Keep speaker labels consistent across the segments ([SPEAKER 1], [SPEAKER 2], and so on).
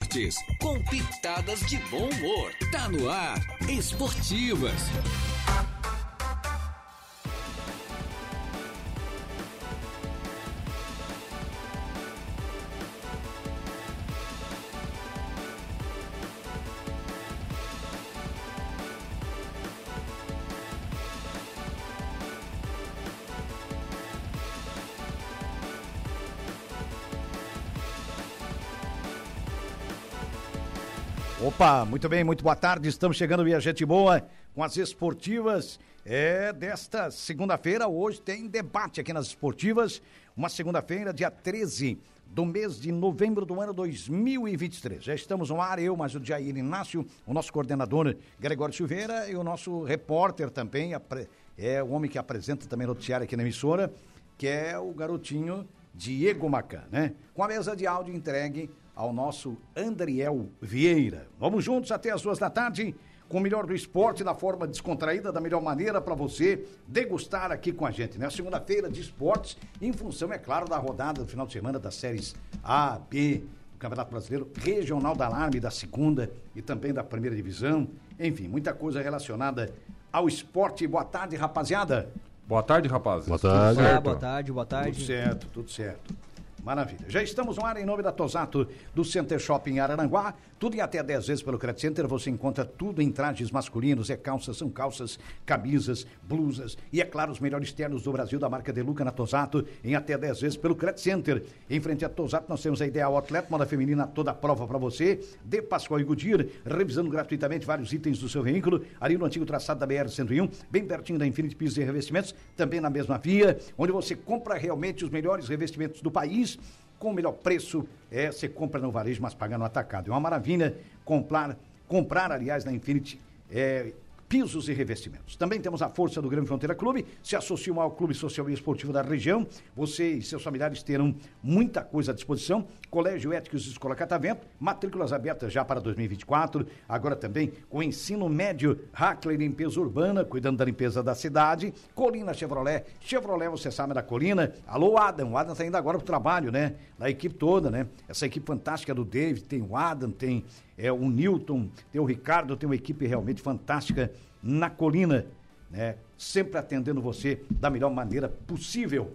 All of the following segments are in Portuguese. [SPEAKER 1] esportes com pitadas de bom humor. Tá no ar, Esportivas.
[SPEAKER 2] Opa, muito bem, muito boa tarde. Estamos chegando, minha gente boa, com as esportivas é, desta segunda-feira. Hoje tem debate aqui nas esportivas. Uma segunda-feira, dia 13 do mês de novembro do ano 2023. Já estamos no ar, eu, mas o Jair Inácio, o nosso coordenador Gregório Silveira e o nosso repórter também, apre- é o homem que apresenta também noticiário aqui na emissora, que é o garotinho Diego Macan, né? Com a mesa de áudio entregue ao nosso Andriel Vieira. Vamos juntos até as duas da tarde com o melhor do esporte da forma descontraída, da melhor maneira para você degustar aqui com a gente, né? Segunda-feira de esportes, em função, é claro, da rodada do final de semana das séries A, B, do Campeonato Brasileiro, Regional da Alarme, da segunda e também da primeira divisão. Enfim, muita coisa relacionada ao esporte. Boa tarde, rapaziada.
[SPEAKER 3] Boa tarde, rapazes.
[SPEAKER 4] Boa
[SPEAKER 2] Ah,
[SPEAKER 4] tarde.
[SPEAKER 3] Tudo certo?
[SPEAKER 5] boa tarde, boa
[SPEAKER 2] Tudo
[SPEAKER 5] tarde.
[SPEAKER 2] certo, tudo certo. Maravilha. Já estamos no ar em nome da Tosato, do Center Shopping Araranguá. Tudo em até 10 vezes pelo Credit Center. Você encontra tudo em trajes masculinos. É calças, são calças, camisas, blusas. E, é claro, os melhores ternos do Brasil da marca Deluca na Tosato em até 10 vezes pelo Credit Center. Em frente à Tosato, nós temos a Ideal Atleta, moda feminina, toda a prova para você. De Pascoal e Gudir, revisando gratuitamente vários itens do seu veículo. Ali no antigo traçado da BR-101, bem pertinho da Infinity Pisos e Revestimentos, também na mesma via, onde você compra realmente os melhores revestimentos do país com o melhor preço. É, você compra no varejo, mas paga no atacado. É uma maravilha comprar, comprar aliás, na Infinity é, pisos e revestimentos. Também temos a força do Grande Fronteira Clube, se associa ao Clube Social e Esportivo da região. Você e seus familiares terão muita coisa à disposição. Colégio Éticos Escola Catavento, matrículas abertas já para 2024. Agora também com ensino médio, Hackley Limpeza Urbana, cuidando da limpeza da cidade. Colina Chevrolet, Chevrolet você sabe da Colina. Alô Adam, o Adam está indo agora para o trabalho, né? Da equipe toda, né? Essa equipe fantástica do David, tem o Adam, tem é, o Newton, tem o Ricardo, tem uma equipe realmente fantástica na colina, né? Sempre atendendo você da melhor maneira possível.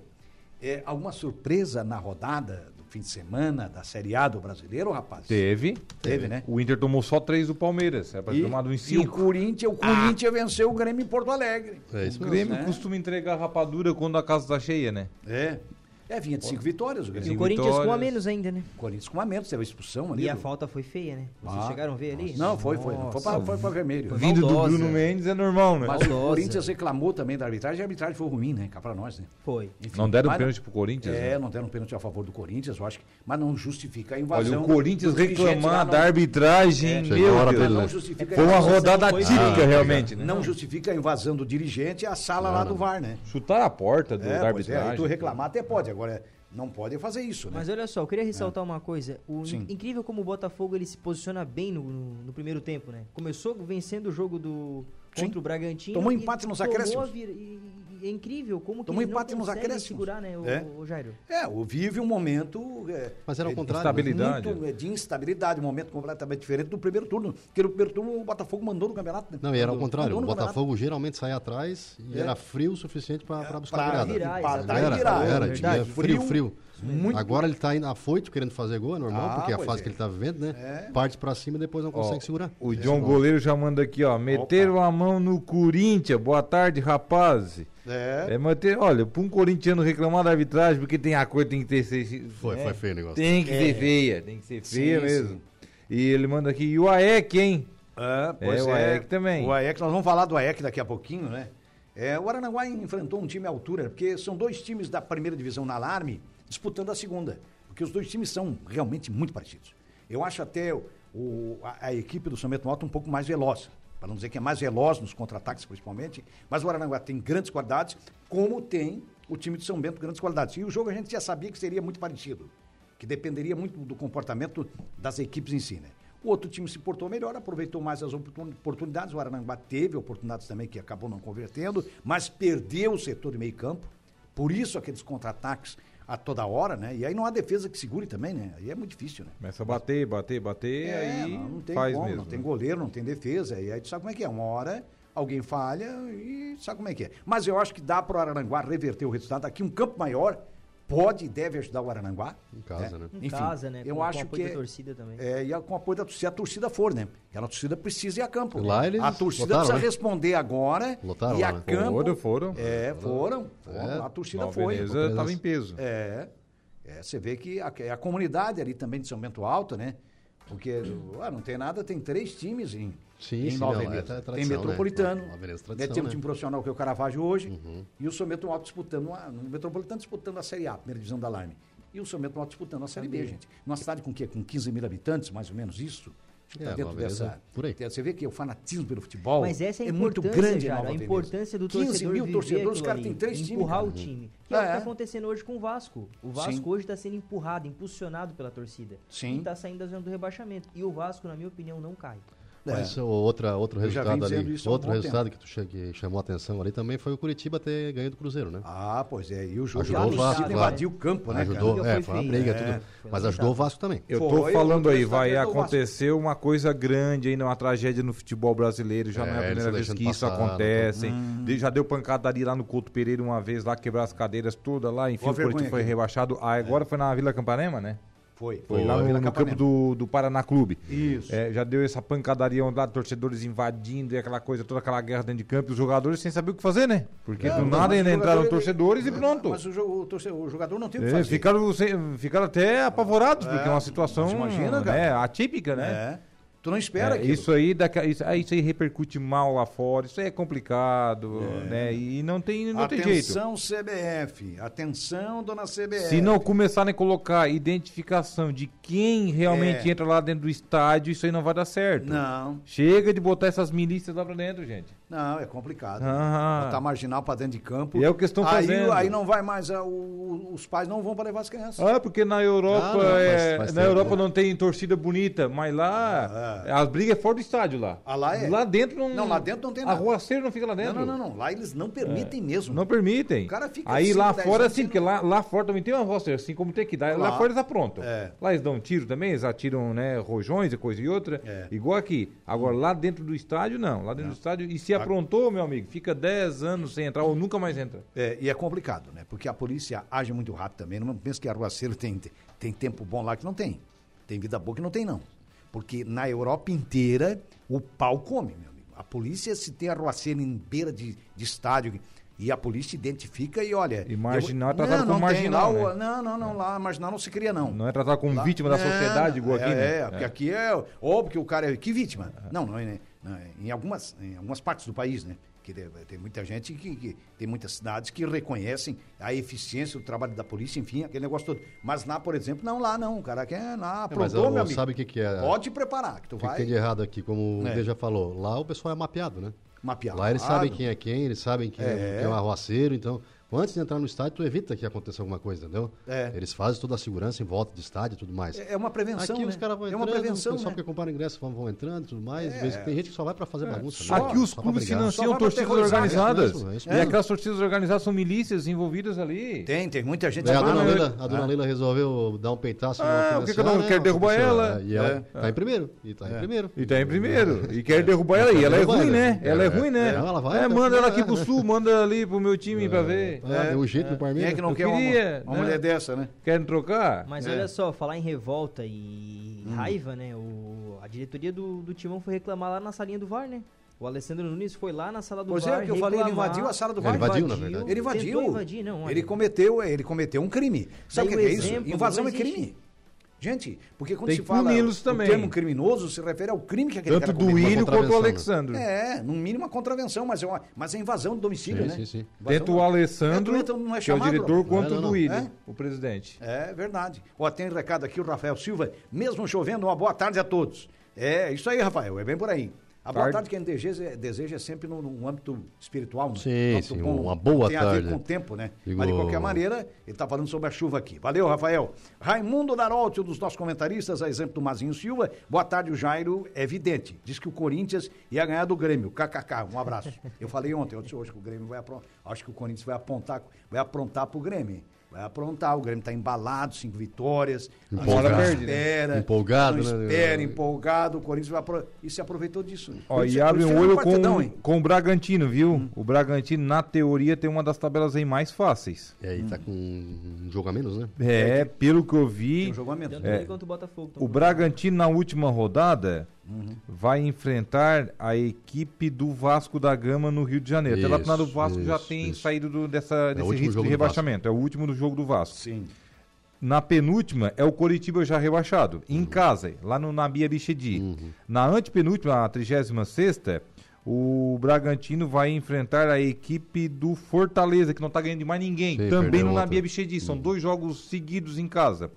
[SPEAKER 2] É, alguma surpresa na rodada do fim de semana da Série A do brasileiro, rapaz?
[SPEAKER 3] Teve.
[SPEAKER 2] Teve, né?
[SPEAKER 3] O Inter tomou só três do Palmeiras. Era pra ter tomado em
[SPEAKER 2] e o
[SPEAKER 3] cinco. Ah.
[SPEAKER 2] Corinthians, o Corinthians venceu o Grêmio em Porto Alegre.
[SPEAKER 4] É isso
[SPEAKER 3] O
[SPEAKER 4] mesmo.
[SPEAKER 3] Grêmio costuma entregar rapadura quando a casa tá cheia, né?
[SPEAKER 2] É. É, vinha de cinco vitórias o
[SPEAKER 3] E
[SPEAKER 5] E
[SPEAKER 2] Grêmio.
[SPEAKER 5] o Corinthians com a
[SPEAKER 3] vitórias.
[SPEAKER 5] menos ainda, né?
[SPEAKER 2] O Corinthians com a menos, teve a expulsão ali.
[SPEAKER 5] E a
[SPEAKER 2] do-
[SPEAKER 5] falta foi feia, né? Vocês
[SPEAKER 2] Ah,
[SPEAKER 5] chegaram a ver ali?
[SPEAKER 2] Não, foi, foi. Não foi pra, foi pra vermelho.
[SPEAKER 5] Foi
[SPEAKER 3] Vindo
[SPEAKER 5] Maldosa.
[SPEAKER 3] do Bruno Mendes é normal, né?
[SPEAKER 2] Mas o
[SPEAKER 5] Maldosa.
[SPEAKER 2] Corinthians reclamou também da arbitragem, e a arbitragem foi ruim, né? Cá pra nós, né?
[SPEAKER 5] Foi.
[SPEAKER 2] Enfim,
[SPEAKER 3] Não deram
[SPEAKER 2] mas-
[SPEAKER 3] pênalti pro Corinthians? né?
[SPEAKER 2] É, não deram pênalti a favor do Corinthians, eu acho que. Mas não justifica a invasão.
[SPEAKER 3] Olha, o Corinthians
[SPEAKER 2] é um dos dirigentes lá,
[SPEAKER 3] reclamar
[SPEAKER 2] não-
[SPEAKER 3] da
[SPEAKER 2] É.
[SPEAKER 3] arbitragem,
[SPEAKER 4] Chegou a
[SPEAKER 3] meu
[SPEAKER 4] hora
[SPEAKER 3] Deus.
[SPEAKER 4] dele,
[SPEAKER 2] Não
[SPEAKER 4] né?
[SPEAKER 2] justifica, a
[SPEAKER 3] Foi uma
[SPEAKER 2] invasão- Ah.
[SPEAKER 3] rodada
[SPEAKER 5] Foi-
[SPEAKER 3] típica, realmente, né?
[SPEAKER 2] não justifica a invasão do dirigente à sala lá do VAR, né?
[SPEAKER 3] Chutar a porta do,
[SPEAKER 2] É,
[SPEAKER 3] da
[SPEAKER 2] pois é, aí
[SPEAKER 3] arbitragem.
[SPEAKER 2] tu reclamar até pode, agora não pode fazer isso, né?
[SPEAKER 5] Mas olha só, eu queria ressaltar uma coisa. O in-
[SPEAKER 2] É. Sim.
[SPEAKER 5] incrível como o Botafogo ele se posiciona bem no, no- no primeiro tempo, né? Começou vencendo o jogo do
[SPEAKER 2] Sim.
[SPEAKER 5] contra o Bragantino.
[SPEAKER 2] Tomou
[SPEAKER 5] e
[SPEAKER 2] empate nos
[SPEAKER 5] tomou a
[SPEAKER 2] acréscimos.
[SPEAKER 5] vir- e- e- é incrível como que
[SPEAKER 2] Tomou
[SPEAKER 5] eles não
[SPEAKER 2] empate nos
[SPEAKER 5] conseguem
[SPEAKER 2] acréscimos.
[SPEAKER 5] segurar, né, o,
[SPEAKER 2] É.
[SPEAKER 5] o Jairo?
[SPEAKER 2] É, o vive um momento. é,
[SPEAKER 4] Mas era ao
[SPEAKER 2] é,
[SPEAKER 4] contrário. né?
[SPEAKER 3] Estabilidade.
[SPEAKER 2] Muito, é, de instabilidade, um momento completamente diferente do primeiro turno. Porque no primeiro turno o Botafogo mandou no campeonato. né?
[SPEAKER 4] Não, e era ao
[SPEAKER 2] Mandou-
[SPEAKER 4] contrário.
[SPEAKER 2] mandou
[SPEAKER 4] O
[SPEAKER 2] no campeonato.
[SPEAKER 4] Botafogo geralmente saía atrás e
[SPEAKER 2] É.
[SPEAKER 4] era frio o suficiente para buscar
[SPEAKER 2] Pra virar,
[SPEAKER 4] a virada.
[SPEAKER 2] empatar
[SPEAKER 4] era,
[SPEAKER 2] e virar.
[SPEAKER 4] era,
[SPEAKER 2] é
[SPEAKER 4] tinha
[SPEAKER 2] verdade.
[SPEAKER 4] frio,
[SPEAKER 2] Frio,
[SPEAKER 4] frio.
[SPEAKER 2] muito.
[SPEAKER 4] Agora ele tá indo afoito, querendo fazer gol, é normal,
[SPEAKER 2] Ah,
[SPEAKER 4] porque é a
[SPEAKER 2] pois
[SPEAKER 4] fase
[SPEAKER 2] é.
[SPEAKER 4] que ele tá vivendo, né? Parte pra cima e depois não
[SPEAKER 3] Ó,
[SPEAKER 4] consegue segurar.
[SPEAKER 3] O John Goleiro já manda aqui, ó. Meteram a mão no Corinthians. Boa tarde, rapaz.
[SPEAKER 2] É.
[SPEAKER 3] É manter, olha, pra um corintiano reclamar da arbitragem, porque tem a coisa tem que ter ser,
[SPEAKER 4] Foi, foi feio o negócio.
[SPEAKER 3] Tem que ser feia, tem que ser feia
[SPEAKER 2] É. Sim,
[SPEAKER 3] mesmo.
[SPEAKER 2] sim.
[SPEAKER 3] E ele manda aqui, e o AEC, hein?
[SPEAKER 2] É, pois
[SPEAKER 3] É, o AEC também.
[SPEAKER 2] O AEC, nós vamos falar do AEC daqui a pouquinho, né? É, o Aranaguá enfrentou um time à altura, porque são dois times da primeira divisão na alarme disputando a segunda. Porque os dois times são realmente muito parecidos. Eu acho até o- o- a, a equipe do São Bento Alto um pouco mais veloz. Para não dizer que é mais veloz nos contra-ataques, principalmente. Mas o Aranaguá tem grandes qualidades, como tem o time de São Bento, grandes qualidades. E o jogo a gente já sabia que seria muito parecido. Que dependeria muito do comportamento das equipes em si, né? O outro time se portou melhor, aproveitou mais as oportun- oportunidades. O Arananguá teve oportunidades também que acabou não convertendo, mas perdeu o setor de meio campo. Por isso aqueles contra-ataques a toda hora, né? E aí não há defesa que segure também, né? Aí é muito difícil, né?
[SPEAKER 3] Começa a bater, bater, bater,
[SPEAKER 2] É,
[SPEAKER 3] aí
[SPEAKER 2] não, não tem
[SPEAKER 3] faz
[SPEAKER 2] como,
[SPEAKER 3] mesmo.
[SPEAKER 2] não tem
[SPEAKER 3] né?
[SPEAKER 2] goleiro, não tem defesa. E aí tu sabe como é que é. Uma hora alguém falha e sabe como é que é. Mas eu acho que dá para o Araranguá reverter o resultado. Aqui um campo maior pode e deve ajudar o Araranguá.
[SPEAKER 4] Em
[SPEAKER 2] É.
[SPEAKER 4] casa, né?
[SPEAKER 5] Em casa, né?
[SPEAKER 2] Eu
[SPEAKER 5] Com- com
[SPEAKER 2] acho
[SPEAKER 5] apoio
[SPEAKER 2] que
[SPEAKER 5] da torcida também.
[SPEAKER 2] É, e a- com apoio da torcida, se a torcida for, né? Aquela torcida precisa ir a campo.
[SPEAKER 4] Lá eles
[SPEAKER 2] a torcida
[SPEAKER 4] lotaram,
[SPEAKER 2] precisa
[SPEAKER 4] né?
[SPEAKER 2] responder agora
[SPEAKER 4] Lotaram
[SPEAKER 2] e
[SPEAKER 4] lá,
[SPEAKER 2] a
[SPEAKER 4] né?
[SPEAKER 2] campo.
[SPEAKER 3] Foram, foram.
[SPEAKER 2] É, foram. foram.
[SPEAKER 4] É,
[SPEAKER 2] A torcida
[SPEAKER 3] Nova
[SPEAKER 2] foi.
[SPEAKER 3] Veneza tava em peso.
[SPEAKER 2] É. É, você vê que a, a comunidade ali também de São Bento Alto, né? Porque ah, não tem nada, tem três times em,
[SPEAKER 4] Sim,
[SPEAKER 2] em
[SPEAKER 4] sim,
[SPEAKER 2] Nova
[SPEAKER 4] não, é
[SPEAKER 2] Veneza.
[SPEAKER 4] tra-
[SPEAKER 2] tem
[SPEAKER 4] tradição, né?
[SPEAKER 2] Metropolitano,
[SPEAKER 4] Nova
[SPEAKER 2] né?
[SPEAKER 4] Veneza, tradição,
[SPEAKER 2] tem um
[SPEAKER 4] né? Uhum.
[SPEAKER 2] time profissional que é o Caravaggio hoje, e o São Bento Alto disputando, a- o Metropolitano disputando a Série A, a primeira divisão da Alarme, e o São Bento Alto disputando a Série B, gente. Numa cidade com o quê? Com 15 mil habitantes, mais ou menos isso? Acho que
[SPEAKER 4] É,
[SPEAKER 2] tá dentro
[SPEAKER 4] Nova Veneza,
[SPEAKER 2] dessa...
[SPEAKER 4] por aí.
[SPEAKER 2] Você vê que o fanatismo pelo futebol
[SPEAKER 5] Mas essa é, a
[SPEAKER 2] é muito
[SPEAKER 5] importância,
[SPEAKER 2] grande em
[SPEAKER 5] cara,
[SPEAKER 2] Nova
[SPEAKER 5] a
[SPEAKER 2] Veneza.
[SPEAKER 5] importância do
[SPEAKER 2] 15
[SPEAKER 5] torcedor
[SPEAKER 2] mil
[SPEAKER 5] viver
[SPEAKER 2] torcedores,
[SPEAKER 5] aquilo
[SPEAKER 2] os caras
[SPEAKER 5] ali,
[SPEAKER 2] têm três times.
[SPEAKER 5] empurrar
[SPEAKER 2] cara.
[SPEAKER 5] o time. Que é, o que
[SPEAKER 2] É.
[SPEAKER 5] está acontecendo hoje com o Vasco. O Vasco
[SPEAKER 2] Sim.
[SPEAKER 5] hoje está sendo empurrado, impulsionado pela torcida.
[SPEAKER 2] Sim.
[SPEAKER 5] E está saindo da zona do rebaixamento. E o Vasco, na minha opinião, não cai.
[SPEAKER 4] Mas o- outra, outro
[SPEAKER 2] é. Eu já vim
[SPEAKER 4] resultado
[SPEAKER 2] dizendo
[SPEAKER 4] ali,
[SPEAKER 2] isso há um
[SPEAKER 4] outro
[SPEAKER 2] bom
[SPEAKER 4] resultado que, tu che- que chamou a atenção ali também foi o Curitiba ter ganho do Cruzeiro, né?
[SPEAKER 2] Ah, pois é. E o jogo
[SPEAKER 4] Ajudou
[SPEAKER 2] lá
[SPEAKER 4] o
[SPEAKER 2] no
[SPEAKER 4] Vasco,
[SPEAKER 2] Chile
[SPEAKER 4] claro.
[SPEAKER 2] invadiu o campo, né,
[SPEAKER 4] ajudou,
[SPEAKER 5] Liga
[SPEAKER 4] é,
[SPEAKER 5] foi
[SPEAKER 4] foi uma
[SPEAKER 5] feia,
[SPEAKER 4] briga,
[SPEAKER 5] né?
[SPEAKER 4] tudo.
[SPEAKER 2] é.
[SPEAKER 5] Foi
[SPEAKER 4] Mas
[SPEAKER 5] lamentável.
[SPEAKER 4] ajudou o Vasco também.
[SPEAKER 3] Eu
[SPEAKER 2] Foi,
[SPEAKER 3] tô
[SPEAKER 2] o
[SPEAKER 3] falando aí,
[SPEAKER 2] resultado
[SPEAKER 3] vai
[SPEAKER 2] é do Vasco.
[SPEAKER 3] acontecer uma coisa grande ainda, uma tragédia no futebol brasileiro. Já não é a
[SPEAKER 4] É, eles
[SPEAKER 3] primeira
[SPEAKER 4] tão
[SPEAKER 3] vez que
[SPEAKER 4] deixando
[SPEAKER 3] isso
[SPEAKER 4] passar,
[SPEAKER 3] acontece. hein?
[SPEAKER 2] Hum.
[SPEAKER 3] De- Já deu pancadaria lá no Couto Pereira uma vez, lá quebrar as cadeiras todas lá, enfim,
[SPEAKER 2] Uma
[SPEAKER 3] o Corinthians
[SPEAKER 2] vergonha
[SPEAKER 3] foi
[SPEAKER 2] aqui.
[SPEAKER 3] rebaixado. Ah, agora foi na Vila Campanema, né?
[SPEAKER 2] Foi.
[SPEAKER 3] Foi lá no,
[SPEAKER 2] Vila
[SPEAKER 3] no
[SPEAKER 2] Capanema.
[SPEAKER 3] campo do, do Paraná Clube.
[SPEAKER 2] Isso.
[SPEAKER 3] É, já deu essa pancadaria lá, torcedores invadindo e aquela coisa, toda aquela guerra dentro de campo, e os jogadores sem saber o que fazer, né? Porque
[SPEAKER 2] Não,
[SPEAKER 3] do
[SPEAKER 2] mas
[SPEAKER 3] nada
[SPEAKER 2] o
[SPEAKER 3] ainda
[SPEAKER 2] jogador,
[SPEAKER 3] entraram
[SPEAKER 2] ele-
[SPEAKER 3] torcedores e
[SPEAKER 2] Mas-
[SPEAKER 3] pronto.
[SPEAKER 2] Mas o, jo- o torce- o jogador não tem o que
[SPEAKER 3] É,
[SPEAKER 2] fazer.
[SPEAKER 3] ficaram, sem- ficaram até apavorados, porque é uma situação
[SPEAKER 2] mas imagina, cara.
[SPEAKER 3] né, atípica, né?
[SPEAKER 2] É. Tu não espera
[SPEAKER 3] É,
[SPEAKER 2] que
[SPEAKER 3] isso, aí, daca- isso, aí, isso aí repercute mal lá fora, isso aí é complicado, né? E não tem, não tem jeito.
[SPEAKER 2] Atenção, CBF. Atenção, dona CBF.
[SPEAKER 3] Se não começarem a colocar identificação de quem realmente
[SPEAKER 2] É.
[SPEAKER 3] entra lá dentro do estádio, isso aí não vai dar certo.
[SPEAKER 2] Não,
[SPEAKER 3] Chega de botar essas milícias lá pra dentro, gente.
[SPEAKER 2] não, é complicado.
[SPEAKER 3] Ah.
[SPEAKER 2] Botar marginal pra dentro de campo.
[SPEAKER 3] E é o que eles tão
[SPEAKER 2] Aí-
[SPEAKER 3] fazendo.
[SPEAKER 2] Aí não vai mais, ah, o- os pais não vão para levar as crianças.
[SPEAKER 3] Ah, porque na Europa,
[SPEAKER 4] Ah, não, mas-
[SPEAKER 3] é-
[SPEAKER 4] mas
[SPEAKER 3] na
[SPEAKER 4] tem-
[SPEAKER 3] Europa não tem torcida bonita, mas lá as brigas é fora do estádio lá.
[SPEAKER 2] Ah, lá é.
[SPEAKER 3] dentro não.
[SPEAKER 2] Não, lá dentro não tem nada.
[SPEAKER 3] Arruaceiro não fica lá
[SPEAKER 2] não,
[SPEAKER 3] dentro.
[SPEAKER 2] não, não, não. Lá eles não permitem mesmo.
[SPEAKER 3] É. Não permitem.
[SPEAKER 2] O cara fica assim, né?
[SPEAKER 3] Aí
[SPEAKER 2] cinco,
[SPEAKER 3] lá
[SPEAKER 2] dez
[SPEAKER 3] fora
[SPEAKER 2] anos
[SPEAKER 3] sim,
[SPEAKER 2] sem-
[SPEAKER 3] porque lá, lá fora também tem uma roster, assim como tem que dar. Lá,
[SPEAKER 2] Lá.
[SPEAKER 3] fora eles aprontam.
[SPEAKER 2] É.
[SPEAKER 3] Lá eles dão um tiro também, eles atiram né, rojões e coisa e outra.
[SPEAKER 2] É.
[SPEAKER 3] Igual aqui. Agora lá dentro do estádio, não. Lá dentro do estádio. E se aprontou, meu amigo, fica 10 anos sem entrar ou nunca mais entra.
[SPEAKER 2] É, e é complicado, né? Porque a polícia age muito rápido também. Não pensa que arruaceiro tem, tem tempo bom lá que não tem. Tem vida boa que não tem, não. Porque na Europa inteira o pau come, meu amigo. A polícia, se tem arruaceiro em beira de, de estádio, e a polícia identifica e olha.
[SPEAKER 3] E marginal é
[SPEAKER 2] eu-
[SPEAKER 3] tratado
[SPEAKER 2] não,
[SPEAKER 3] como
[SPEAKER 2] não tem
[SPEAKER 3] marginal,
[SPEAKER 2] lá o-
[SPEAKER 3] né?
[SPEAKER 2] Não, não, não. Lá marginal não se cria, não.
[SPEAKER 3] Não é tratado como vítima da
[SPEAKER 2] Não,
[SPEAKER 3] sociedade, igual
[SPEAKER 2] é,
[SPEAKER 3] aqui, né?
[SPEAKER 2] É, porque aqui é. Ou porque o cara é. Que vítima? Não, não, é, não, é, em, algumas, em algumas partes do país, né? Que de- tem muita gente que, que- Tem muitas cidades que reconhecem a eficiência do trabalho da polícia, enfim, aquele negócio todo. Mas lá, por exemplo, não, lá não. O cara quer lá, aprontou,
[SPEAKER 4] É, mas, ô,
[SPEAKER 2] meu amigo.
[SPEAKER 4] sabe o que que é?
[SPEAKER 2] Pode preparar, que tu
[SPEAKER 4] O que que
[SPEAKER 2] vai
[SPEAKER 4] tem de errado aqui, como
[SPEAKER 2] É.
[SPEAKER 4] o D já falou, lá o pessoal é mapeado, né?
[SPEAKER 2] mapear.
[SPEAKER 4] Lá eles sabem quem é quem, eles sabem quem é,
[SPEAKER 2] É.
[SPEAKER 4] quem é um arruaceiro, então antes de entrar no estádio, tu evita que aconteça alguma coisa, entendeu?
[SPEAKER 2] É.
[SPEAKER 4] Eles fazem toda a segurança em volta de estádio e tudo mais.
[SPEAKER 2] É é uma prevenção.
[SPEAKER 4] Aqui
[SPEAKER 2] né?
[SPEAKER 4] os caras vão
[SPEAKER 2] É
[SPEAKER 4] entrando,
[SPEAKER 2] uma prevenção.
[SPEAKER 4] o pessoal
[SPEAKER 2] né?
[SPEAKER 4] que compra ingresso vão, vão entrando e tudo mais. Às vezes tem gente que só vai pra fazer bagunça. né?
[SPEAKER 3] Aqui os
[SPEAKER 4] Só pra
[SPEAKER 3] clubes
[SPEAKER 4] brigar.
[SPEAKER 2] Só
[SPEAKER 3] financiam
[SPEAKER 2] vai pra
[SPEAKER 3] torcidas
[SPEAKER 2] terrorizar.
[SPEAKER 3] organizadas.
[SPEAKER 4] É isso mesmo, é isso
[SPEAKER 3] E
[SPEAKER 4] mesmo.
[SPEAKER 3] aquelas torcidas organizadas são milícias envolvidas ali.
[SPEAKER 2] Tem, tem muita gente.
[SPEAKER 4] Daí a
[SPEAKER 2] lá,
[SPEAKER 4] dona,
[SPEAKER 2] né?
[SPEAKER 4] Leila, a dona Leila resolveu dar um peitaço.
[SPEAKER 3] Ah,
[SPEAKER 4] numa
[SPEAKER 3] o que que
[SPEAKER 4] financiar,
[SPEAKER 3] eu não
[SPEAKER 4] né,
[SPEAKER 3] quero
[SPEAKER 4] uma
[SPEAKER 3] derrubar
[SPEAKER 4] professora,
[SPEAKER 3] ela?
[SPEAKER 4] né? E ela tá em primeiro. E tá em primeiro.
[SPEAKER 3] E tá em primeiro. E quer derrubar ela aí. Ela é
[SPEAKER 4] Derruba
[SPEAKER 3] ruim,
[SPEAKER 4] ela.
[SPEAKER 3] né? Ela é
[SPEAKER 4] É,
[SPEAKER 3] ruim, né?
[SPEAKER 4] é, ela vai,
[SPEAKER 3] É,
[SPEAKER 4] tá
[SPEAKER 3] manda
[SPEAKER 4] com-
[SPEAKER 3] ela aqui pro sul, manda ali pro meu time pra ver. É.
[SPEAKER 4] Ah, deu um jeito no
[SPEAKER 2] Quem
[SPEAKER 4] Palmeiras.
[SPEAKER 2] é que não
[SPEAKER 3] Eu
[SPEAKER 2] quer uma-
[SPEAKER 3] queria,
[SPEAKER 2] uma,
[SPEAKER 3] né?
[SPEAKER 2] mulher dessa, né?
[SPEAKER 3] Querem trocar?
[SPEAKER 5] Mas
[SPEAKER 2] É. Hum.
[SPEAKER 5] olha só, falar em revolta e raiva, né? O, a diretoria do, do Timão foi reclamar lá na salinha do VAR, né? O Alessandro Nunes foi lá na sala do
[SPEAKER 2] Pois é,
[SPEAKER 5] VAR.
[SPEAKER 2] que eu falei, ele
[SPEAKER 5] reclamar.
[SPEAKER 2] invadiu a sala do
[SPEAKER 4] Ele VAR. invadiu, na verdade.
[SPEAKER 2] Ele invadiu.
[SPEAKER 5] Tentou invadir, não. olha.
[SPEAKER 2] Ele cometeu, ele cometeu um crime. Sabe o que
[SPEAKER 5] Daí
[SPEAKER 2] que
[SPEAKER 5] o
[SPEAKER 2] é isso?
[SPEAKER 5] exemplo
[SPEAKER 2] Invasão
[SPEAKER 5] não
[SPEAKER 2] é crime.
[SPEAKER 5] existe.
[SPEAKER 2] Gente, porque quando
[SPEAKER 3] Tem
[SPEAKER 2] se
[SPEAKER 3] que
[SPEAKER 2] fala
[SPEAKER 3] puni-los
[SPEAKER 2] o
[SPEAKER 3] também.
[SPEAKER 2] termo criminoso se refere ao crime que aquele
[SPEAKER 3] Tanto
[SPEAKER 2] cara
[SPEAKER 3] do
[SPEAKER 2] cometeu.
[SPEAKER 3] William quanto do
[SPEAKER 4] contravenção, né?
[SPEAKER 3] Alexandro.
[SPEAKER 2] É, no mínimo uma contravenção, mas é, uma, mas é invasão do domicílio,
[SPEAKER 4] Sim,
[SPEAKER 2] né?
[SPEAKER 4] sim, sim.
[SPEAKER 2] Invasão-
[SPEAKER 3] Tanto o Alessandro,
[SPEAKER 2] É, tu entra, não é
[SPEAKER 3] que é o
[SPEAKER 2] chamado,
[SPEAKER 3] diretor,
[SPEAKER 2] Rafa?
[SPEAKER 3] quanto
[SPEAKER 4] Não, não,
[SPEAKER 3] do
[SPEAKER 4] não.
[SPEAKER 3] William,
[SPEAKER 2] É?
[SPEAKER 3] o presidente.
[SPEAKER 2] É verdade. Ó, tem recado aqui, o Rafael Silva, mesmo chovendo, uma boa tarde a todos. É, isso aí, Rafael, é bem por aí. A boa tarde
[SPEAKER 3] Tarde.
[SPEAKER 2] que a gente deseja, deseja é sempre num, num âmbito espiritual, né?
[SPEAKER 4] Sim,
[SPEAKER 2] Um âmbito
[SPEAKER 4] sim, uma boa
[SPEAKER 2] tem a ver
[SPEAKER 4] tarde.
[SPEAKER 2] com o tempo, né?
[SPEAKER 4] Digo-
[SPEAKER 2] Mas de qualquer maneira, ele está falando sobre a chuva aqui. Valeu, Rafael. Raimundo Darolte, um dos nossos comentaristas, a exemplo do Mazinho Silva. Boa tarde, o Jairo, é evidente. Diz que o Corinthians ia ganhar do Grêmio. KKK, um abraço. Eu falei ontem, eu disse hoje que o Grêmio vai aprontar. Acho que o Corinthians vai apontar, vai aprontar pro Grêmio. hein? Vai Vai aprontar, o Grêmio está embalado, cinco vitórias. não
[SPEAKER 4] Empolgado.
[SPEAKER 3] né?
[SPEAKER 2] espera,
[SPEAKER 4] Empolgado,
[SPEAKER 2] não
[SPEAKER 4] né?
[SPEAKER 2] espera, empolgado. O Corinthians vai apro... e se aproveitou disso. é
[SPEAKER 3] Ó,
[SPEAKER 2] Corinthians-
[SPEAKER 3] e abre
[SPEAKER 2] Corinthians
[SPEAKER 3] um
[SPEAKER 2] fez
[SPEAKER 3] olho
[SPEAKER 2] partidão,
[SPEAKER 3] com,
[SPEAKER 2] hein?
[SPEAKER 3] com o Bragantino, viu? O Bragantino, na teoria, tem uma das tabelas aí mais fáceis.
[SPEAKER 4] E
[SPEAKER 2] Hum.
[SPEAKER 4] aí tá com um jogo a menos, né?
[SPEAKER 3] É, pelo que eu
[SPEAKER 2] Tem
[SPEAKER 3] vi,
[SPEAKER 2] um jogo a menos.
[SPEAKER 3] É.
[SPEAKER 5] Tanto
[SPEAKER 4] É.
[SPEAKER 5] ele quanto o Botafogo.
[SPEAKER 3] o Bragantino, na última rodada,
[SPEAKER 4] Uhum.
[SPEAKER 3] vai enfrentar a equipe do Vasco da Gama no Rio de Janeiro. Até lá pro
[SPEAKER 4] Isso,
[SPEAKER 3] lado, o Vasco já
[SPEAKER 4] isso,
[SPEAKER 3] tem
[SPEAKER 4] isso.
[SPEAKER 3] saído do- dessa,
[SPEAKER 4] o
[SPEAKER 3] desse
[SPEAKER 4] último
[SPEAKER 3] risco
[SPEAKER 4] jogo
[SPEAKER 3] de
[SPEAKER 4] do
[SPEAKER 3] rebaixamento. É o último do jogo do Vasco.
[SPEAKER 2] Sim.
[SPEAKER 3] Na penúltima é o Coritiba já rebaixado, em
[SPEAKER 4] Uhum.
[SPEAKER 3] casa, lá no Nabia Bichedi. Na antepenúltima, a 36 o Bragantino vai enfrentar a equipe do Fortaleza, que não tá ganhando de mais ninguém,
[SPEAKER 4] Sim,
[SPEAKER 3] também
[SPEAKER 4] perdeu Uhum.
[SPEAKER 3] no
[SPEAKER 4] outra.
[SPEAKER 3] Nabia Bichedi. São dois jogos seguidos em casa.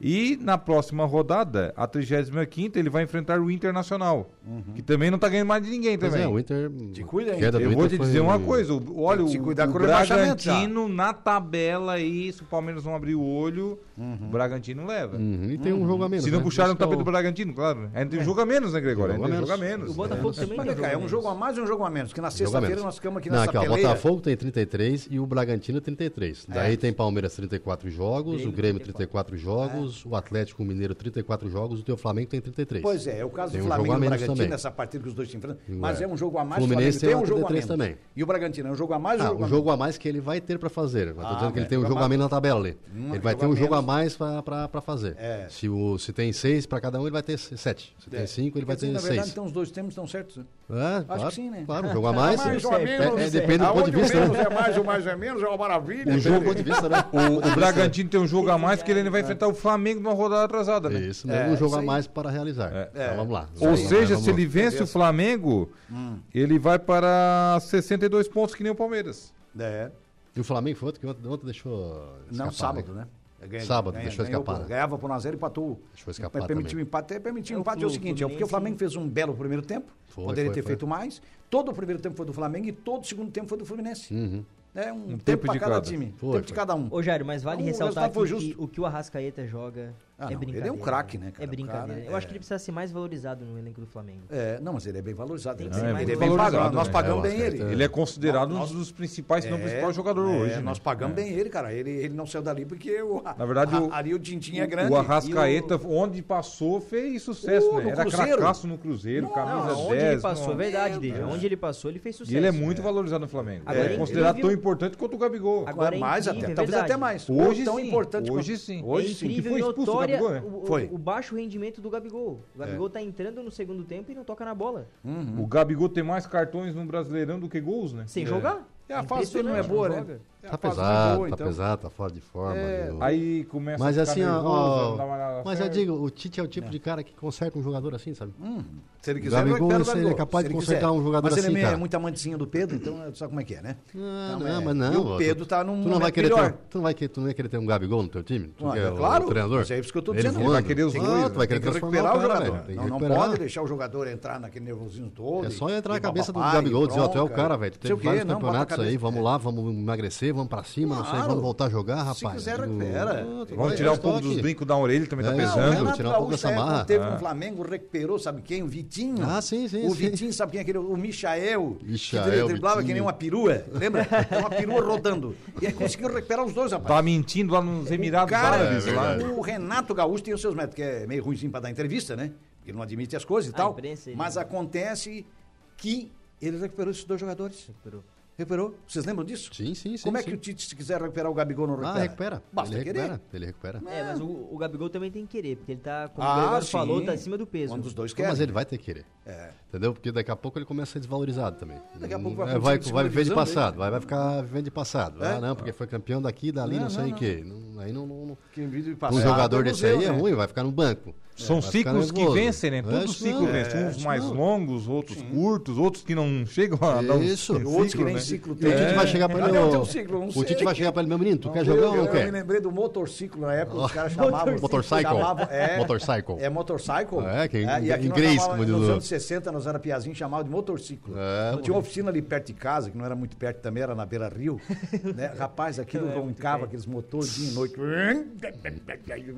[SPEAKER 3] E na próxima rodada, a 35 ele vai enfrentar o Internacional, que também não tá ganhando mais de ninguém
[SPEAKER 4] Mas
[SPEAKER 3] também.
[SPEAKER 4] é, o Inter.
[SPEAKER 2] Te cuida, hein?
[SPEAKER 4] queda do
[SPEAKER 3] Eu vou
[SPEAKER 4] Inter
[SPEAKER 3] te
[SPEAKER 4] foi-
[SPEAKER 3] dizer uma coisa, o- olha,
[SPEAKER 2] Tem que se
[SPEAKER 3] o,
[SPEAKER 2] cuidar
[SPEAKER 3] o
[SPEAKER 2] com o rebaixamento já.
[SPEAKER 3] Bragantino na tabela aí, se o Palmeiras não abrir o olho, o Bragantino leva.
[SPEAKER 4] Uhum, E
[SPEAKER 2] Hum.
[SPEAKER 4] tem um jogo a menos.
[SPEAKER 3] Se não
[SPEAKER 4] né?
[SPEAKER 3] puxaram o
[SPEAKER 4] Isso que é
[SPEAKER 3] tapete do Bragantino, claro. Ainda tem jogo a menos, né, Gregório?
[SPEAKER 4] Jogo
[SPEAKER 3] Ainda
[SPEAKER 4] a
[SPEAKER 3] tem jogo a
[SPEAKER 4] menos.
[SPEAKER 3] menos.
[SPEAKER 5] O Botafogo também
[SPEAKER 2] Mas,
[SPEAKER 5] tem
[SPEAKER 2] vem cá, é um
[SPEAKER 5] menos.
[SPEAKER 2] jogo a mais e um jogo a menos. Que na
[SPEAKER 4] Jogo a menos.
[SPEAKER 2] sexta-feira nós ficamos aqui
[SPEAKER 4] Não,
[SPEAKER 2] nessa
[SPEAKER 4] aqui, ó, o
[SPEAKER 2] peleira. É.
[SPEAKER 4] Botafogo tem 33 e o Bragantino 33. Daí tem Palmeiras 34 jogos, o Grêmio 34 jogos, o Atlético Mineiro 34 jogos, o teu Flamengo tem 33.
[SPEAKER 2] É. Pois é, é o caso
[SPEAKER 4] Tem
[SPEAKER 2] do
[SPEAKER 4] um jogo
[SPEAKER 2] Flamengo
[SPEAKER 4] a
[SPEAKER 2] e
[SPEAKER 4] menos
[SPEAKER 2] Bragantino
[SPEAKER 4] também.
[SPEAKER 2] nessa partida que os dois se enfrentam. Mas
[SPEAKER 4] É.
[SPEAKER 2] é um jogo a mais. o
[SPEAKER 4] Fluminense
[SPEAKER 2] Flamengo
[SPEAKER 4] tem
[SPEAKER 2] um jogo a
[SPEAKER 4] 33
[SPEAKER 2] menos.
[SPEAKER 4] também.
[SPEAKER 2] E o Bragantino é um jogo a mais.
[SPEAKER 4] Ah,
[SPEAKER 2] um jogo
[SPEAKER 4] o
[SPEAKER 2] a
[SPEAKER 4] jogo a mais que ele vai ter pra fazer. Mas
[SPEAKER 2] Ah,
[SPEAKER 4] tô dizendo que ele
[SPEAKER 2] é,
[SPEAKER 4] tem um
[SPEAKER 2] jogo
[SPEAKER 4] jogo
[SPEAKER 2] a Hum, é
[SPEAKER 4] a menos na tabela ali. ele vai
[SPEAKER 2] jogo
[SPEAKER 4] ter
[SPEAKER 2] a
[SPEAKER 4] um jogo a
[SPEAKER 2] menos.
[SPEAKER 4] mais pra- pra pra fazer.
[SPEAKER 2] É.
[SPEAKER 4] Se, o, se tem seis pra cada um, ele vai ter se- sete. Se
[SPEAKER 2] É.
[SPEAKER 4] tem cinco, ele vai
[SPEAKER 2] Quer dizer,
[SPEAKER 4] ter
[SPEAKER 2] na verdade,
[SPEAKER 4] seis.
[SPEAKER 2] então os dois termos estão certos. né?
[SPEAKER 4] É,
[SPEAKER 2] Acho
[SPEAKER 4] claro,
[SPEAKER 2] que sim, né?
[SPEAKER 4] Claro, um jogo a mais.
[SPEAKER 2] A mais ou
[SPEAKER 4] é-
[SPEAKER 2] a
[SPEAKER 4] é-
[SPEAKER 2] menos.
[SPEAKER 4] é- depende do ponto de
[SPEAKER 2] Aonde o
[SPEAKER 4] vista,
[SPEAKER 2] menos
[SPEAKER 4] né?
[SPEAKER 2] é mais ou mais é menos, é uma maravilha.
[SPEAKER 4] O jogo do
[SPEAKER 2] entendeu?
[SPEAKER 4] ponto de vista, né?
[SPEAKER 3] O, o Bragantino tem um jogo a mais que ele ainda vai enfrentar o Flamengo numa rodada atrasada, né? É,
[SPEAKER 4] Isso mesmo,
[SPEAKER 2] É,
[SPEAKER 4] um jogo
[SPEAKER 2] isso
[SPEAKER 4] a
[SPEAKER 2] aí.
[SPEAKER 4] mais para realizar. Então, vamos lá.
[SPEAKER 3] Ou
[SPEAKER 4] Vamos lá,
[SPEAKER 3] seja,
[SPEAKER 4] vamos
[SPEAKER 3] se
[SPEAKER 4] lá.
[SPEAKER 3] ele vence o Flamengo,
[SPEAKER 2] Hum.
[SPEAKER 3] ele vai para 62 pontos que nem o Palmeiras.
[SPEAKER 2] É.
[SPEAKER 4] E o Flamengo foi outro que ontem ontem deixou.
[SPEAKER 2] Não,
[SPEAKER 4] escapar,
[SPEAKER 2] sábado,
[SPEAKER 4] né?
[SPEAKER 2] né? Ganha-
[SPEAKER 4] Sábado,
[SPEAKER 2] ganha-
[SPEAKER 4] deixou
[SPEAKER 2] ganhou
[SPEAKER 4] escapar,
[SPEAKER 2] por-
[SPEAKER 4] né?
[SPEAKER 2] Ganhava por 1x0 e empatou.
[SPEAKER 4] Deixou escapar
[SPEAKER 2] Mas Permitiu
[SPEAKER 4] também.
[SPEAKER 2] empate. é, Permitiu
[SPEAKER 5] É, o
[SPEAKER 2] empate é o
[SPEAKER 5] Flu-
[SPEAKER 2] seguinte, é porque o
[SPEAKER 5] Fluminense-
[SPEAKER 2] Flamengo fez um belo primeiro tempo,
[SPEAKER 4] Foi,
[SPEAKER 2] poderia
[SPEAKER 4] foi,
[SPEAKER 2] ter
[SPEAKER 4] foi.
[SPEAKER 2] feito mais. Todo o primeiro tempo foi do Flamengo e todo o segundo tempo foi do Fluminense. É um, tempo,
[SPEAKER 3] tempo
[SPEAKER 2] para
[SPEAKER 3] de
[SPEAKER 2] cada,
[SPEAKER 3] cada.
[SPEAKER 2] time,
[SPEAKER 4] Uhum. Foi,
[SPEAKER 2] tempo de
[SPEAKER 4] foi.
[SPEAKER 2] cada um.
[SPEAKER 5] Ô, Jairo, mas vale
[SPEAKER 2] Então, o resultado
[SPEAKER 5] ressaltar aqui
[SPEAKER 2] foi
[SPEAKER 5] que
[SPEAKER 2] justo.
[SPEAKER 5] o que o Arrascaeta joga
[SPEAKER 2] Ah, não,
[SPEAKER 5] é
[SPEAKER 2] ele é um
[SPEAKER 5] brincadeira.
[SPEAKER 2] craque, né, cara?
[SPEAKER 5] É
[SPEAKER 2] O
[SPEAKER 5] brincadeira.
[SPEAKER 2] cara
[SPEAKER 5] Eu acho
[SPEAKER 2] é-
[SPEAKER 5] que ele precisa ser mais valorizado no elenco do Flamengo.
[SPEAKER 2] É, não, mas ele é bem valorizado.
[SPEAKER 5] Tem
[SPEAKER 2] né?
[SPEAKER 5] que ser mais
[SPEAKER 2] ele é bem
[SPEAKER 3] valorizado,
[SPEAKER 2] pagado. Nós
[SPEAKER 3] né?
[SPEAKER 2] pagamos
[SPEAKER 4] É,
[SPEAKER 2] bem
[SPEAKER 4] eu
[SPEAKER 2] ele.
[SPEAKER 4] acho que
[SPEAKER 3] Ele é considerado
[SPEAKER 2] Nós-
[SPEAKER 3] um dos principais, se não o
[SPEAKER 2] É,
[SPEAKER 3] principal jogador
[SPEAKER 2] é,
[SPEAKER 3] hoje. né?
[SPEAKER 2] Nós pagamos bem ele, cara. Ele, ele não saiu dali porque o,
[SPEAKER 3] Na verdade,
[SPEAKER 2] a-
[SPEAKER 3] o-
[SPEAKER 2] ali o Dindim é grande.
[SPEAKER 3] O Arrascaeta, onde passou, fez sucesso,
[SPEAKER 2] Uh,
[SPEAKER 3] né?
[SPEAKER 2] no
[SPEAKER 3] Era
[SPEAKER 2] Cruzeiro.
[SPEAKER 3] cracaço no Cruzeiro,
[SPEAKER 5] Não,
[SPEAKER 3] camisa
[SPEAKER 5] onde
[SPEAKER 3] 10.
[SPEAKER 5] ele passou, é
[SPEAKER 3] não.
[SPEAKER 5] verdade, Deja. Onde ele passou, ele fez sucesso. né?
[SPEAKER 3] E ele é muito valorizado no Flamengo.
[SPEAKER 5] Agora,
[SPEAKER 3] ele é
[SPEAKER 5] ele
[SPEAKER 3] considerado
[SPEAKER 5] viu-
[SPEAKER 3] tão importante quanto o Gabigol.
[SPEAKER 2] E o-
[SPEAKER 5] Agora é
[SPEAKER 2] mais
[SPEAKER 5] incrível,
[SPEAKER 2] até,
[SPEAKER 5] é
[SPEAKER 2] talvez
[SPEAKER 5] verdade.
[SPEAKER 2] até mais.
[SPEAKER 3] hoje
[SPEAKER 2] tão
[SPEAKER 3] sim,
[SPEAKER 2] importante
[SPEAKER 3] hoje
[SPEAKER 2] quanto-
[SPEAKER 3] sim.
[SPEAKER 5] é
[SPEAKER 2] Hoje sim.
[SPEAKER 5] incrível
[SPEAKER 3] que foi
[SPEAKER 5] e
[SPEAKER 3] expulso do
[SPEAKER 5] notória
[SPEAKER 3] Gabigol, né?
[SPEAKER 5] o, o-
[SPEAKER 2] né? Foi. É.
[SPEAKER 5] o baixo rendimento do Gabigol. O Gabigol tá entrando no segundo tempo e não toca na bola.
[SPEAKER 2] Hum.
[SPEAKER 5] Uhum.
[SPEAKER 3] O Gabigol tem mais cartões no Brasileirão do que gols, né?
[SPEAKER 5] Sem jogar.
[SPEAKER 2] É, a fase dele não é
[SPEAKER 5] Impressionante,
[SPEAKER 2] boa, né?
[SPEAKER 5] joga.
[SPEAKER 2] É,
[SPEAKER 4] Tá
[SPEAKER 2] a fase não é
[SPEAKER 4] pesado,
[SPEAKER 2] boa,
[SPEAKER 4] tá
[SPEAKER 2] então. É,
[SPEAKER 4] pesado, tá fora de forma. viu?
[SPEAKER 3] Aí começa
[SPEAKER 4] mas
[SPEAKER 3] a ficar
[SPEAKER 4] assim, ó,
[SPEAKER 3] nervoso,
[SPEAKER 4] ó,
[SPEAKER 3] dá uma-
[SPEAKER 4] mas eu digo, o Tite é o tipo de cara que conserta um jogador assim, sabe?
[SPEAKER 2] Hum. Se ele
[SPEAKER 4] O
[SPEAKER 2] quiser,
[SPEAKER 4] Gabigol,
[SPEAKER 2] recupera o
[SPEAKER 4] esse aí, ele
[SPEAKER 2] Gabigol.
[SPEAKER 4] é capaz
[SPEAKER 2] Se
[SPEAKER 4] de
[SPEAKER 2] ele
[SPEAKER 4] consertar
[SPEAKER 2] quiser.
[SPEAKER 4] um jogador
[SPEAKER 2] mas
[SPEAKER 4] assim,
[SPEAKER 2] ele é
[SPEAKER 4] cara.
[SPEAKER 2] muito amantezinho do Pedro, então sabe como é que é, né?
[SPEAKER 4] Não,
[SPEAKER 2] Então, é.
[SPEAKER 4] Ah, não, mas não.
[SPEAKER 2] E o
[SPEAKER 4] ó,
[SPEAKER 2] Pedro tá num
[SPEAKER 4] tu não vai
[SPEAKER 2] momento
[SPEAKER 4] querer
[SPEAKER 2] melhor.
[SPEAKER 4] Ter, um- tu não vai querer, tu não ia querer ter um Gabigol no teu time? Tu
[SPEAKER 2] Ah,
[SPEAKER 4] que é
[SPEAKER 2] é
[SPEAKER 4] o-
[SPEAKER 2] claro,
[SPEAKER 4] o treinador?
[SPEAKER 2] mas é isso que eu tô
[SPEAKER 4] Ele
[SPEAKER 2] dizendo.
[SPEAKER 4] voando.
[SPEAKER 3] Vai querer os
[SPEAKER 4] Tem-
[SPEAKER 3] dois,
[SPEAKER 4] tu
[SPEAKER 2] Tem
[SPEAKER 4] vai querer
[SPEAKER 2] que
[SPEAKER 4] transformar
[SPEAKER 2] recuperar o
[SPEAKER 4] cara, velho.
[SPEAKER 2] jogador.
[SPEAKER 4] Tem que
[SPEAKER 2] Não, não
[SPEAKER 4] recuperar.
[SPEAKER 2] pode deixar o jogador entrar naquele nervosismo todo.
[SPEAKER 4] É só
[SPEAKER 2] e-
[SPEAKER 4] entrar
[SPEAKER 2] e
[SPEAKER 4] na cabeça do
[SPEAKER 2] bababá, e
[SPEAKER 4] Gabigol e dizer, ó, tu é o
[SPEAKER 2] bronca. né?
[SPEAKER 4] cara, velho.
[SPEAKER 2] Sei
[SPEAKER 4] Tem
[SPEAKER 2] o quê,
[SPEAKER 4] vários
[SPEAKER 2] não, bota a
[SPEAKER 4] campeonatos aí,
[SPEAKER 2] cabeça. é.
[SPEAKER 4] vamos lá, vamos emagrecer, vamos pra cima, não sei,
[SPEAKER 2] Claro.
[SPEAKER 4] vamos voltar a jogar, rapaz.
[SPEAKER 2] Se quiser,
[SPEAKER 4] Digo,
[SPEAKER 2] recupera.
[SPEAKER 4] "Ah, tu
[SPEAKER 3] Vamos
[SPEAKER 4] vai-
[SPEAKER 3] tirar um
[SPEAKER 4] eu
[SPEAKER 3] pouco
[SPEAKER 4] tô
[SPEAKER 3] dos
[SPEAKER 4] aqui."
[SPEAKER 3] brincos da orelha, ele também tá
[SPEAKER 2] Não,
[SPEAKER 4] É,
[SPEAKER 2] o
[SPEAKER 3] pesando.
[SPEAKER 2] Renato
[SPEAKER 4] tirar um pouco
[SPEAKER 2] Gaúcho,
[SPEAKER 4] dessa
[SPEAKER 2] é,
[SPEAKER 4] marra.
[SPEAKER 2] quando teve no Flamengo, recuperou, sabe quem? O Vitinho.
[SPEAKER 4] Ah, sim, sim,
[SPEAKER 2] O
[SPEAKER 4] sim.
[SPEAKER 2] Vitinho, sabe quem é aquele? O Michael,
[SPEAKER 4] Michael,
[SPEAKER 2] que dri- driblava
[SPEAKER 4] Vitinho.
[SPEAKER 2] que nem uma perua, lembra? É uma perua rodando. E aí conseguiu recuperar os dois, rapaz.
[SPEAKER 3] Tá mentindo lá nos Emirados
[SPEAKER 4] é
[SPEAKER 2] cara,
[SPEAKER 3] Árabes. lá.
[SPEAKER 2] o Renato Gaúcho tem os seus métodos, que é meio ruimzinho pra dar entrevista, né? Porque não admite as coisas e
[SPEAKER 5] A
[SPEAKER 2] tal.
[SPEAKER 5] imprensa, ele-
[SPEAKER 2] Mas acontece que ele recuperou esses dois jogadores. Recuperou. Recuperou? Vocês lembram disso?
[SPEAKER 4] Sim, sim, sim.
[SPEAKER 2] Como é
[SPEAKER 4] sim.
[SPEAKER 2] que o Tite, se quiser recuperar o Gabigol, não
[SPEAKER 4] Ah,
[SPEAKER 2] recupera?
[SPEAKER 4] recupera.
[SPEAKER 2] Basta
[SPEAKER 4] ele
[SPEAKER 2] querer.
[SPEAKER 4] recupera. Ele recupera.
[SPEAKER 5] É, mas o, o Gabigol também tem que querer, porque ele tá, como o
[SPEAKER 2] Ah,
[SPEAKER 5] Gregório
[SPEAKER 2] sim.
[SPEAKER 5] falou, tá acima do peso.
[SPEAKER 2] Quando os dois
[SPEAKER 4] Então,
[SPEAKER 2] querem.
[SPEAKER 4] mas ele vai ter que querer.
[SPEAKER 2] É.
[SPEAKER 4] Entendeu? Porque daqui a pouco ele começa a ser desvalorizado também.
[SPEAKER 2] Daqui a pouco vai
[SPEAKER 4] vai,
[SPEAKER 2] acontecer
[SPEAKER 4] vai,
[SPEAKER 2] de
[SPEAKER 4] vai viver de
[SPEAKER 2] desvalorizando
[SPEAKER 4] passado, vai, vai ficar vivendo de passado.
[SPEAKER 2] É?
[SPEAKER 4] Ah, não, porque foi campeão daqui, dali, não,
[SPEAKER 2] Não,
[SPEAKER 4] sei
[SPEAKER 2] não,
[SPEAKER 4] o quê. Não- aí não, não- não-
[SPEAKER 2] Quem vive
[SPEAKER 4] Um
[SPEAKER 2] passado
[SPEAKER 4] jogador
[SPEAKER 2] é
[SPEAKER 4] desse
[SPEAKER 2] museu,
[SPEAKER 4] aí é
[SPEAKER 2] né?
[SPEAKER 4] ruim, vai ficar no banco.
[SPEAKER 3] São
[SPEAKER 4] É, vai ficar
[SPEAKER 3] ciclos que
[SPEAKER 4] nervoso.
[SPEAKER 3] vencem, né?
[SPEAKER 4] É,
[SPEAKER 3] Todo
[SPEAKER 4] isso
[SPEAKER 3] ciclo
[SPEAKER 4] não,
[SPEAKER 3] vence.
[SPEAKER 4] é,
[SPEAKER 3] Uns
[SPEAKER 4] isso
[SPEAKER 3] mais
[SPEAKER 4] não.
[SPEAKER 3] longos, outros curtos, outros que não chegam a dar um
[SPEAKER 4] Isso.
[SPEAKER 3] um
[SPEAKER 4] E
[SPEAKER 2] Outros que
[SPEAKER 3] ciclo,
[SPEAKER 2] nem
[SPEAKER 3] né?
[SPEAKER 2] ciclo
[SPEAKER 4] E o Tite vai chegar pra
[SPEAKER 2] Cadê
[SPEAKER 4] ele.
[SPEAKER 2] o
[SPEAKER 4] ô,
[SPEAKER 2] teu um ciclo? Não
[SPEAKER 4] O
[SPEAKER 2] sei.
[SPEAKER 4] Tite vai chegar pra ele, meu menino, tu quer
[SPEAKER 2] Eu-
[SPEAKER 4] jogar ou
[SPEAKER 2] eu,
[SPEAKER 4] não
[SPEAKER 2] Eu me
[SPEAKER 4] quer?
[SPEAKER 2] lembrei do motorciclo na época, os caras chamavam. assim,
[SPEAKER 4] Motorcycle.
[SPEAKER 2] chamavam- é,
[SPEAKER 4] Motorcycle.
[SPEAKER 2] É motorcycle.
[SPEAKER 4] É, que em-
[SPEAKER 2] e aqui
[SPEAKER 4] em
[SPEAKER 2] nós
[SPEAKER 4] inglês,
[SPEAKER 2] chamava-
[SPEAKER 4] como diz
[SPEAKER 2] Nos
[SPEAKER 4] o-
[SPEAKER 2] anos 60, nós era piazinho, chamava de motorciclo.
[SPEAKER 4] É,
[SPEAKER 2] Eu tinha uma oficina ali perto de casa, que não era muito perto também, era na beira rio. né? Rapaz, aquilo roncava, aqueles motores dia e noite.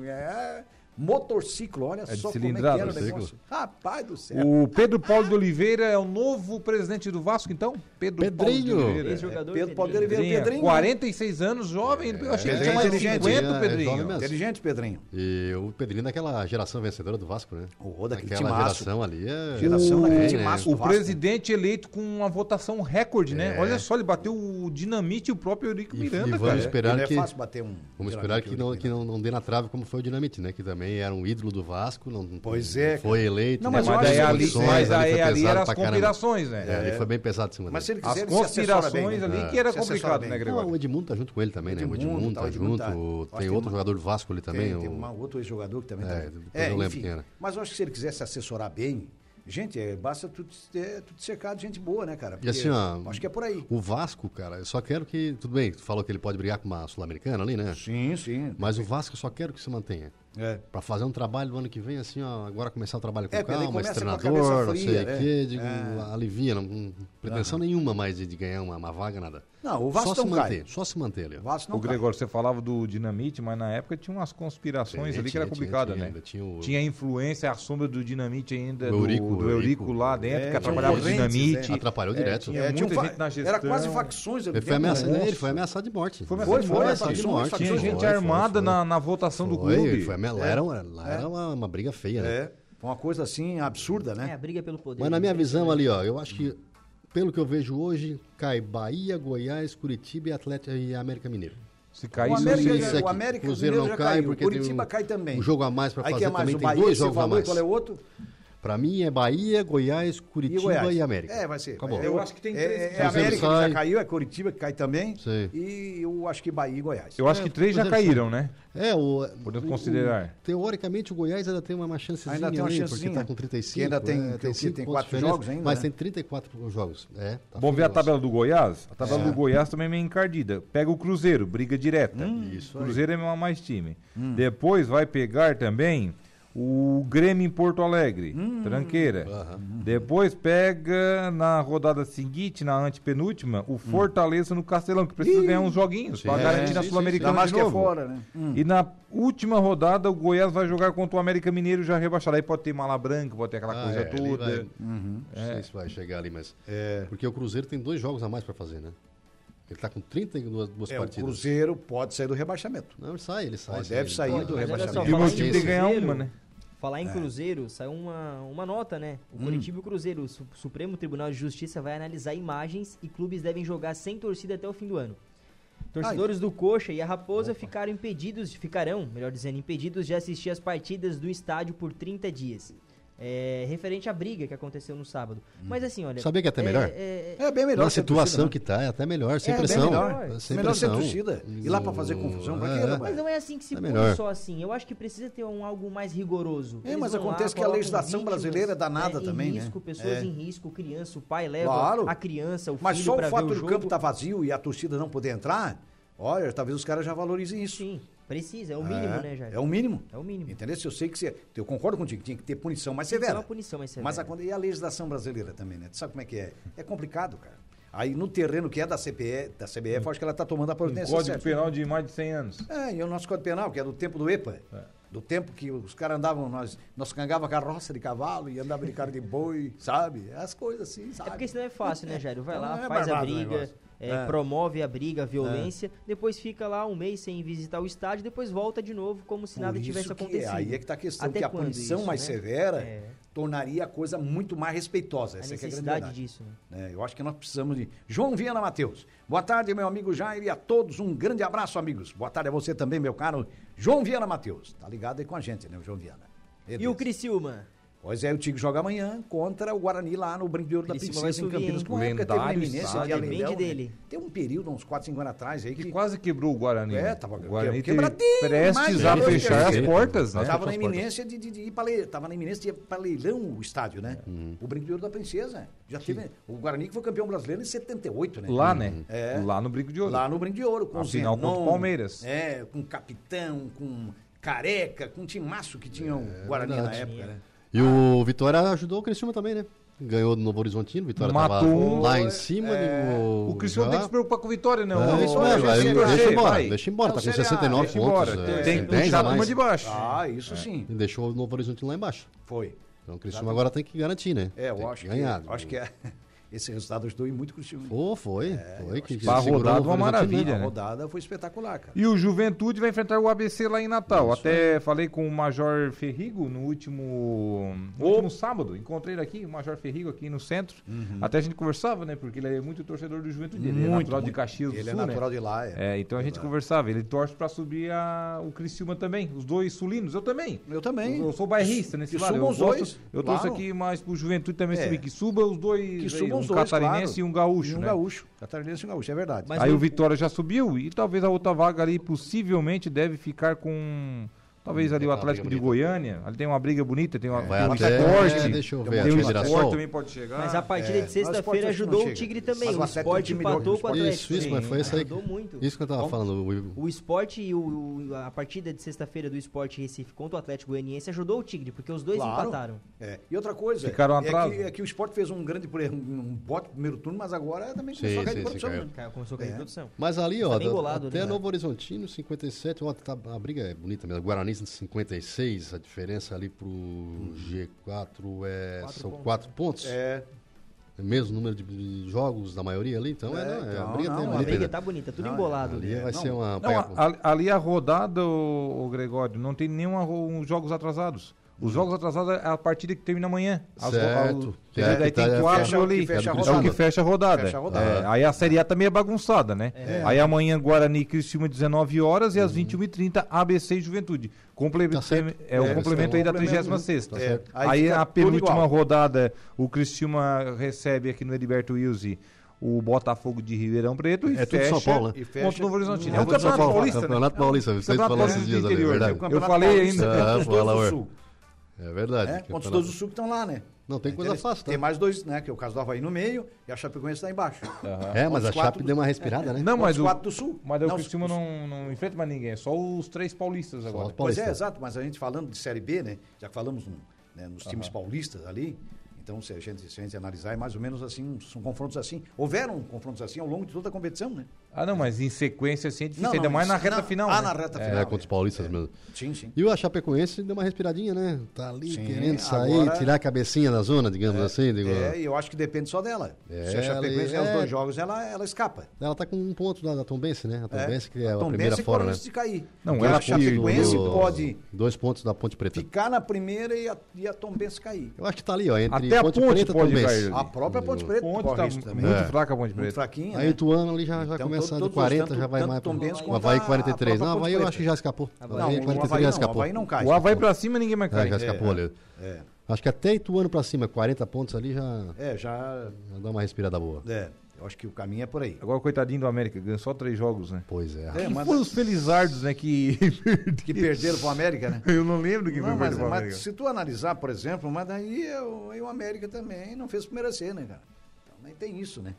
[SPEAKER 2] É, Motociclo, olha
[SPEAKER 3] de
[SPEAKER 2] só como é que
[SPEAKER 3] cilindrada,
[SPEAKER 2] era o
[SPEAKER 3] motociclo.
[SPEAKER 2] negócio. Rapaz do céu.
[SPEAKER 3] O Pedro Paulo de Oliveira é o novo presidente do Vasco, então? Pedro
[SPEAKER 4] Pedrinho.
[SPEAKER 3] Paulo de Oliveira.
[SPEAKER 5] Ex-jogador
[SPEAKER 2] Pedro Paulo de
[SPEAKER 5] Pedrinho.
[SPEAKER 2] Oliveira,
[SPEAKER 3] Pedrinho,
[SPEAKER 2] Pedrinho.
[SPEAKER 3] 46 anos, jovem. eu achei que ele tinha
[SPEAKER 2] Pedrinho
[SPEAKER 3] mais de
[SPEAKER 2] inteligente,
[SPEAKER 3] 50,
[SPEAKER 4] né? É jovem
[SPEAKER 3] Pedrinho.
[SPEAKER 4] mesmo.
[SPEAKER 2] Inteligente, Pedrinho.
[SPEAKER 4] E o Pedrinho daquela geração vencedora do Vasco, né?
[SPEAKER 2] Ô, daquele
[SPEAKER 4] Aquela
[SPEAKER 2] timaço.
[SPEAKER 4] geração ali é...
[SPEAKER 2] Geração daquele
[SPEAKER 4] Bem,
[SPEAKER 2] timaço.
[SPEAKER 3] O
[SPEAKER 2] Vasco.
[SPEAKER 3] presidente eleito com uma votação recorde, né? Olha só, ele bateu o dinamite e o próprio Eurico
[SPEAKER 4] É. E-
[SPEAKER 3] Miranda,
[SPEAKER 4] e vamos
[SPEAKER 3] cara.
[SPEAKER 4] esperar
[SPEAKER 2] Não é
[SPEAKER 4] que-
[SPEAKER 2] fácil bater um.
[SPEAKER 4] Vamos esperar que, não,
[SPEAKER 2] Dinamite,
[SPEAKER 4] que não, não dê na trave como foi o Dinamite, né? Que também era um ídolo do Vasco, não, não-
[SPEAKER 2] Pois
[SPEAKER 4] não
[SPEAKER 2] é,
[SPEAKER 4] foi
[SPEAKER 2] cara.
[SPEAKER 4] eleito.
[SPEAKER 2] Não,
[SPEAKER 4] né?
[SPEAKER 2] mas eu
[SPEAKER 3] Mas
[SPEAKER 2] acho
[SPEAKER 3] aí
[SPEAKER 2] que
[SPEAKER 4] as
[SPEAKER 3] ali,
[SPEAKER 2] condições
[SPEAKER 4] condições
[SPEAKER 3] mas aí,
[SPEAKER 4] foi
[SPEAKER 3] ali
[SPEAKER 4] pesado
[SPEAKER 3] eram as
[SPEAKER 4] pra caramba.
[SPEAKER 3] conspirações, né?
[SPEAKER 4] É, ele foi bem pesado em cima
[SPEAKER 2] Mas se
[SPEAKER 4] dele.
[SPEAKER 2] ele
[SPEAKER 3] As
[SPEAKER 2] quiser, ele se assessora bem,
[SPEAKER 3] conspirações
[SPEAKER 2] né?
[SPEAKER 3] ali
[SPEAKER 2] É.
[SPEAKER 3] que era
[SPEAKER 2] Se assessora
[SPEAKER 3] complicado,
[SPEAKER 2] bem.
[SPEAKER 3] né,
[SPEAKER 4] Não,
[SPEAKER 3] Gregório?
[SPEAKER 4] o Edmundo tá junto com ele também, né? O
[SPEAKER 2] Edmundo,
[SPEAKER 4] Edmundo
[SPEAKER 2] tá, o
[SPEAKER 4] tá
[SPEAKER 2] Edmundo
[SPEAKER 4] junto.
[SPEAKER 2] tá.
[SPEAKER 4] o-
[SPEAKER 2] Acho que
[SPEAKER 4] Tem
[SPEAKER 2] tem
[SPEAKER 4] outro
[SPEAKER 2] uma-
[SPEAKER 4] jogador do Vasco ali também.
[SPEAKER 2] Tem, tem
[SPEAKER 4] o-
[SPEAKER 2] um outro ex-jogador que também
[SPEAKER 4] É,
[SPEAKER 2] tá-
[SPEAKER 4] depois eu lembro quem era.
[SPEAKER 2] Mas eu acho que se ele quiser se assessorar bem, gente, é, basta tudo, é, tudo cercado de gente boa, né, cara? Porque
[SPEAKER 4] assim, ó,
[SPEAKER 2] acho que é por aí.
[SPEAKER 4] O Vasco, cara, eu só quero que. Tudo bem, tu falou que ele pode brigar com uma Sul-Americana ali, né?
[SPEAKER 2] Sim, sim.
[SPEAKER 4] Mas o Vasco eu só quero que se mantenha.
[SPEAKER 2] É.
[SPEAKER 4] Pra fazer um trabalho no ano que vem, assim, ó, agora começar o trabalho com
[SPEAKER 2] É, porque daí
[SPEAKER 4] calma, esse
[SPEAKER 2] começa com a
[SPEAKER 4] treinador,
[SPEAKER 2] cabeça
[SPEAKER 4] não sei
[SPEAKER 2] fria,
[SPEAKER 4] o
[SPEAKER 2] né?
[SPEAKER 4] quê, digo, alivia, não, não- pretensão nenhuma mais de, de ganhar uma, uma vaga, nada.
[SPEAKER 2] Não, o Vasco
[SPEAKER 4] só se
[SPEAKER 2] não cai.
[SPEAKER 4] manter, só se manter ali. ó.
[SPEAKER 2] O Vasco não tá-
[SPEAKER 3] O Gregório, você falava do dinamite, mas na época tinha umas conspirações
[SPEAKER 4] Tinha,
[SPEAKER 3] ali que era
[SPEAKER 4] tinha,
[SPEAKER 3] complicada,
[SPEAKER 4] tinha,
[SPEAKER 3] né?
[SPEAKER 4] ainda tinha o-
[SPEAKER 3] a influência, a sombra do dinamite ainda,
[SPEAKER 4] O
[SPEAKER 3] do
[SPEAKER 4] Eurico,
[SPEAKER 3] do
[SPEAKER 4] o Eurico. É,
[SPEAKER 3] Eurico lá dentro, que
[SPEAKER 2] tinha
[SPEAKER 3] atrapalhava o
[SPEAKER 2] correntes, né?
[SPEAKER 3] dinamite.
[SPEAKER 4] Atrapalhou direto.
[SPEAKER 3] tinha
[SPEAKER 2] cai. É, tinha um
[SPEAKER 3] muita
[SPEAKER 2] fa-
[SPEAKER 3] gente na gestão.
[SPEAKER 2] Era quase facções ali.
[SPEAKER 4] Ele foi
[SPEAKER 2] dentro,
[SPEAKER 4] ameaçado,
[SPEAKER 2] né?
[SPEAKER 4] ele foi ameaçado de morte.
[SPEAKER 3] Foi,
[SPEAKER 2] Foi,
[SPEAKER 3] foi,
[SPEAKER 2] foi,
[SPEAKER 3] foi,
[SPEAKER 2] facções,
[SPEAKER 4] ameaçado de morte.
[SPEAKER 2] facções,
[SPEAKER 3] Tinha gente
[SPEAKER 4] Foi, foi,
[SPEAKER 3] armada
[SPEAKER 4] foi.
[SPEAKER 3] Na, na votação do
[SPEAKER 4] Foi,
[SPEAKER 3] clube.
[SPEAKER 4] foi ame- lá era, uma- lá era uma, uma briga feia, né?
[SPEAKER 2] É, foi uma coisa assim absurda,
[SPEAKER 5] É, a
[SPEAKER 2] né?
[SPEAKER 5] briga pelo poder.
[SPEAKER 4] Mas na minha visão ali, ó, eu acho que, pelo que eu vejo hoje, cai Bahia, Goiás, Curitiba e Atlético e América Mineiro.
[SPEAKER 3] Se
[SPEAKER 2] O
[SPEAKER 3] caísse,
[SPEAKER 2] América,
[SPEAKER 3] eu
[SPEAKER 4] isso
[SPEAKER 2] já-
[SPEAKER 3] seria-
[SPEAKER 4] aqui.
[SPEAKER 2] o América
[SPEAKER 4] Cruzeiro
[SPEAKER 2] Mineiro
[SPEAKER 4] não
[SPEAKER 2] já
[SPEAKER 4] cai,
[SPEAKER 2] caiu,
[SPEAKER 4] porque
[SPEAKER 2] o Curitiba
[SPEAKER 4] tem um-
[SPEAKER 2] cai também.
[SPEAKER 4] um jogo a mais pra
[SPEAKER 2] Aí
[SPEAKER 4] fazer
[SPEAKER 2] que é mais
[SPEAKER 4] também,
[SPEAKER 2] o
[SPEAKER 4] tem
[SPEAKER 2] Bahia,
[SPEAKER 4] dois
[SPEAKER 2] esse
[SPEAKER 4] jogos a
[SPEAKER 2] valor,
[SPEAKER 4] mais.
[SPEAKER 2] Qual é o outro?
[SPEAKER 4] Pra mim é Bahia, Goiás, Curitiba e,
[SPEAKER 2] Goiás.
[SPEAKER 4] América.
[SPEAKER 2] É, vai ser.
[SPEAKER 4] Acabou.
[SPEAKER 2] É,
[SPEAKER 3] Eu acho que tem três.
[SPEAKER 2] É, é
[SPEAKER 4] Cruzeiro
[SPEAKER 2] América que
[SPEAKER 4] sai.
[SPEAKER 2] já caiu, é Curitiba que cai também.
[SPEAKER 4] Sim.
[SPEAKER 2] E eu acho que Bahia e Goiás.
[SPEAKER 3] eu acho que três já
[SPEAKER 4] Cruzeiro foi.
[SPEAKER 3] caíram, né?
[SPEAKER 4] É, o,
[SPEAKER 3] Podemos
[SPEAKER 4] o-
[SPEAKER 3] considerar.
[SPEAKER 4] o- teoricamente o Goiás ainda tem uma, uma chancezinha
[SPEAKER 2] Ainda tem uma
[SPEAKER 4] ali,
[SPEAKER 2] chancezinha.
[SPEAKER 4] porque tá com 35.
[SPEAKER 2] Que ainda tem- tem o quê?
[SPEAKER 4] é, cinco
[SPEAKER 2] Tem
[SPEAKER 4] pontos
[SPEAKER 2] quatro
[SPEAKER 4] de
[SPEAKER 2] jogos ainda,
[SPEAKER 4] Mas
[SPEAKER 2] né?
[SPEAKER 4] tem 34 jogos. É, tá
[SPEAKER 3] Vamos ver a
[SPEAKER 4] feio o negócio.
[SPEAKER 3] tabela do Goiás? A tabela do Goiás também é meio encardida. Pega o Cruzeiro, briga direta. isso Cruzeiro é mais- mais time. Depois vai pegar também o Grêmio em Porto Alegre, tranqueira. Depois pega na rodada seguinte, na antepenúltima, o Fortaleza no Castelão, que precisa ganhar uns joguinhos para
[SPEAKER 4] É,
[SPEAKER 3] garantir na
[SPEAKER 4] sim, sim,
[SPEAKER 2] Ainda
[SPEAKER 3] Sul-Americana
[SPEAKER 2] mais
[SPEAKER 3] de
[SPEAKER 2] que é
[SPEAKER 3] novo.
[SPEAKER 2] fora, né?
[SPEAKER 3] E na última rodada o Goiás vai jogar contra o América Mineiro já rebaixado. Aí pode ter mala branca, pode ter aquela
[SPEAKER 4] Ah,
[SPEAKER 3] coisa
[SPEAKER 4] é, ali
[SPEAKER 3] toda. É.
[SPEAKER 4] vai-
[SPEAKER 2] Uhum.
[SPEAKER 4] Não sei se vai chegar ali, mas.
[SPEAKER 2] É.
[SPEAKER 4] Porque o Cruzeiro tem dois jogos a mais pra fazer, né? Ele tá com 32 duas
[SPEAKER 2] É, o
[SPEAKER 4] partidas.
[SPEAKER 2] Cruzeiro pode sair do rebaixamento.
[SPEAKER 4] Não, ele sai, ele sai.
[SPEAKER 2] Mas
[SPEAKER 4] sai,
[SPEAKER 2] deve
[SPEAKER 4] ele
[SPEAKER 2] sair
[SPEAKER 4] tá-
[SPEAKER 2] do
[SPEAKER 5] Mas olha só,
[SPEAKER 2] rebaixamento.
[SPEAKER 3] E o
[SPEAKER 5] falar
[SPEAKER 3] meu
[SPEAKER 5] em
[SPEAKER 3] time tem que ganhar
[SPEAKER 5] Cruzeiro-
[SPEAKER 3] uma, né?
[SPEAKER 5] Falar em Cruzeiro, saiu uma, uma nota, né? O Curitiba e o Cruzeiro, o Su- Supremo Tribunal de Justiça vai analisar imagens e clubes devem jogar sem torcida até o fim do ano. Torcedores do Coxa e a Raposa ficaram impedidos, ficarão, melhor dizendo, impedidos de assistir as partidas do estádio por 30 dias. É, referente à briga que aconteceu no sábado. Mas assim, olha.
[SPEAKER 4] Sabia que é até melhor?
[SPEAKER 5] é-
[SPEAKER 2] É bem melhor.
[SPEAKER 4] Pela
[SPEAKER 2] ser
[SPEAKER 4] situação
[SPEAKER 2] torcida,
[SPEAKER 4] que tá, é até melhor, sem
[SPEAKER 2] É, bem
[SPEAKER 4] pressão.
[SPEAKER 2] melhor.
[SPEAKER 4] Sem
[SPEAKER 2] Melhor sem
[SPEAKER 4] pressão.
[SPEAKER 2] torcida. E lá pra fazer confusão, pra quê,
[SPEAKER 4] É,
[SPEAKER 5] Mas
[SPEAKER 2] rapaz?
[SPEAKER 5] não é assim que se
[SPEAKER 4] Tá
[SPEAKER 5] pune
[SPEAKER 4] melhor.
[SPEAKER 5] só assim. Eu acho que precisa ter um algo mais rigoroso.
[SPEAKER 2] É,
[SPEAKER 5] Eles
[SPEAKER 2] mas
[SPEAKER 5] vão lá,
[SPEAKER 2] acontece que a
[SPEAKER 5] colocam
[SPEAKER 2] legislação
[SPEAKER 5] vítimas,
[SPEAKER 2] brasileira é danada
[SPEAKER 5] em
[SPEAKER 2] também, né?
[SPEAKER 5] risco, Pessoas
[SPEAKER 2] É.
[SPEAKER 5] em risco, criança, o pai leva
[SPEAKER 2] Claro.
[SPEAKER 5] a criança, o
[SPEAKER 2] Mas
[SPEAKER 5] filho
[SPEAKER 2] só o
[SPEAKER 5] pra
[SPEAKER 2] fato
[SPEAKER 5] ver o
[SPEAKER 2] do
[SPEAKER 5] jogo.
[SPEAKER 2] campo tá- estar vazio e a torcida não poder entrar, olha, talvez os caras já valorizem isso.
[SPEAKER 5] Sim, precisa, é o mínimo,
[SPEAKER 2] é,
[SPEAKER 5] né, Jair?
[SPEAKER 2] É o mínimo.
[SPEAKER 5] É o mínimo.
[SPEAKER 2] Entendeu? Se eu sei que você. Eu concordo contigo, tinha que ter punição mais
[SPEAKER 5] Tem que ter
[SPEAKER 2] severa.
[SPEAKER 5] uma punição mais severa.
[SPEAKER 2] Mas a, quando- e a legislação brasileira também, né? Tu sabe como é que é? É complicado, cara. Aí no terreno que é da CPE, da CBF, eu acho que ela está tomando a
[SPEAKER 3] Um
[SPEAKER 2] providência
[SPEAKER 3] código
[SPEAKER 2] certa.
[SPEAKER 3] penal de mais de 100 anos.
[SPEAKER 2] É, e o nosso Código Penal, que é do tempo do EPA. Do tempo que os caras andavam, nós, nós cangava carroça de cavalo e andava de cara de boi, sabe? As coisas assim, sabe?
[SPEAKER 5] É porque senão é fácil, né, Jairo? Vai
[SPEAKER 2] Então,
[SPEAKER 5] lá,
[SPEAKER 2] é
[SPEAKER 5] faz a
[SPEAKER 2] barbado o
[SPEAKER 5] briga,
[SPEAKER 2] negócio.
[SPEAKER 5] é,
[SPEAKER 2] É.
[SPEAKER 5] promove a briga, a violência, depois fica lá um mês sem visitar o estádio, depois volta de novo como se
[SPEAKER 2] Por
[SPEAKER 5] nada
[SPEAKER 2] isso
[SPEAKER 5] tivesse
[SPEAKER 2] que
[SPEAKER 5] acontecido.
[SPEAKER 2] Aí é que está a questão,
[SPEAKER 5] Até
[SPEAKER 2] que a
[SPEAKER 5] quando
[SPEAKER 2] punição
[SPEAKER 5] isso,
[SPEAKER 2] mais
[SPEAKER 5] né?
[SPEAKER 2] severa
[SPEAKER 5] É.
[SPEAKER 2] tornaria a coisa muito mais respeitosa.
[SPEAKER 5] A
[SPEAKER 2] Essa é que é a grande
[SPEAKER 5] necessidade
[SPEAKER 2] verdade.
[SPEAKER 5] disso, né?
[SPEAKER 2] né? Eu acho que nós precisamos de. João Viana Matheus. Boa tarde, meu amigo Jair, e a todos um grande abraço, amigos. Boa tarde a você também, meu caro João Viana Matheus. Tá ligado aí com a gente, né, o João Viana?
[SPEAKER 5] E
[SPEAKER 2] Beleza.
[SPEAKER 5] o Criciúma?
[SPEAKER 2] Pois é, o Tigo joga amanhã contra o Guarani lá no Brinco de Ouro da
[SPEAKER 5] Criciúma
[SPEAKER 2] Princesa,
[SPEAKER 5] vai
[SPEAKER 2] em
[SPEAKER 5] subir,
[SPEAKER 2] Campinas.
[SPEAKER 5] hein?
[SPEAKER 2] Com a época teve uma
[SPEAKER 3] Lendário
[SPEAKER 2] iminência de
[SPEAKER 5] estádio,
[SPEAKER 2] alemão,
[SPEAKER 5] depende dele.
[SPEAKER 2] né? Tem um período, uns 4, 5 anos atrás, aí que.
[SPEAKER 3] que quase quebrou o Guarani.
[SPEAKER 2] É,
[SPEAKER 3] né?
[SPEAKER 2] tava
[SPEAKER 3] o Guarani
[SPEAKER 2] que- quebradinho,
[SPEAKER 3] teve prestes
[SPEAKER 2] mas
[SPEAKER 3] a
[SPEAKER 2] Deus
[SPEAKER 3] fechar
[SPEAKER 2] Deus.
[SPEAKER 3] as portas, né?
[SPEAKER 2] Tava na
[SPEAKER 3] Fechou as portas.
[SPEAKER 2] iminência de, de, de ir para leilão, tava na iminência de ir para leilão o estádio, né?
[SPEAKER 4] Uhum.
[SPEAKER 2] O Brinco de Ouro da Princesa. Já teve o Guarani que foi campeão brasileiro em 78, né?
[SPEAKER 3] Lá, né?
[SPEAKER 2] É.
[SPEAKER 3] Lá no Brinco de Ouro.
[SPEAKER 2] Lá no Brinco de Ouro, com
[SPEAKER 3] A
[SPEAKER 2] o
[SPEAKER 3] final contra o
[SPEAKER 2] Zenon,
[SPEAKER 3] Palmeiras.
[SPEAKER 2] É, com o capitão, com careca, com o timaço que tinha o Guarani na
[SPEAKER 4] É verdade.
[SPEAKER 2] época, né?
[SPEAKER 4] E o Vitória ajudou o Criciúma também, né? ganhou do Novo Horizontino, Vitória
[SPEAKER 3] Matou
[SPEAKER 4] tava
[SPEAKER 3] um,
[SPEAKER 4] lá em cima.
[SPEAKER 2] É,
[SPEAKER 4] do-
[SPEAKER 3] O Cristiano
[SPEAKER 4] já.
[SPEAKER 3] tem que se preocupar com o Vitória, né?
[SPEAKER 4] É,
[SPEAKER 3] O
[SPEAKER 4] isso
[SPEAKER 3] Vitória
[SPEAKER 4] mesmo,
[SPEAKER 3] já
[SPEAKER 4] aí
[SPEAKER 3] se
[SPEAKER 4] deixa
[SPEAKER 3] engrossou,
[SPEAKER 4] embora,
[SPEAKER 3] vai.
[SPEAKER 4] deixa embora,
[SPEAKER 2] É
[SPEAKER 4] tá
[SPEAKER 2] o
[SPEAKER 4] com
[SPEAKER 2] Série A,
[SPEAKER 4] 69
[SPEAKER 2] deixa
[SPEAKER 4] pontos.
[SPEAKER 3] embora.
[SPEAKER 4] é,
[SPEAKER 3] Tem que
[SPEAKER 4] 10 a
[SPEAKER 3] puxar a
[SPEAKER 4] mais.
[SPEAKER 3] turma de baixo.
[SPEAKER 2] Ah, isso sim.
[SPEAKER 4] E deixou o Novo Horizonte lá embaixo.
[SPEAKER 2] Foi.
[SPEAKER 4] Então o Cristiano agora tem que garantir, né?
[SPEAKER 2] É, eu
[SPEAKER 4] Tem né?
[SPEAKER 2] acho que,
[SPEAKER 4] ganhar.
[SPEAKER 2] eu acho que é. esse resultado ajudou e muito o Criciúma.
[SPEAKER 4] Pô, foi, foi. Que
[SPEAKER 2] é.
[SPEAKER 3] Pra
[SPEAKER 4] segurou
[SPEAKER 3] rodada,
[SPEAKER 4] o Novo
[SPEAKER 3] uma
[SPEAKER 4] Horizontino, né?
[SPEAKER 3] maravilha.
[SPEAKER 2] A
[SPEAKER 3] né?
[SPEAKER 2] rodada foi espetacular, cara.
[SPEAKER 3] E o Juventude vai enfrentar o ABC lá em Natal. Até falei com o Major Ferrigo no último, no último sábado. Encontrei ele aqui, o Major Ferrigo aqui no centro. Até a gente conversava, né? Porque ele é muito torcedor do Juventude. Ele é
[SPEAKER 2] Uhum. Muito,
[SPEAKER 3] natural de
[SPEAKER 2] muito.
[SPEAKER 3] Caxias do
[SPEAKER 2] Ele é
[SPEAKER 3] Sul, né?
[SPEAKER 2] natural de lá, é.
[SPEAKER 3] É, então a gente conversava. Ele torce pra subir a- o Criciúma também. Os dois sulinos, eu também.
[SPEAKER 2] Eu também.
[SPEAKER 3] Eu, eu sou bairrista nesse
[SPEAKER 2] Que
[SPEAKER 3] lado.
[SPEAKER 2] subam
[SPEAKER 3] eu
[SPEAKER 2] os
[SPEAKER 3] gosto-
[SPEAKER 2] dois,
[SPEAKER 3] Eu torço
[SPEAKER 2] claro.
[SPEAKER 3] aqui mais pro Juventude também
[SPEAKER 2] É.
[SPEAKER 3] subir. Que suba os dois.
[SPEAKER 2] que
[SPEAKER 3] aí,
[SPEAKER 2] subam os
[SPEAKER 3] um
[SPEAKER 2] dois,
[SPEAKER 3] catarinense
[SPEAKER 2] claro.
[SPEAKER 3] e um gaúcho,
[SPEAKER 2] E um
[SPEAKER 3] né?
[SPEAKER 2] gaúcho. Catarinense e um gaúcho, é verdade.
[SPEAKER 5] Mas
[SPEAKER 3] aí
[SPEAKER 5] o-
[SPEAKER 3] o Vitória já subiu e talvez a outra vaga ali possivelmente deve ficar com. Talvez
[SPEAKER 2] Hum,
[SPEAKER 3] ali o
[SPEAKER 4] Vai ter uma
[SPEAKER 3] Atlético de
[SPEAKER 4] briga
[SPEAKER 3] Goiânia. Ali tem uma briga bonita, tem, uma,
[SPEAKER 2] É.
[SPEAKER 4] Vai
[SPEAKER 3] tem um
[SPEAKER 4] até-
[SPEAKER 3] esporte.
[SPEAKER 4] É, deixa eu ver,
[SPEAKER 3] tem um
[SPEAKER 4] acho que
[SPEAKER 3] esporte
[SPEAKER 4] Mirassol.
[SPEAKER 3] também pode chegar.
[SPEAKER 5] Mas a partida
[SPEAKER 2] É,
[SPEAKER 5] de
[SPEAKER 2] mas o Sport
[SPEAKER 5] sexta-feira
[SPEAKER 2] acho que não
[SPEAKER 5] ajudou o
[SPEAKER 2] chega.
[SPEAKER 5] Tigre também.
[SPEAKER 2] Mas o
[SPEAKER 5] o
[SPEAKER 2] Atlético
[SPEAKER 5] Sport
[SPEAKER 2] diminuiu
[SPEAKER 5] empatou
[SPEAKER 2] aqui, o
[SPEAKER 5] com o
[SPEAKER 2] Sport-
[SPEAKER 5] Atlético.
[SPEAKER 4] Isso, isso, mas foi isso aí.
[SPEAKER 5] Ajudou muito.
[SPEAKER 4] Isso que eu tava falando. o-
[SPEAKER 5] O esporte e o, o- a partida de sexta-feira do esporte Recife contra o Atlético Goianiense ajudou o Tigre, porque os dois
[SPEAKER 2] Claro.
[SPEAKER 5] empataram.
[SPEAKER 2] É. E outra coisa,
[SPEAKER 3] Ficaram
[SPEAKER 2] é,
[SPEAKER 3] atrás.
[SPEAKER 2] que, é que o Sport fez um grande play- um um bote no primeiro turno, mas agora também começou
[SPEAKER 4] Sim,
[SPEAKER 2] a cair de
[SPEAKER 4] sim,
[SPEAKER 2] produção.
[SPEAKER 4] sim,
[SPEAKER 2] né?
[SPEAKER 5] Caiu- Começou a cair
[SPEAKER 2] É.
[SPEAKER 5] a produção.
[SPEAKER 4] Mas ali,
[SPEAKER 5] Tá
[SPEAKER 4] ó,
[SPEAKER 5] bem
[SPEAKER 4] da-
[SPEAKER 5] golado,
[SPEAKER 4] até
[SPEAKER 5] né?
[SPEAKER 4] Novo Horizontino, 57, ó, tá- a briga é bonita mesmo. Guarani 56, a diferença ali pro G4 é,
[SPEAKER 5] Quatro
[SPEAKER 4] são
[SPEAKER 5] pontos,
[SPEAKER 4] 4 pontos.
[SPEAKER 2] É,
[SPEAKER 4] É Mesmo número de- de jogos da maioria ali, então é,
[SPEAKER 2] É,
[SPEAKER 4] não, é,
[SPEAKER 2] então,
[SPEAKER 4] a briga
[SPEAKER 2] não,
[SPEAKER 4] tem
[SPEAKER 2] a
[SPEAKER 4] uma
[SPEAKER 5] A
[SPEAKER 4] ali,
[SPEAKER 5] briga
[SPEAKER 4] né?
[SPEAKER 5] tá né? bonita, tudo
[SPEAKER 2] Não,
[SPEAKER 5] embolado.
[SPEAKER 4] Ali
[SPEAKER 2] é,
[SPEAKER 4] vai
[SPEAKER 2] não.
[SPEAKER 4] ser uma...
[SPEAKER 3] Não, a- a- ali é a rodada, o, Gregório, não tem nenhum um, jogos atrasados. Os jogos atrasados é a partida que termina amanhã. As-
[SPEAKER 4] Certo.
[SPEAKER 3] ao-
[SPEAKER 4] Que é
[SPEAKER 3] daí
[SPEAKER 4] que tá-
[SPEAKER 3] tem
[SPEAKER 4] é
[SPEAKER 3] quatro
[SPEAKER 2] fecha-
[SPEAKER 3] ali.
[SPEAKER 2] que fecha
[SPEAKER 4] a
[SPEAKER 3] é o
[SPEAKER 4] rodada.
[SPEAKER 3] que fecha a rodada.
[SPEAKER 2] Fecha a rodada.
[SPEAKER 3] É, aí a Série A também é bagunçada, né? Aí amanhã Guarani e Criciúma 19 horas e às 21h30 ABC e Juventude. Comple-
[SPEAKER 4] Tá certo.
[SPEAKER 3] é o
[SPEAKER 4] É,
[SPEAKER 3] complemento
[SPEAKER 4] tá
[SPEAKER 3] aí da
[SPEAKER 2] bom.
[SPEAKER 3] 36
[SPEAKER 2] Tá certo.
[SPEAKER 3] Aí,
[SPEAKER 2] Aí fica
[SPEAKER 3] a
[SPEAKER 2] tudo
[SPEAKER 3] penúltima
[SPEAKER 2] igual.
[SPEAKER 3] rodada, o Criciúma recebe aqui no Heriberto Wilson o Botafogo de Ribeirão Preto e
[SPEAKER 4] É tudo
[SPEAKER 3] fecha
[SPEAKER 4] São Paulo, né?
[SPEAKER 2] E fecha-
[SPEAKER 3] contra o Novo Horizontino.
[SPEAKER 2] É
[SPEAKER 3] É o
[SPEAKER 4] tudo São
[SPEAKER 3] Campeonato
[SPEAKER 4] Paulo.
[SPEAKER 3] Paulista, né?
[SPEAKER 4] Campeonato Paulista, vocês
[SPEAKER 3] Campeonato
[SPEAKER 4] falaram esses
[SPEAKER 3] Paulista
[SPEAKER 4] dias
[SPEAKER 3] do
[SPEAKER 4] ali, é
[SPEAKER 3] interior,
[SPEAKER 4] verdade.
[SPEAKER 3] né?
[SPEAKER 2] Campeonato
[SPEAKER 3] Eu falei
[SPEAKER 2] Paulista
[SPEAKER 3] ainda.
[SPEAKER 2] contra os
[SPEAKER 4] Ah,
[SPEAKER 2] dois
[SPEAKER 4] fala,
[SPEAKER 2] do
[SPEAKER 4] ué.
[SPEAKER 2] Sul.
[SPEAKER 4] É verdade.
[SPEAKER 2] É,
[SPEAKER 4] campeonato-
[SPEAKER 2] Quantos dois do Sul que estão lá, né?
[SPEAKER 4] Não, tem
[SPEAKER 2] É
[SPEAKER 4] coisa
[SPEAKER 2] interessante.
[SPEAKER 4] fácil, tá?
[SPEAKER 2] Tem mais dois, né? Que é o caso do Havaí no meio e a Chapecoense lá embaixo.
[SPEAKER 4] É, mas
[SPEAKER 2] Os quatro
[SPEAKER 4] a Chape
[SPEAKER 2] do-
[SPEAKER 4] deu uma respirada, né?
[SPEAKER 3] Não, mas
[SPEAKER 2] Os
[SPEAKER 3] o,
[SPEAKER 2] quatro do Sul.
[SPEAKER 3] mas é o
[SPEAKER 2] Não,
[SPEAKER 3] Criciúma não, não enfrenta mais ninguém, é só os três paulistas agora.
[SPEAKER 4] os
[SPEAKER 2] Pois é,
[SPEAKER 4] Paulista.
[SPEAKER 2] exato, mas a gente falando de Série B, né? Já que falamos no- né, nos times paulistas ali, então se a, gente, se a gente analisar, é mais ou menos assim, são confrontos assim. Houveram confrontos assim ao longo de toda a competição, né?
[SPEAKER 3] Ah, não, mas em sequência assim é difícil,
[SPEAKER 2] Não,
[SPEAKER 3] ainda
[SPEAKER 2] não,
[SPEAKER 3] mais na
[SPEAKER 2] isso-
[SPEAKER 3] reta
[SPEAKER 2] não.
[SPEAKER 3] final.
[SPEAKER 2] Ah,
[SPEAKER 3] né?
[SPEAKER 2] na reta
[SPEAKER 4] É,
[SPEAKER 2] final.
[SPEAKER 4] contra os
[SPEAKER 2] né?
[SPEAKER 4] paulistas mesmo.
[SPEAKER 2] Sim, sim.
[SPEAKER 4] E o Chapecoense deu uma respiradinha, né? Tá ali
[SPEAKER 2] Sim,
[SPEAKER 4] querendo sair,
[SPEAKER 2] agora-
[SPEAKER 4] tirar a cabecinha da zona, digamos assim. Digo,
[SPEAKER 2] É, e eu acho que depende só dela.
[SPEAKER 4] É,
[SPEAKER 2] se a Chapecoense ganhar
[SPEAKER 4] ela-
[SPEAKER 2] os dois jogos, ela, ela escapa.
[SPEAKER 4] Ela tá com um ponto da, da Tombense, né? A
[SPEAKER 2] É.
[SPEAKER 4] Tombense que é a,
[SPEAKER 2] Tom
[SPEAKER 4] primeira
[SPEAKER 2] Benz e
[SPEAKER 4] fora, né?
[SPEAKER 2] Corinthians de cair.
[SPEAKER 3] Não,
[SPEAKER 2] Porque
[SPEAKER 3] ela
[SPEAKER 2] a Chapecoense
[SPEAKER 4] do-
[SPEAKER 2] pode
[SPEAKER 4] Dois pontos da Ponte Preta.
[SPEAKER 2] ficar na primeira e a, e a Tom Benz cair.
[SPEAKER 4] Eu acho que tá ali, ó, entre
[SPEAKER 3] Até a
[SPEAKER 4] Ponte
[SPEAKER 3] Ponte
[SPEAKER 4] Preta e
[SPEAKER 3] pode
[SPEAKER 4] Tombense.
[SPEAKER 3] cair.
[SPEAKER 2] A própria Ponte Preta
[SPEAKER 3] Ponte
[SPEAKER 2] corre
[SPEAKER 3] tá
[SPEAKER 2] isso também.
[SPEAKER 3] muito
[SPEAKER 4] É.
[SPEAKER 3] fraca a Ponte
[SPEAKER 2] Muito
[SPEAKER 3] Preta.
[SPEAKER 2] fraquinha,
[SPEAKER 4] Aí
[SPEAKER 2] né?
[SPEAKER 4] o Tuano ali já, já
[SPEAKER 2] Então,
[SPEAKER 4] começa
[SPEAKER 2] todos
[SPEAKER 4] do
[SPEAKER 2] os
[SPEAKER 4] 40,
[SPEAKER 2] tanto-
[SPEAKER 4] já vai
[SPEAKER 2] tanto
[SPEAKER 4] mais pro
[SPEAKER 2] Tom Benz
[SPEAKER 4] o
[SPEAKER 2] quanto
[SPEAKER 4] Havaí
[SPEAKER 2] a-
[SPEAKER 4] 43.
[SPEAKER 2] a
[SPEAKER 4] Não,
[SPEAKER 2] própria
[SPEAKER 4] Havaí eu
[SPEAKER 2] Ponte
[SPEAKER 4] acho que já escapou. Havaí,
[SPEAKER 2] Não, o
[SPEAKER 4] 43
[SPEAKER 2] Havaí
[SPEAKER 4] já
[SPEAKER 2] não, o
[SPEAKER 4] escapou.
[SPEAKER 2] Havaí não cai.
[SPEAKER 3] O Havaí pra cima ninguém mais
[SPEAKER 4] É,
[SPEAKER 3] cai.
[SPEAKER 4] já escapou ali.
[SPEAKER 2] É,
[SPEAKER 4] Acho que até Ituano pra cima, 40 pontos ali já,
[SPEAKER 2] é, já...
[SPEAKER 4] já dá uma respirada boa.
[SPEAKER 2] É, eu acho que o caminho é por aí.
[SPEAKER 3] Agora, coitadinho do América, ganhou só três jogos, né?
[SPEAKER 4] Pois é.
[SPEAKER 2] É,
[SPEAKER 3] Quem
[SPEAKER 2] mas-
[SPEAKER 3] foram os Felizardos, né? Que.
[SPEAKER 2] Que perderam pro América, né?
[SPEAKER 3] Eu não lembro quem
[SPEAKER 2] Não,
[SPEAKER 3] foi
[SPEAKER 2] mas, é,
[SPEAKER 3] perder pro
[SPEAKER 2] mas
[SPEAKER 3] América.
[SPEAKER 2] se tu analisar, por exemplo, mas daí eu- aí o América também não fez primeira C, né, cara? Então, nem tem isso, né?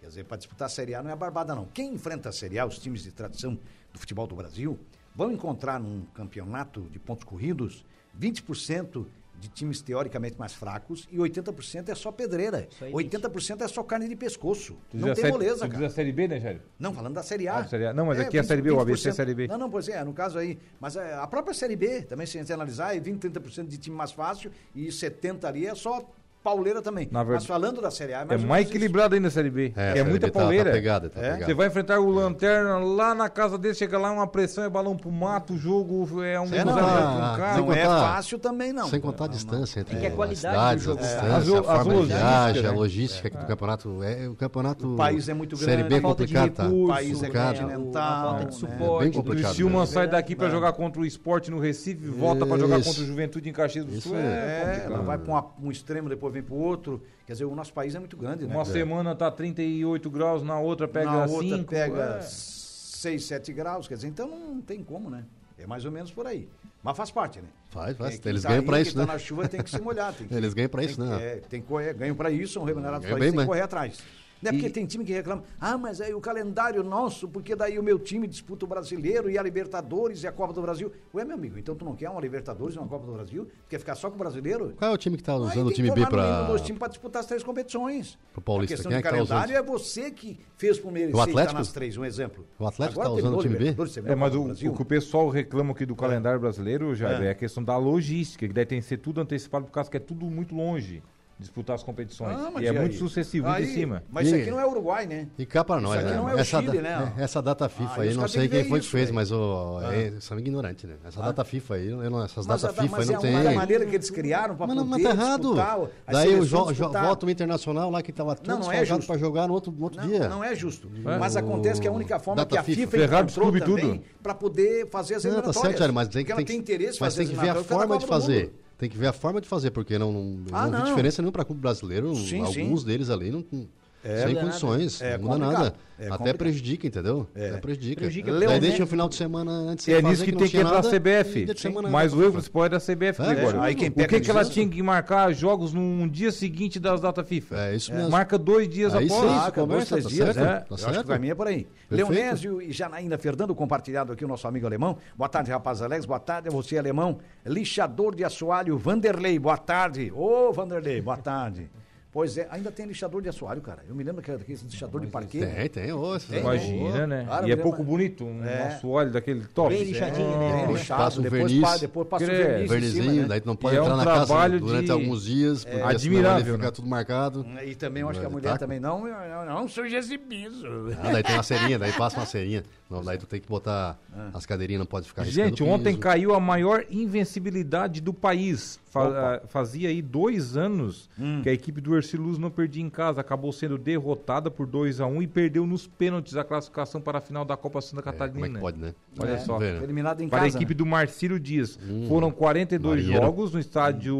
[SPEAKER 2] Quer dizer, para disputar a Série A não é barbada, não. Quem enfrenta a Série A, os times de tradição do futebol do Brasil, vão encontrar num campeonato de pontos corridos 20% de times teoricamente mais fracos e 80% é só pedreira.
[SPEAKER 5] Isso aí,
[SPEAKER 2] 80% é só carne de pescoço.
[SPEAKER 3] Tu
[SPEAKER 2] não
[SPEAKER 3] diz a
[SPEAKER 2] tem
[SPEAKER 3] série-
[SPEAKER 2] moleza,
[SPEAKER 3] tu diz a
[SPEAKER 2] cara. É
[SPEAKER 3] Série B, né, Jair?
[SPEAKER 2] Não, falando da Série A.
[SPEAKER 3] Ah, Série A. Não, mas aqui é a Série B, o ABC é a Série B.
[SPEAKER 2] Não, não, pois é, no caso aí. Mas é, a própria Série B, também, se a gente analisar, é 20, 30% de time mais fácil e 70% ali é só pauleira também.
[SPEAKER 3] Na verdade-
[SPEAKER 2] mas falando da Série A,
[SPEAKER 3] É
[SPEAKER 2] ou
[SPEAKER 3] mais
[SPEAKER 2] menos
[SPEAKER 3] equilibrado ainda a Série B. É,
[SPEAKER 4] Série
[SPEAKER 3] muita
[SPEAKER 4] B tá-
[SPEAKER 3] pauleira.
[SPEAKER 4] Tá pegada, tá
[SPEAKER 2] É?
[SPEAKER 4] pegada.
[SPEAKER 3] Você vai enfrentar o Lanterna lá na casa dele, chega lá, uma pressão, é balão pro mato, o jogo é um
[SPEAKER 4] Sem
[SPEAKER 3] cruzamento
[SPEAKER 4] contar-
[SPEAKER 3] com o
[SPEAKER 2] isso.
[SPEAKER 3] cara.
[SPEAKER 4] sem
[SPEAKER 2] Não é
[SPEAKER 4] contar-
[SPEAKER 2] fácil também, não.
[SPEAKER 4] Sem contar a distância
[SPEAKER 5] É
[SPEAKER 4] entre
[SPEAKER 5] que a
[SPEAKER 4] as
[SPEAKER 5] qualidade
[SPEAKER 4] cidades,
[SPEAKER 5] do
[SPEAKER 4] a
[SPEAKER 2] É.
[SPEAKER 5] jogo, cara.
[SPEAKER 4] distância,
[SPEAKER 3] As
[SPEAKER 4] a forma de
[SPEAKER 3] logísticas,
[SPEAKER 4] viagem,
[SPEAKER 3] né?
[SPEAKER 4] a logística aqui do campeonato. É, o campeonato.
[SPEAKER 2] O país é muito
[SPEAKER 4] Série
[SPEAKER 2] grande,
[SPEAKER 4] B é
[SPEAKER 2] a falta
[SPEAKER 4] complicado, tá?
[SPEAKER 2] recursos, o país é
[SPEAKER 4] complicado.
[SPEAKER 2] continental,
[SPEAKER 5] a falta de
[SPEAKER 2] né?
[SPEAKER 5] suporte.
[SPEAKER 4] Bem
[SPEAKER 3] O
[SPEAKER 4] complicado
[SPEAKER 3] Criciúma
[SPEAKER 4] mesmo.
[SPEAKER 3] sai daqui
[SPEAKER 2] É.
[SPEAKER 3] pra jogar contra o esporte no Recife, volta pra jogar
[SPEAKER 4] Isso.
[SPEAKER 3] contra o Juventude em Caxias do
[SPEAKER 4] Isso
[SPEAKER 3] Sul.
[SPEAKER 4] aí.
[SPEAKER 3] É,
[SPEAKER 2] É,
[SPEAKER 3] complicado.
[SPEAKER 2] ela vai pra uma- um extremo, depois vem pro outro. Quer dizer, o nosso país é muito grande, né?
[SPEAKER 3] Uma semana tá 38 graus, na outra pega é.
[SPEAKER 2] Na outra
[SPEAKER 3] 5.
[SPEAKER 2] pega 6, 7 graus, quer dizer, então não tem como, né? É mais ou menos por aí. Mas faz parte, né?
[SPEAKER 4] Faz, faz.
[SPEAKER 2] É, quem
[SPEAKER 4] Eles
[SPEAKER 2] tá
[SPEAKER 4] ganham
[SPEAKER 2] aí,
[SPEAKER 4] pra
[SPEAKER 2] quem
[SPEAKER 4] isso,
[SPEAKER 2] tá
[SPEAKER 4] né?
[SPEAKER 2] na chuva tem que se molhar. Tem que,
[SPEAKER 4] Eles ganham pra isso,
[SPEAKER 2] tem que-
[SPEAKER 4] né?
[SPEAKER 2] É, tem que correr, ganham pra isso, são remunerados
[SPEAKER 4] Ganham
[SPEAKER 2] pra isso, tem
[SPEAKER 4] bem,
[SPEAKER 2] que
[SPEAKER 4] né?
[SPEAKER 2] correr atrás. Né? Porque tem time que reclama, ah, mas aí o calendário nosso, porque daí o meu time disputa o brasileiro e a Libertadores e a Copa do Brasil. Ué, meu amigo, então tu não quer uma Libertadores e uma Copa do Brasil? Tu quer ficar só com o brasileiro?
[SPEAKER 4] Qual é o time que tá
[SPEAKER 2] Aí
[SPEAKER 4] usando o
[SPEAKER 2] tem
[SPEAKER 4] time
[SPEAKER 2] que
[SPEAKER 4] B
[SPEAKER 2] formar no mínimo
[SPEAKER 4] pra.
[SPEAKER 2] dois times para disputar as três competições.
[SPEAKER 4] Pro Paulista,
[SPEAKER 2] a questão
[SPEAKER 4] quem
[SPEAKER 2] de
[SPEAKER 4] é que tá
[SPEAKER 2] calendário
[SPEAKER 4] usando?
[SPEAKER 2] é você que fez com merecer
[SPEAKER 4] O
[SPEAKER 2] estar
[SPEAKER 4] Atlético?
[SPEAKER 2] nas três, um exemplo.
[SPEAKER 4] O Atlético
[SPEAKER 2] Agora
[SPEAKER 4] tá
[SPEAKER 2] terminou
[SPEAKER 4] usando o time B?
[SPEAKER 2] Libertadores, terminou
[SPEAKER 3] É, mas
[SPEAKER 2] a
[SPEAKER 3] o,
[SPEAKER 2] Copa do Brasil.
[SPEAKER 3] o que o pessoal reclama aqui do calendário brasileiro, já é.
[SPEAKER 2] É.
[SPEAKER 3] a questão da logística, que daí tem que ser tudo antecipado por causa que é tudo muito longe disputar as competições.
[SPEAKER 2] Ah, mas
[SPEAKER 3] e é
[SPEAKER 2] aí?
[SPEAKER 3] muito sucessivo muito
[SPEAKER 2] Aí-
[SPEAKER 3] em cima.
[SPEAKER 2] Mas isso
[SPEAKER 4] E-
[SPEAKER 2] aqui não é Uruguai, né?
[SPEAKER 4] E cá pra nós,
[SPEAKER 2] aqui
[SPEAKER 4] né?
[SPEAKER 2] não é o
[SPEAKER 4] essa,
[SPEAKER 2] Chile,
[SPEAKER 4] da-
[SPEAKER 2] né?
[SPEAKER 4] é, essa data
[SPEAKER 2] Ah,
[SPEAKER 4] FIFA
[SPEAKER 2] e
[SPEAKER 4] aí,
[SPEAKER 2] os
[SPEAKER 4] não
[SPEAKER 2] caras
[SPEAKER 4] sei
[SPEAKER 2] têm que
[SPEAKER 4] quem
[SPEAKER 2] ver
[SPEAKER 4] foi que
[SPEAKER 2] isso, né?
[SPEAKER 4] fez,
[SPEAKER 2] velho.
[SPEAKER 4] mas o, é, são ignorante, né? Essa data FIFA aí, eu não- essas
[SPEAKER 2] Mas,
[SPEAKER 4] datas
[SPEAKER 2] a-
[SPEAKER 4] FIFA
[SPEAKER 2] mas
[SPEAKER 4] não
[SPEAKER 2] é
[SPEAKER 4] tem.
[SPEAKER 2] uma maneira que eles criaram para
[SPEAKER 4] Mas
[SPEAKER 2] poder
[SPEAKER 4] não, mas tá errado.
[SPEAKER 2] disputar o- as
[SPEAKER 4] Daí o
[SPEAKER 2] seleções
[SPEAKER 4] jo- jo-
[SPEAKER 2] disputaram.
[SPEAKER 4] volta o internacional lá que tava tudo
[SPEAKER 2] Não, não é
[SPEAKER 4] desfalcado
[SPEAKER 2] justo.
[SPEAKER 4] pra jogar no outro, no outro
[SPEAKER 2] Não,
[SPEAKER 4] dia.
[SPEAKER 2] não é justo. Mas acontece que é a única forma
[SPEAKER 4] Data
[SPEAKER 2] que a
[SPEAKER 4] FIFA.
[SPEAKER 2] FIFA
[SPEAKER 3] Ferrado os
[SPEAKER 2] encontrou
[SPEAKER 3] clube
[SPEAKER 2] também
[SPEAKER 3] tudo.
[SPEAKER 2] para poder fazer as
[SPEAKER 4] Não, tá
[SPEAKER 2] eliminatórias.
[SPEAKER 4] certo, Jair, mas tem
[SPEAKER 2] Porque
[SPEAKER 4] que,
[SPEAKER 2] ela
[SPEAKER 4] tem que-
[SPEAKER 2] tem interesse em
[SPEAKER 4] mas
[SPEAKER 2] fazer
[SPEAKER 4] tem que ver a
[SPEAKER 2] eliminatórias por causa da
[SPEAKER 4] forma de
[SPEAKER 2] Copa do
[SPEAKER 4] fazer.
[SPEAKER 2] Mundo.
[SPEAKER 4] Tem que ver a forma de fazer, porque não, não,
[SPEAKER 2] Ah,
[SPEAKER 4] não
[SPEAKER 2] não.
[SPEAKER 4] vi diferença nenhuma para clube brasileiro.
[SPEAKER 2] Sim,
[SPEAKER 4] alguns
[SPEAKER 2] sim.
[SPEAKER 4] deles ali não, não- sem
[SPEAKER 5] Muda nada.
[SPEAKER 4] condições,
[SPEAKER 2] É
[SPEAKER 4] não muda
[SPEAKER 2] complicado.
[SPEAKER 4] nada.
[SPEAKER 2] É
[SPEAKER 4] Até
[SPEAKER 2] complicado.
[SPEAKER 4] prejudica, entendeu? Até prejudica.
[SPEAKER 5] Prejudica
[SPEAKER 4] Daí
[SPEAKER 2] Leonel-
[SPEAKER 4] deixa o final de semana antes de
[SPEAKER 3] É
[SPEAKER 4] fazer,
[SPEAKER 3] nisso que
[SPEAKER 4] não
[SPEAKER 3] tem que
[SPEAKER 4] tinha
[SPEAKER 3] entrar a
[SPEAKER 4] nada,
[SPEAKER 3] CBF.
[SPEAKER 4] e dia de semana
[SPEAKER 3] Mas
[SPEAKER 4] não.
[SPEAKER 3] o erro principal é da CBF,
[SPEAKER 4] É,
[SPEAKER 3] Gregório.
[SPEAKER 2] aí quem
[SPEAKER 3] o
[SPEAKER 2] pega
[SPEAKER 3] que, que ela
[SPEAKER 2] nisso-
[SPEAKER 3] tinha que marcar jogos num dia seguinte das datas FIFA?
[SPEAKER 4] É, isso mesmo.
[SPEAKER 3] Marca dois dias
[SPEAKER 4] Aí
[SPEAKER 3] após.
[SPEAKER 4] sim.
[SPEAKER 2] Ah,
[SPEAKER 4] isso,
[SPEAKER 2] acabou
[SPEAKER 4] conversa,
[SPEAKER 2] três
[SPEAKER 4] tá
[SPEAKER 2] dias,
[SPEAKER 4] certo,
[SPEAKER 2] né?
[SPEAKER 4] tá
[SPEAKER 2] Eu acho que
[SPEAKER 4] certo.
[SPEAKER 2] pra mim é por aí.
[SPEAKER 4] Perfeito.
[SPEAKER 2] Leonésio e Janaína Fernando, compartilhado aqui o nosso amigo alemão. Boa tarde, rapaz Alex. Boa tarde a você, alemão. Lixador de assoalho, Vanderlei. Boa tarde. Ô, Vanderlei, boa tarde. Pois é, ainda tem lixador de assoalho, cara. Eu me lembro que era aquele lixador de parqueiro.
[SPEAKER 4] é. Tem, tem. ô, esses-
[SPEAKER 3] Imagina, né?
[SPEAKER 2] Cara,
[SPEAKER 3] e é
[SPEAKER 2] mas-
[SPEAKER 3] pouco bonito um
[SPEAKER 2] É.
[SPEAKER 3] nosso óleo daquele top.
[SPEAKER 5] Bem lixadinho, né?
[SPEAKER 2] É,
[SPEAKER 4] Depois
[SPEAKER 2] lixado,
[SPEAKER 4] passa um
[SPEAKER 2] depois
[SPEAKER 4] verniz.
[SPEAKER 2] pa- depois passa um
[SPEAKER 3] Crê,
[SPEAKER 2] verniz. em
[SPEAKER 4] Vernizinho,
[SPEAKER 2] cima, né?
[SPEAKER 4] daí tu não pode
[SPEAKER 3] E é
[SPEAKER 4] entrar
[SPEAKER 3] um
[SPEAKER 4] na casa
[SPEAKER 3] trabalho
[SPEAKER 4] durante
[SPEAKER 3] de-
[SPEAKER 4] alguns dias, porque senão ali
[SPEAKER 3] admirável,
[SPEAKER 4] fica
[SPEAKER 3] né?
[SPEAKER 4] tudo marcado.
[SPEAKER 2] É, E também eu acho que a
[SPEAKER 4] Ele
[SPEAKER 2] mulher
[SPEAKER 4] tá-
[SPEAKER 2] também não, não, não suja esse piso.
[SPEAKER 4] Ah, daí tem uma serinha, daí passa uma serinha. Não, daí tu tem que botar as cadeirinhas, não pode ficar Tá riscando
[SPEAKER 3] Gente,
[SPEAKER 4] o piso.
[SPEAKER 3] ontem caiu a maior invencibilidade do país. Fa- ah, fazia aí dois anos que a equipe do Erci Luz não perdia em casa. Acabou sendo derrotada por 2 a 1 um e perdeu nos pênaltis a classificação para a final da Copa Santa
[SPEAKER 4] É,
[SPEAKER 3] Catarina.
[SPEAKER 4] Como é que pode, né?
[SPEAKER 3] Olha
[SPEAKER 4] É,
[SPEAKER 3] só.
[SPEAKER 4] vê, né?
[SPEAKER 2] Eliminado em
[SPEAKER 3] Para
[SPEAKER 2] casa.
[SPEAKER 3] a
[SPEAKER 2] né?
[SPEAKER 3] equipe do Marcílio Dias.
[SPEAKER 4] Hum.
[SPEAKER 3] Foram 42
[SPEAKER 4] Marinheiro.
[SPEAKER 3] jogos no estádio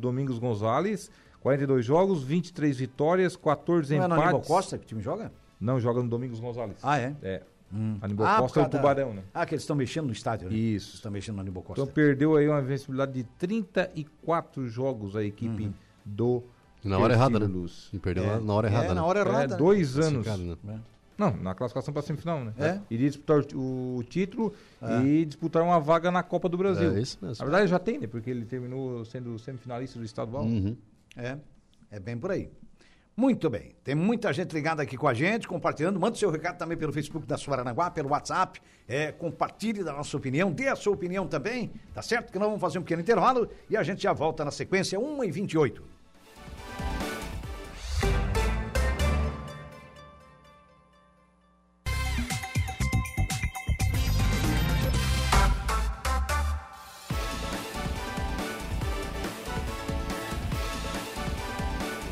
[SPEAKER 3] Domingos Gonzalez. 42 jogos, 23 vitórias, 14
[SPEAKER 2] Não é no
[SPEAKER 3] empates.
[SPEAKER 2] Aníbal Costa que o time joga?
[SPEAKER 3] Não, joga no Domingos Gonzalez.
[SPEAKER 2] Ah, é?
[SPEAKER 3] É. Aníbal
[SPEAKER 2] Ah, por
[SPEAKER 3] Costa é o
[SPEAKER 2] causa da-
[SPEAKER 3] Tubarão, né?
[SPEAKER 2] Ah, que eles estão mexendo no estádio, né?
[SPEAKER 3] Isso.
[SPEAKER 2] Estão mexendo no Aníbal Costa.
[SPEAKER 3] Então perdeu aí uma invencibilidade de 34 jogos a equipe
[SPEAKER 2] Uhum.
[SPEAKER 3] do
[SPEAKER 4] Na hora errada, né?
[SPEAKER 3] Ercílio Luz.
[SPEAKER 4] E perdeu na- na hora errada,
[SPEAKER 2] É,
[SPEAKER 4] né?
[SPEAKER 2] na hora
[SPEAKER 3] É,
[SPEAKER 2] errada. né?
[SPEAKER 3] dois anos.
[SPEAKER 4] Complicado, né?
[SPEAKER 3] Não, na classificação para semifinal, né?
[SPEAKER 2] É.
[SPEAKER 3] Iria disputar o o título e disputar uma vaga na Copa do Brasil.
[SPEAKER 4] É isso mesmo.
[SPEAKER 3] Na verdade já tem, né? Porque ele terminou sendo semifinalista do estadual.
[SPEAKER 4] Uhum.
[SPEAKER 2] É, é bem por aí. Muito bem, tem muita gente ligada aqui com a gente, compartilhando. Manda o seu recado também pelo Facebook da Suaranaguá, pelo WhatsApp. É, compartilhe da nossa opinião, dê a sua opinião também, tá certo? Que nós vamos fazer um pequeno intervalo e a gente já volta na sequência, 1h28.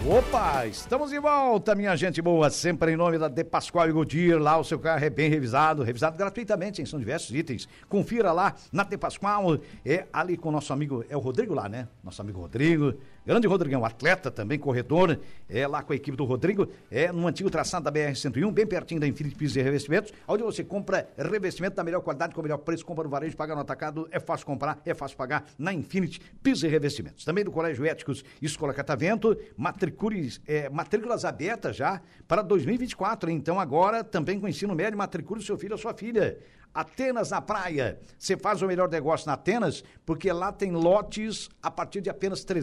[SPEAKER 2] Opa, estamos de volta, minha gente boa, sempre em nome da De Pascoal e Godir, lá o seu carro é bem revisado, revisado gratuitamente, hein? são diversos itens, confira lá na De Pascoal, é ali com o nosso amigo, é o Rodrigo lá, né? Nosso amigo Rodrigo, grande Rodrigão, atleta também, corredor, é lá com a equipe do Rodrigo, é no antigo traçado da BR-101, bem pertinho da Infinity Pisos e Revestimentos, onde você compra revestimento da melhor qualidade, com o melhor preço, compra no varejo, paga no atacado, é fácil comprar, é fácil pagar na Infinity Pisos e Revestimentos. Também do Colégio Éticos Escola Catavento, matricules, eh, matrículas abertas já para 2024. hein? Então agora também com ensino médio, matricule seu filho ou sua filha. Atenas na praia. Você faz o melhor negócio na Atenas, porque lá tem lotes a partir de apenas R$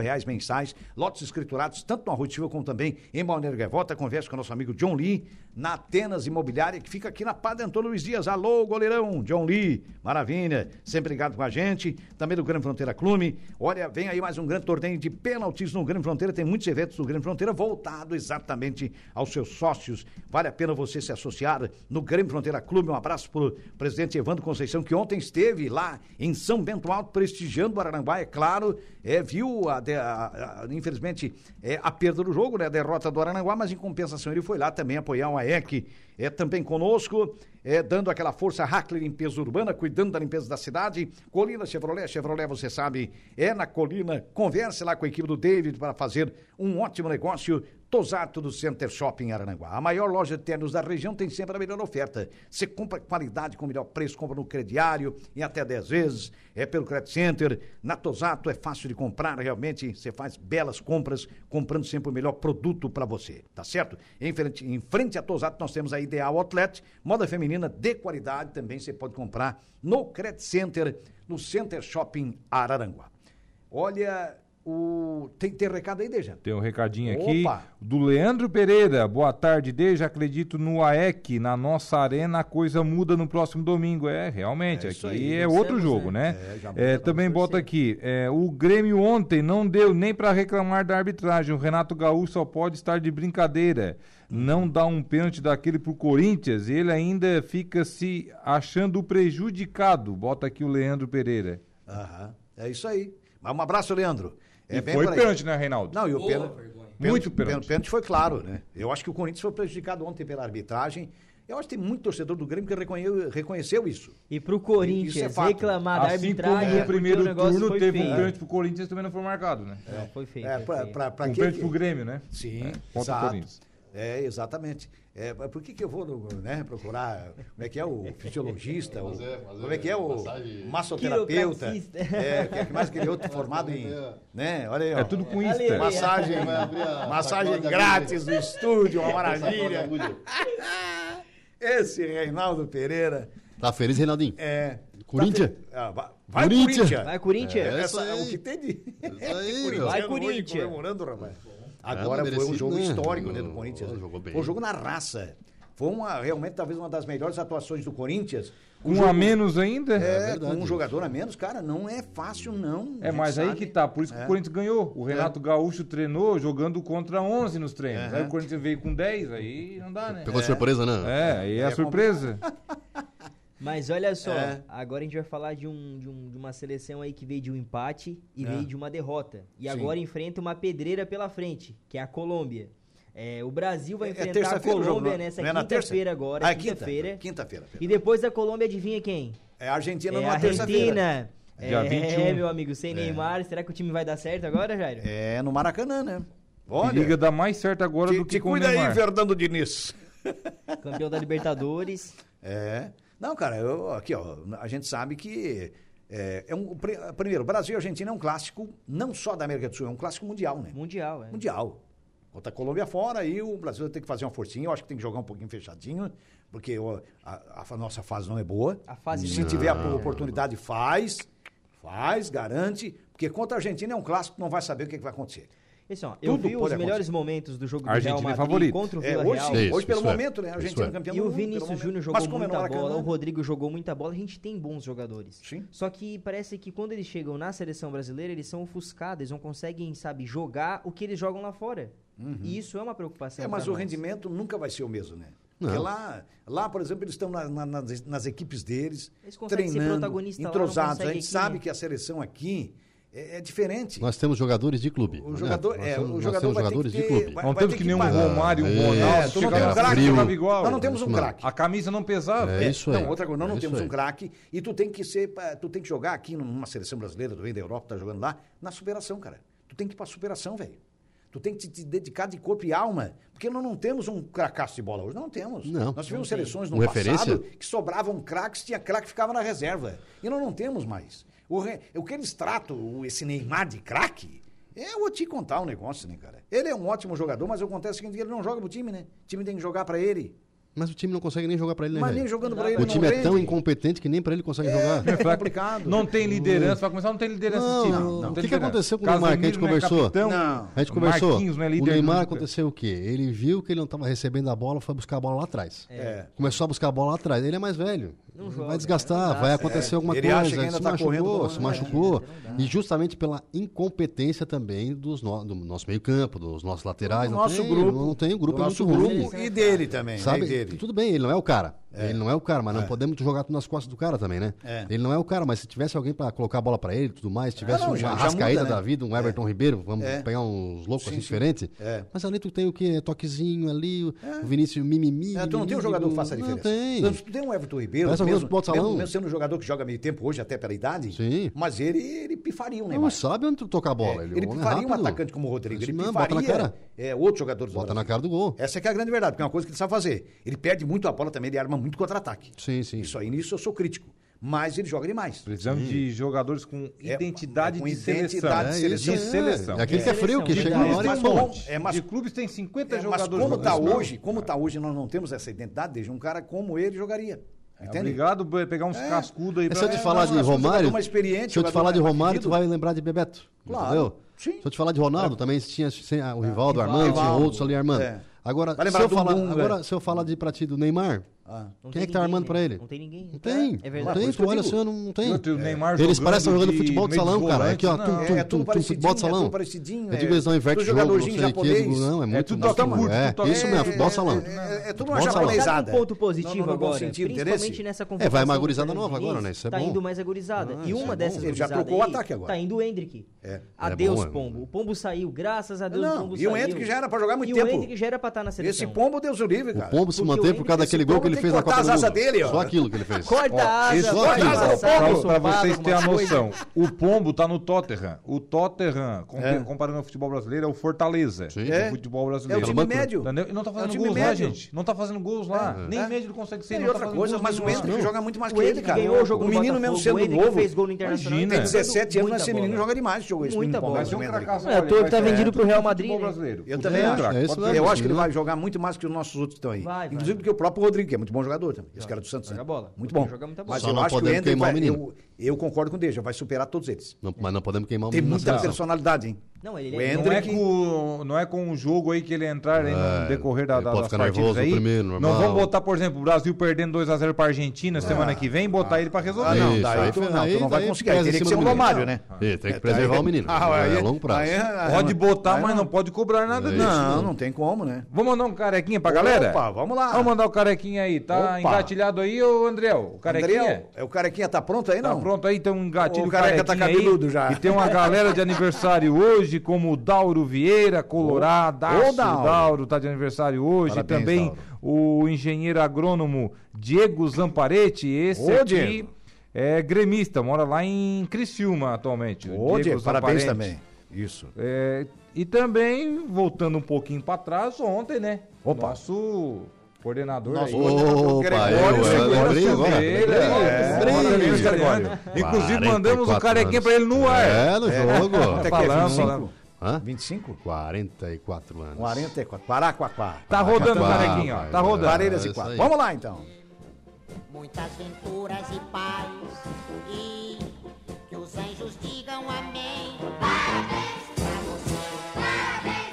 [SPEAKER 2] reais mensais, lotes escriturados tanto no Arroio de Silva como também em Balneário Gaivota. Conversa com o nosso amigo John Lee, na Atenas Imobiliária, que fica aqui na Padre Antônio Luiz Dias. Alô, goleirão, John Lee, maravilha, sempre ligado com a gente, também do Grande Fronteira Clube. Olha, vem aí mais um grande torneio de pênaltis no Grande Fronteira, tem muitos eventos no Grande Fronteira voltado exatamente aos seus sócios. Vale a pena você se associar no Grande Fronteira Clube. Um abraço pro presidente Evandro Conceição, que ontem esteve lá em São Bento Alto, prestigiando o Aranguá, é claro, é, viu, a de- a- a- infelizmente, é, a perda do jogo, né, a derrota do Aranguá, mas em compensação ele foi lá também apoiar o AEC, é, também conosco, é, dando aquela força Hackler Limpeza Urbana, cuidando da limpeza da cidade, Colina Chevrolet, Chevrolet você sabe, é na Colina, converse lá com a equipe do David para fazer um ótimo negócio, Tosato do Center Shopping Arananguá. A maior loja de ternos da região tem sempre a melhor oferta. Você compra qualidade com o melhor preço, compra no crediário em até 10 vezes. É pelo Credit Center. Na Tosato é fácil de comprar, realmente. Você faz belas compras, comprando sempre o melhor produto para você. Tá certo? Em frente, em frente à Tosato nós temos a Ideal Outlet, moda feminina de qualidade também. Você pode comprar no Credit Center, no Center Shopping Araranguá. Olha, o... tem, tem recado aí, Deja?
[SPEAKER 3] Tem um recadinho aqui
[SPEAKER 2] Opa!
[SPEAKER 3] do Leandro Pereira. Boa tarde, Deja. Acredito no AEC, na nossa arena, a coisa muda no próximo domingo. É, realmente,
[SPEAKER 2] É
[SPEAKER 3] aqui
[SPEAKER 2] isso aí,
[SPEAKER 3] é
[SPEAKER 5] não
[SPEAKER 3] outro
[SPEAKER 5] sabemos,
[SPEAKER 3] jogo, né?
[SPEAKER 2] É, já muda,
[SPEAKER 3] É,
[SPEAKER 2] vamos
[SPEAKER 3] também bota aqui, é, o Grêmio ontem não deu nem para reclamar da arbitragem. O Renato Gaúcho só pode estar de brincadeira. Não dá um pênalti daquele pro Corinthians, ele ainda fica se achando prejudicado. Bota aqui o Leandro Pereira.
[SPEAKER 2] Aham, é isso aí. Mas um abraço, Leandro. É
[SPEAKER 3] e
[SPEAKER 2] bem
[SPEAKER 3] foi
[SPEAKER 2] por aí.
[SPEAKER 3] pênalti, né, Reinaldo?
[SPEAKER 2] Não, e o pênalti, pênalti.
[SPEAKER 3] Muito pênalti.
[SPEAKER 2] pênalti foi claro, né? Eu acho que o Corinthians foi prejudicado ontem pela arbitragem. Eu acho que tem muito torcedor do Grêmio que reconheceu, reconheceu isso.
[SPEAKER 5] E pro
[SPEAKER 2] Isso é
[SPEAKER 5] Corinthians
[SPEAKER 2] fato.
[SPEAKER 5] reclamar da
[SPEAKER 3] Assim como
[SPEAKER 5] arbitragem. é
[SPEAKER 3] no
[SPEAKER 5] porque
[SPEAKER 3] primeiro
[SPEAKER 5] o negócio
[SPEAKER 3] turno
[SPEAKER 5] foi
[SPEAKER 3] teve um
[SPEAKER 5] feio.
[SPEAKER 3] pênalti pro Corinthians, também não foi marcado, né?
[SPEAKER 5] Não, foi feio.
[SPEAKER 2] É,
[SPEAKER 5] foi
[SPEAKER 2] pra,
[SPEAKER 5] feio.
[SPEAKER 2] pra, pra
[SPEAKER 3] um
[SPEAKER 2] que-
[SPEAKER 3] pênalti pro Grêmio, né?
[SPEAKER 2] Sim,
[SPEAKER 3] o
[SPEAKER 2] exato.
[SPEAKER 3] Corinthians.
[SPEAKER 2] É, exatamente. É, mas por que, que eu vou no- né, procurar, como é que é o fisiologista, o-
[SPEAKER 4] Mas é, mas
[SPEAKER 2] como é
[SPEAKER 4] é,
[SPEAKER 2] que é o
[SPEAKER 4] massagem-
[SPEAKER 2] massoterapeuta,
[SPEAKER 5] Quiropraxista.
[SPEAKER 2] é, o que é que mais aquele outro formado em, né, olha aí, ó.
[SPEAKER 3] É tudo com
[SPEAKER 5] Ali,
[SPEAKER 3] Insta.
[SPEAKER 5] ali.
[SPEAKER 2] Massagem,
[SPEAKER 4] Vai abrir a
[SPEAKER 2] é. massagem
[SPEAKER 4] sacola da
[SPEAKER 2] grátis no estúdio, uma
[SPEAKER 4] Maravilha.
[SPEAKER 2] maravilha. Esse é Reinaldo Pereira
[SPEAKER 4] Tá feliz, Reinaldinho?
[SPEAKER 2] é...
[SPEAKER 4] Corinthians.
[SPEAKER 2] Ah, vai, vai
[SPEAKER 4] Corinthians.
[SPEAKER 2] Corinthians.
[SPEAKER 5] Vai, Corinthians.
[SPEAKER 4] É.
[SPEAKER 2] Essa-
[SPEAKER 4] isso aí.
[SPEAKER 2] o que tem de...
[SPEAKER 4] isso aí,
[SPEAKER 2] Corinthians,
[SPEAKER 4] meu.
[SPEAKER 5] Vai,
[SPEAKER 2] hoje
[SPEAKER 5] Corinthians.
[SPEAKER 2] comemorando, rapaz. Agora
[SPEAKER 4] não,
[SPEAKER 2] foi um
[SPEAKER 4] merecido,
[SPEAKER 2] jogo
[SPEAKER 4] né?
[SPEAKER 2] histórico, né, do
[SPEAKER 4] Não,
[SPEAKER 2] Corinthians.
[SPEAKER 4] jogou bem.
[SPEAKER 2] Foi um jogo na raça. Foi uma, realmente, talvez uma das melhores atuações do Corinthians.
[SPEAKER 3] Um a menos ainda?
[SPEAKER 2] É,
[SPEAKER 4] verdade.
[SPEAKER 2] com um jogador a menos, cara, não é fácil, não.
[SPEAKER 3] É, mas aí que tá, por isso que
[SPEAKER 2] É.
[SPEAKER 3] o Corinthians ganhou. O Renato Gaúcho treinou jogando contra 11 nos treinos. Aí o Corinthians veio com 10, aí não dá, né?
[SPEAKER 4] Pegou de surpresa, né?
[SPEAKER 3] É, aí é a
[SPEAKER 2] É
[SPEAKER 3] surpresa.
[SPEAKER 5] Mas olha só,
[SPEAKER 2] É.
[SPEAKER 5] agora a gente vai falar de, um, de, um- de uma seleção aí que veio de um empate e
[SPEAKER 2] É.
[SPEAKER 5] veio de uma derrota. E
[SPEAKER 2] Sim.
[SPEAKER 5] agora enfrenta uma pedreira pela frente, que é a Colômbia. É, o Brasil vai
[SPEAKER 2] É
[SPEAKER 5] enfrentar a
[SPEAKER 2] terça-feira o jogo,
[SPEAKER 5] Colômbia
[SPEAKER 2] não é?
[SPEAKER 5] nessa
[SPEAKER 2] Não é na terça?
[SPEAKER 5] quinta-feira agora,
[SPEAKER 2] Ah, é quinta?
[SPEAKER 5] quinta-feira.
[SPEAKER 2] Quinta-feira.
[SPEAKER 5] e depois da Colômbia, adivinha quem?
[SPEAKER 2] É a Argentina
[SPEAKER 5] é a
[SPEAKER 2] numa terça-feira.
[SPEAKER 5] Argentina.
[SPEAKER 3] Dia
[SPEAKER 5] é,
[SPEAKER 3] 21.
[SPEAKER 5] meu amigo, sem Neymar, será que o time vai dar certo agora, Jairo?
[SPEAKER 2] É no Maracanã, né?
[SPEAKER 3] Liga
[SPEAKER 2] Olha,
[SPEAKER 3] dá mais certo agora
[SPEAKER 2] te,
[SPEAKER 3] do que
[SPEAKER 2] te
[SPEAKER 3] com o
[SPEAKER 2] cuida aí,
[SPEAKER 3] Neymar.
[SPEAKER 2] Fernando Diniz.
[SPEAKER 5] Campeão da Libertadores.
[SPEAKER 2] É. Não, cara, eu- aqui, ó, a gente sabe que. É, é um, pri- primeiro, Brasil e Argentina é um clássico, não só da América do Sul, é um clássico mundial, né?
[SPEAKER 5] Mundial, é.
[SPEAKER 2] Mundial. Contra a Colômbia fora, aí o Brasil vai ter que fazer uma forcinha. Eu acho que tem que jogar um pouquinho fechadinho, porque ó, a, a nossa fase não é boa.
[SPEAKER 5] A fase
[SPEAKER 2] Se
[SPEAKER 5] não é
[SPEAKER 2] tiver a
[SPEAKER 5] boa.
[SPEAKER 2] oportunidade, faz. Faz, garante. Porque contra a Argentina é um clássico, não vai saber o que, que vai acontecer.
[SPEAKER 5] Assim, ó, eu
[SPEAKER 2] Tudo
[SPEAKER 5] vi os
[SPEAKER 2] pode
[SPEAKER 5] melhores momentos do jogo do
[SPEAKER 3] Argentina
[SPEAKER 5] Real
[SPEAKER 3] é
[SPEAKER 5] Madrid
[SPEAKER 3] favorito.
[SPEAKER 5] contra o
[SPEAKER 2] É,
[SPEAKER 5] Vila
[SPEAKER 2] hoje,
[SPEAKER 5] Real.
[SPEAKER 2] sim,
[SPEAKER 4] Isso,
[SPEAKER 2] hoje pelo
[SPEAKER 4] isso é.
[SPEAKER 2] momento, né? A Argentina
[SPEAKER 4] Isso é.
[SPEAKER 2] campeão
[SPEAKER 5] E
[SPEAKER 2] do
[SPEAKER 5] o
[SPEAKER 2] mundo, pelo
[SPEAKER 5] Vinícius
[SPEAKER 2] momento. Mas
[SPEAKER 5] Júnior jogou
[SPEAKER 2] como é no
[SPEAKER 5] muita
[SPEAKER 2] Maracanã,
[SPEAKER 5] bola, o Rodrigo jogou muita bola, a gente tem bons jogadores.
[SPEAKER 2] Sim.
[SPEAKER 5] Só que parece que quando eles chegam na seleção brasileira, eles são ofuscados, eles não conseguem, sabe, jogar o que eles jogam lá fora. E isso é uma preocupação.
[SPEAKER 2] Uhum. É, mas
[SPEAKER 5] pra
[SPEAKER 2] o
[SPEAKER 5] nós.
[SPEAKER 2] rendimento nunca vai ser o mesmo, né?
[SPEAKER 4] Não.
[SPEAKER 2] Porque lá, lá, por exemplo, eles estão na- na- nas, nas equipes deles,
[SPEAKER 5] Eles conseguem ser
[SPEAKER 2] treinando,
[SPEAKER 5] protagonista lá, não
[SPEAKER 2] entrosados. A
[SPEAKER 5] consegue
[SPEAKER 2] gente
[SPEAKER 5] aqui,
[SPEAKER 2] sabe
[SPEAKER 5] né?
[SPEAKER 2] que a seleção aqui é, é diferente.
[SPEAKER 4] Nós temos jogadores de clube.
[SPEAKER 2] O jogador,
[SPEAKER 4] né? Nós
[SPEAKER 2] é,
[SPEAKER 4] temos-
[SPEAKER 2] o
[SPEAKER 4] nós
[SPEAKER 2] jogador
[SPEAKER 4] temos
[SPEAKER 2] vai ter
[SPEAKER 4] jogadores
[SPEAKER 2] que ter-
[SPEAKER 4] de clube.
[SPEAKER 2] vai-
[SPEAKER 3] Não
[SPEAKER 2] vai
[SPEAKER 3] temos
[SPEAKER 2] ter
[SPEAKER 3] que
[SPEAKER 2] que
[SPEAKER 3] nem um
[SPEAKER 2] parar.
[SPEAKER 3] Romário, um
[SPEAKER 4] É,
[SPEAKER 2] tu
[SPEAKER 3] Ronaldo,
[SPEAKER 2] não
[SPEAKER 3] chegar
[SPEAKER 2] tem
[SPEAKER 3] no
[SPEAKER 2] um
[SPEAKER 3] craque,
[SPEAKER 2] craque.
[SPEAKER 3] jogava igual.
[SPEAKER 2] Nós não temos um
[SPEAKER 4] Isso não.
[SPEAKER 2] craque.
[SPEAKER 3] A camisa não pesava.
[SPEAKER 4] É isso aí.
[SPEAKER 2] Não, outra coisa, nós não
[SPEAKER 4] É isso
[SPEAKER 2] temos um
[SPEAKER 4] aí.
[SPEAKER 2] craque e tu tem que ser, pa- tu tem que jogar aqui numa seleção brasileira, tu vem da Europa, tá jogando lá, na superação, cara. Tu tem que ir pra superação, velho. Tu tem que te, te dedicar de corpo e alma, porque nós não temos um cracaço de bola hoje, não temos.
[SPEAKER 4] Não.
[SPEAKER 2] Nós tivemos seleções no
[SPEAKER 4] Um
[SPEAKER 2] passado
[SPEAKER 4] referência?
[SPEAKER 2] que sobravam craques, tinha craque que ficava na reserva. E nós não temos mais. O, re- o que eles tratam, o- esse Neymar de craque, é eu vou te contar um negócio, né, cara? Ele é um ótimo jogador, mas acontece que ele não joga pro time, né? O time tem que jogar pra ele.
[SPEAKER 4] Mas o time não consegue nem jogar pra ele, né,
[SPEAKER 2] Mas nem
[SPEAKER 4] velho?
[SPEAKER 2] jogando pra ele
[SPEAKER 4] O
[SPEAKER 2] não né?
[SPEAKER 4] time é tão
[SPEAKER 2] rende.
[SPEAKER 4] incompetente que nem pra ele consegue jogar.
[SPEAKER 3] É fraco.
[SPEAKER 2] complicado.
[SPEAKER 3] Não tem liderança. Vai começar, não tem liderança
[SPEAKER 4] Não,
[SPEAKER 3] no time.
[SPEAKER 4] não.
[SPEAKER 3] tem
[SPEAKER 4] O que que
[SPEAKER 3] liderança.
[SPEAKER 4] aconteceu com o Neymar, que a gente
[SPEAKER 3] Casemiro não é
[SPEAKER 4] conversou?
[SPEAKER 3] capitão.
[SPEAKER 2] Não.
[SPEAKER 4] A gente conversou.
[SPEAKER 3] Marquinhos não é líder
[SPEAKER 4] o Neymar
[SPEAKER 3] nunca.
[SPEAKER 4] aconteceu o quê? Ele viu que ele não estava recebendo a bola, foi buscar a bola lá atrás.
[SPEAKER 2] É.
[SPEAKER 4] Começou a buscar a bola lá atrás. Ele é mais velho.
[SPEAKER 5] Não
[SPEAKER 4] vai
[SPEAKER 5] joga,
[SPEAKER 4] desgastar,
[SPEAKER 5] não dá.
[SPEAKER 4] vai acontecer alguma
[SPEAKER 2] Ele
[SPEAKER 4] coisa.
[SPEAKER 2] acha que ainda
[SPEAKER 4] se
[SPEAKER 2] tá
[SPEAKER 4] machucou,
[SPEAKER 2] correndo com a bola,
[SPEAKER 4] se
[SPEAKER 2] né?
[SPEAKER 4] machucou. e justamente pela incompetência também dos no- do nosso meio-campo, dos nossos laterais.
[SPEAKER 2] Do
[SPEAKER 4] não
[SPEAKER 2] nosso
[SPEAKER 4] tem,
[SPEAKER 2] grupo.
[SPEAKER 4] Não tem
[SPEAKER 2] Do
[SPEAKER 4] grupo, é
[SPEAKER 2] nosso
[SPEAKER 4] muito
[SPEAKER 2] grupo
[SPEAKER 4] ruim.
[SPEAKER 2] e dele também, né?
[SPEAKER 4] Sabe?
[SPEAKER 2] E dele.
[SPEAKER 4] Tudo bem, ele não é o cara. Ele não é o cara, mas não podemos jogar tudo nas costas do cara também, né?
[SPEAKER 2] É.
[SPEAKER 4] Ele não é o cara, mas se tivesse alguém pra colocar a bola pra ele e tudo mais, se tivesse
[SPEAKER 2] não,
[SPEAKER 4] um
[SPEAKER 2] já- já
[SPEAKER 4] Arrascaeta
[SPEAKER 2] muda, né?
[SPEAKER 4] da vida, um Everton Ribeiro, vamos
[SPEAKER 2] É.
[SPEAKER 4] pegar uns loucos
[SPEAKER 2] Sim,
[SPEAKER 4] assim
[SPEAKER 2] sim.
[SPEAKER 4] diferentes.
[SPEAKER 2] É.
[SPEAKER 4] Mas ali tu tem o quê? Toquezinho ali, o o Vinícius mimimi.
[SPEAKER 2] É, tu não tem um
[SPEAKER 4] mimimi,
[SPEAKER 2] jogador que faça a
[SPEAKER 4] não
[SPEAKER 2] diferença.
[SPEAKER 4] tem.
[SPEAKER 2] Não, Tu tem um Everton Ribeiro,
[SPEAKER 4] Parece um
[SPEAKER 2] mesmo,
[SPEAKER 4] futebol de salão.
[SPEAKER 2] mesmo, mesmo sendo um jogador que joga meio tempo hoje, até pela idade,
[SPEAKER 4] Sim.
[SPEAKER 2] mas ele, ele pifaria o
[SPEAKER 4] Não,
[SPEAKER 2] Neymar.
[SPEAKER 4] sabe onde tu toca a bola.
[SPEAKER 2] É,
[SPEAKER 4] ele
[SPEAKER 2] ele
[SPEAKER 4] é um homem
[SPEAKER 2] pifaria um
[SPEAKER 4] rápido.
[SPEAKER 2] atacante como o Rodrigo,
[SPEAKER 4] É isso
[SPEAKER 2] ele
[SPEAKER 4] mesmo,
[SPEAKER 2] pifaria
[SPEAKER 4] Bota na cara.
[SPEAKER 2] É, outros jogadores do
[SPEAKER 4] Bota na
[SPEAKER 2] Brasil.
[SPEAKER 4] cara do gol.
[SPEAKER 2] Essa é que é a grande verdade, porque é uma coisa que ele sabe fazer. Ele perde muito a bola também, ele arma muito contra-ataque.
[SPEAKER 4] Sim, sim.
[SPEAKER 2] Isso aí, nisso eu sou crítico. Mas ele joga demais.
[SPEAKER 3] Precisamos de jogadores com
[SPEAKER 2] É,
[SPEAKER 3] identidade
[SPEAKER 2] com
[SPEAKER 3] de
[SPEAKER 2] identidade
[SPEAKER 3] seleção.
[SPEAKER 2] é de seleção.
[SPEAKER 3] De seleção.
[SPEAKER 4] É aquele que é frio, que
[SPEAKER 5] De
[SPEAKER 4] chega
[SPEAKER 5] clubes
[SPEAKER 4] na hora
[SPEAKER 2] mas
[SPEAKER 4] e
[SPEAKER 2] como-
[SPEAKER 4] bom.
[SPEAKER 2] é, mas-
[SPEAKER 3] de clubes tem 50
[SPEAKER 2] É, mas
[SPEAKER 3] jogadores.
[SPEAKER 2] como está
[SPEAKER 3] jogando.
[SPEAKER 2] hoje, como tá hoje, nós não temos essa identidade, desde um cara como ele jogaria. Entende?
[SPEAKER 3] Obrigado por pegar uns cascudos aí
[SPEAKER 4] É, se eu te
[SPEAKER 2] É,
[SPEAKER 4] falar
[SPEAKER 2] não,
[SPEAKER 4] de
[SPEAKER 2] nós somos
[SPEAKER 4] Romário,
[SPEAKER 2] jogador mais experiente,
[SPEAKER 4] se eu te
[SPEAKER 2] jogador
[SPEAKER 4] falar de
[SPEAKER 2] mais
[SPEAKER 4] Romário, tu
[SPEAKER 2] vivido.
[SPEAKER 4] vai lembrar de Bebeto,
[SPEAKER 2] Claro,
[SPEAKER 4] entendeu?
[SPEAKER 2] sim. É.
[SPEAKER 4] Se eu te falar de Ronaldo, também tinha sem- ah, o Rivaldo,
[SPEAKER 5] Rivaldo,
[SPEAKER 4] Armando, tinha
[SPEAKER 2] Rivaldo,
[SPEAKER 4] outros ali, Armando.
[SPEAKER 2] é.
[SPEAKER 4] Agora,
[SPEAKER 2] Vai
[SPEAKER 4] se
[SPEAKER 2] lembrar
[SPEAKER 4] eu
[SPEAKER 2] do
[SPEAKER 4] falar,
[SPEAKER 2] Dunga. Ah.
[SPEAKER 4] agora, se eu falar de pra ti do Neymar, quem é que tá armando pra ele?
[SPEAKER 5] Não tem ninguém.
[SPEAKER 4] Não tem,
[SPEAKER 5] É
[SPEAKER 4] não
[SPEAKER 5] verdade.
[SPEAKER 4] tem,
[SPEAKER 2] isso que
[SPEAKER 4] tu
[SPEAKER 2] eu
[SPEAKER 4] olha
[SPEAKER 2] digo.
[SPEAKER 4] assim, eu não tem.
[SPEAKER 3] Outro, o Neymar
[SPEAKER 4] Eles
[SPEAKER 3] jogando
[SPEAKER 4] parecem jogando
[SPEAKER 3] de
[SPEAKER 4] futebol de
[SPEAKER 3] meio
[SPEAKER 4] salão, cara,
[SPEAKER 3] volante,
[SPEAKER 4] aqui ó,
[SPEAKER 3] não.
[SPEAKER 4] tum,
[SPEAKER 3] É,
[SPEAKER 4] tum,
[SPEAKER 2] é tudo
[SPEAKER 4] tum, tum, futebol de
[SPEAKER 2] parecidinho, é
[SPEAKER 4] salão.
[SPEAKER 2] tudo parecidinho,
[SPEAKER 4] Eu
[SPEAKER 2] é
[SPEAKER 4] digo, eles não
[SPEAKER 2] tudo
[SPEAKER 4] invertem jogo, não
[SPEAKER 2] jogadorzinho
[SPEAKER 4] sei o quê, digo,
[SPEAKER 2] japonês.
[SPEAKER 4] não, é muito
[SPEAKER 3] tudo
[SPEAKER 4] nada,
[SPEAKER 3] toque
[SPEAKER 4] não,
[SPEAKER 3] curto,
[SPEAKER 4] é,
[SPEAKER 3] toque-
[SPEAKER 4] isso mesmo, é futebol de
[SPEAKER 2] É,
[SPEAKER 4] salão.
[SPEAKER 2] é tudo uma
[SPEAKER 4] Futebol de salão.
[SPEAKER 5] Sabe
[SPEAKER 2] japonesada.
[SPEAKER 5] um ponto positivo
[SPEAKER 2] Não, não, não, bom
[SPEAKER 5] agora,
[SPEAKER 2] sentido,
[SPEAKER 5] principalmente
[SPEAKER 2] interesse.
[SPEAKER 5] nessa
[SPEAKER 4] É, vai uma
[SPEAKER 5] do
[SPEAKER 4] gurizada
[SPEAKER 5] Fernando
[SPEAKER 4] nova
[SPEAKER 5] Diniz,
[SPEAKER 4] agora, né? Isso é
[SPEAKER 5] tá
[SPEAKER 4] bom.
[SPEAKER 5] indo mais agorizada.
[SPEAKER 4] Ah,
[SPEAKER 5] e
[SPEAKER 4] isso
[SPEAKER 5] uma
[SPEAKER 4] é
[SPEAKER 5] dessas
[SPEAKER 4] bom.
[SPEAKER 2] Ele já
[SPEAKER 5] gurizada
[SPEAKER 2] trocou o
[SPEAKER 5] aí,
[SPEAKER 2] ataque agora.
[SPEAKER 5] Tá indo o Hendrick.
[SPEAKER 2] É.
[SPEAKER 5] Adeus,
[SPEAKER 4] É bom, é.
[SPEAKER 5] Pombo. O Pombo saiu, graças a Deus
[SPEAKER 2] Não,
[SPEAKER 5] o Pombo
[SPEAKER 2] e
[SPEAKER 5] saiu.
[SPEAKER 2] o Hendrick já era pra jogar há muito
[SPEAKER 5] e
[SPEAKER 2] tempo.
[SPEAKER 5] o Hendrick já era pra estar na seleção.
[SPEAKER 2] Esse pombo, Deus o livre,
[SPEAKER 4] O
[SPEAKER 2] cara.
[SPEAKER 4] Pombo se
[SPEAKER 5] Porque
[SPEAKER 4] manteve
[SPEAKER 5] o
[SPEAKER 4] por causa
[SPEAKER 2] Hendrick-
[SPEAKER 4] daquele gol
[SPEAKER 2] esse
[SPEAKER 4] que ele
[SPEAKER 2] Pombo
[SPEAKER 4] fez
[SPEAKER 2] tem
[SPEAKER 4] na
[SPEAKER 2] que cortar
[SPEAKER 4] Copa do
[SPEAKER 2] as
[SPEAKER 4] Mundo.
[SPEAKER 2] asas dele, ó.
[SPEAKER 4] Só aquilo que ele fez.
[SPEAKER 5] Corta a asa,
[SPEAKER 4] só
[SPEAKER 5] corta a
[SPEAKER 4] aquilo.
[SPEAKER 5] asa, sai
[SPEAKER 3] Pra,
[SPEAKER 5] do
[SPEAKER 3] pra
[SPEAKER 5] sofá,
[SPEAKER 3] vocês
[SPEAKER 5] arruma
[SPEAKER 3] terem a
[SPEAKER 5] as coisas.
[SPEAKER 3] noção, o Pombo tá no Tottenham. O Tottenham, com-
[SPEAKER 2] É.
[SPEAKER 3] comparando ao futebol brasileiro, é o Fortaleza.
[SPEAKER 4] Sim.
[SPEAKER 3] do
[SPEAKER 2] É.
[SPEAKER 3] futebol
[SPEAKER 2] É o
[SPEAKER 3] brasileiro.
[SPEAKER 2] time
[SPEAKER 4] banco.
[SPEAKER 2] médio.
[SPEAKER 3] Entendeu? E não tá
[SPEAKER 2] É
[SPEAKER 3] fazendo
[SPEAKER 2] o time
[SPEAKER 3] gols lá,
[SPEAKER 2] médio.
[SPEAKER 3] gente. Não tá fazendo gols lá. Nem
[SPEAKER 2] É.
[SPEAKER 3] médio ele consegue ser.
[SPEAKER 2] E
[SPEAKER 3] não tá
[SPEAKER 2] outra
[SPEAKER 3] fazendo
[SPEAKER 2] coisa,
[SPEAKER 3] gols
[SPEAKER 2] mas o
[SPEAKER 3] nenhum lá.
[SPEAKER 2] Hendrick joga muito mais
[SPEAKER 5] O
[SPEAKER 2] que ele,
[SPEAKER 5] Hendrick
[SPEAKER 2] cara.
[SPEAKER 5] ganhou o jogo do
[SPEAKER 2] menino mesmo
[SPEAKER 5] Botafogo,
[SPEAKER 2] sendo
[SPEAKER 5] o Hendrick
[SPEAKER 2] novo,
[SPEAKER 5] fez gol no Internacional.
[SPEAKER 3] Imagina.
[SPEAKER 2] tem 17 anos,
[SPEAKER 5] Muita
[SPEAKER 2] mas esse menino
[SPEAKER 5] bola.
[SPEAKER 2] joga demais esse jogo. esse
[SPEAKER 5] Muita
[SPEAKER 2] menino
[SPEAKER 5] bola.
[SPEAKER 3] Vai ser um
[SPEAKER 2] Palmeiras, Hendrick.
[SPEAKER 3] cracaço.
[SPEAKER 5] É, à toa que tá vendido pro Real Madrid, né?
[SPEAKER 2] Eu também
[SPEAKER 4] É,
[SPEAKER 2] acho.
[SPEAKER 4] é isso mesmo.
[SPEAKER 2] eu
[SPEAKER 4] Esse
[SPEAKER 2] acho que ele
[SPEAKER 4] menino-
[SPEAKER 2] vai jogar muito mais que os nossos outros que estão aí.
[SPEAKER 5] Vai, vai.
[SPEAKER 2] Inclusive porque o próprio Rodrigo, que é muito bom jogador também. Esse cara do Santos.
[SPEAKER 5] Joga
[SPEAKER 2] né?
[SPEAKER 5] bola.
[SPEAKER 2] Muito bom.
[SPEAKER 5] Joga muita bola.
[SPEAKER 2] Mas
[SPEAKER 4] Só
[SPEAKER 2] eu
[SPEAKER 4] não
[SPEAKER 2] acho que o
[SPEAKER 4] podemos
[SPEAKER 2] Hendrick
[SPEAKER 4] queimar o
[SPEAKER 2] vai.
[SPEAKER 4] menino.
[SPEAKER 2] Eu, eu concordo com o Deja, vai superar todos eles.
[SPEAKER 4] Não- mas não podemos queimar o
[SPEAKER 2] Tem
[SPEAKER 4] menino na
[SPEAKER 2] muita
[SPEAKER 4] seleção.
[SPEAKER 2] personalidade, hein?
[SPEAKER 5] Não, ele
[SPEAKER 2] O
[SPEAKER 5] é-
[SPEAKER 2] Hendrick-
[SPEAKER 3] Não é, com, não é com o jogo aí que ele entrar aí no decorrer da,
[SPEAKER 4] É. ele
[SPEAKER 3] da,
[SPEAKER 4] pode
[SPEAKER 3] das
[SPEAKER 4] ficar
[SPEAKER 3] partidas
[SPEAKER 4] nervoso no
[SPEAKER 3] aí.
[SPEAKER 4] primeiro,
[SPEAKER 3] não
[SPEAKER 4] normal.
[SPEAKER 3] vamos botar, por exemplo, o Brasil perdendo 2x0 pra Argentina
[SPEAKER 4] É.
[SPEAKER 3] semana que vem, botar ele pra resolver.
[SPEAKER 2] Ah, não,
[SPEAKER 4] Isso,
[SPEAKER 2] daí
[SPEAKER 4] aí
[SPEAKER 2] tu,
[SPEAKER 4] foi-
[SPEAKER 2] não, tu
[SPEAKER 4] aí-
[SPEAKER 2] não vai
[SPEAKER 4] aí
[SPEAKER 2] conseguir. Aí
[SPEAKER 4] pesa
[SPEAKER 2] teria
[SPEAKER 4] em
[SPEAKER 2] que ser
[SPEAKER 4] cima
[SPEAKER 2] um
[SPEAKER 4] do menino.
[SPEAKER 2] Romário, né?
[SPEAKER 4] É, tem que preservar o menino.
[SPEAKER 2] aí-
[SPEAKER 4] é a longo prazo.
[SPEAKER 2] aí- aí-
[SPEAKER 3] Pode botar,
[SPEAKER 2] aí
[SPEAKER 3] mas não pode cobrar nada
[SPEAKER 4] É
[SPEAKER 3] disso.
[SPEAKER 2] Não, não tem como, né?
[SPEAKER 3] Vamos mandar um carequinha pra galera?
[SPEAKER 2] Opa, vamos lá.
[SPEAKER 3] Vamos mandar o carequinha aí. Tá
[SPEAKER 2] Opa.
[SPEAKER 3] engatilhado aí, ô Andréu? O carequinha?
[SPEAKER 2] André, é o carequinha tá pronto aí,
[SPEAKER 3] Tá
[SPEAKER 2] não?
[SPEAKER 3] pronto aí, então um gatilho
[SPEAKER 2] O careca tá
[SPEAKER 3] carequinha aí.
[SPEAKER 2] cabeludo já.
[SPEAKER 3] E tem uma galera de aniversário hoje, como o Dauro Vieira, colorado.
[SPEAKER 2] Ô, Dauro.
[SPEAKER 3] Dauro. tá de aniversário hoje.
[SPEAKER 4] Parabéns,
[SPEAKER 3] Também
[SPEAKER 4] Dauro.
[SPEAKER 3] o engenheiro agrônomo Diego Zamparete. Esse
[SPEAKER 2] Ô,
[SPEAKER 3] aqui
[SPEAKER 2] Diego.
[SPEAKER 3] é gremista, mora lá em Criciúma atualmente. O
[SPEAKER 2] Ô, Diego, parabéns
[SPEAKER 3] Zamparete.
[SPEAKER 2] também. Isso.
[SPEAKER 3] É, e também, voltando um pouquinho pra trás, ontem, né?
[SPEAKER 2] Opa.
[SPEAKER 3] Nosso coordenador
[SPEAKER 2] Nosso
[SPEAKER 3] aí.
[SPEAKER 4] Opa, eu,
[SPEAKER 2] Gregório
[SPEAKER 4] eu
[SPEAKER 2] Segurança
[SPEAKER 4] lembrei agora.
[SPEAKER 3] Ele,
[SPEAKER 4] lembrei,
[SPEAKER 3] é,
[SPEAKER 4] lembrei.
[SPEAKER 3] mora ali no Gregório.
[SPEAKER 4] Gregório.
[SPEAKER 3] Inclusive, mandamos o
[SPEAKER 4] 44
[SPEAKER 3] carequinha pra ele no ar.
[SPEAKER 4] É, no jogo.
[SPEAKER 2] Até que
[SPEAKER 3] Tá Falando,
[SPEAKER 2] 25?
[SPEAKER 3] falando.
[SPEAKER 4] Hã?
[SPEAKER 2] 25?
[SPEAKER 4] 44 anos.
[SPEAKER 2] 44. Paraquaquá.
[SPEAKER 3] Tá rodando o
[SPEAKER 4] Vai,
[SPEAKER 3] carequinha, ó.
[SPEAKER 4] vai,
[SPEAKER 3] Tá
[SPEAKER 4] vai.
[SPEAKER 3] rodando.
[SPEAKER 2] Parelhas
[SPEAKER 4] É
[SPEAKER 2] e
[SPEAKER 4] isso
[SPEAKER 2] quatro.
[SPEAKER 4] aí.
[SPEAKER 2] Vamos lá, então.
[SPEAKER 6] muitas venturas e paz. E que os anjos digam amém.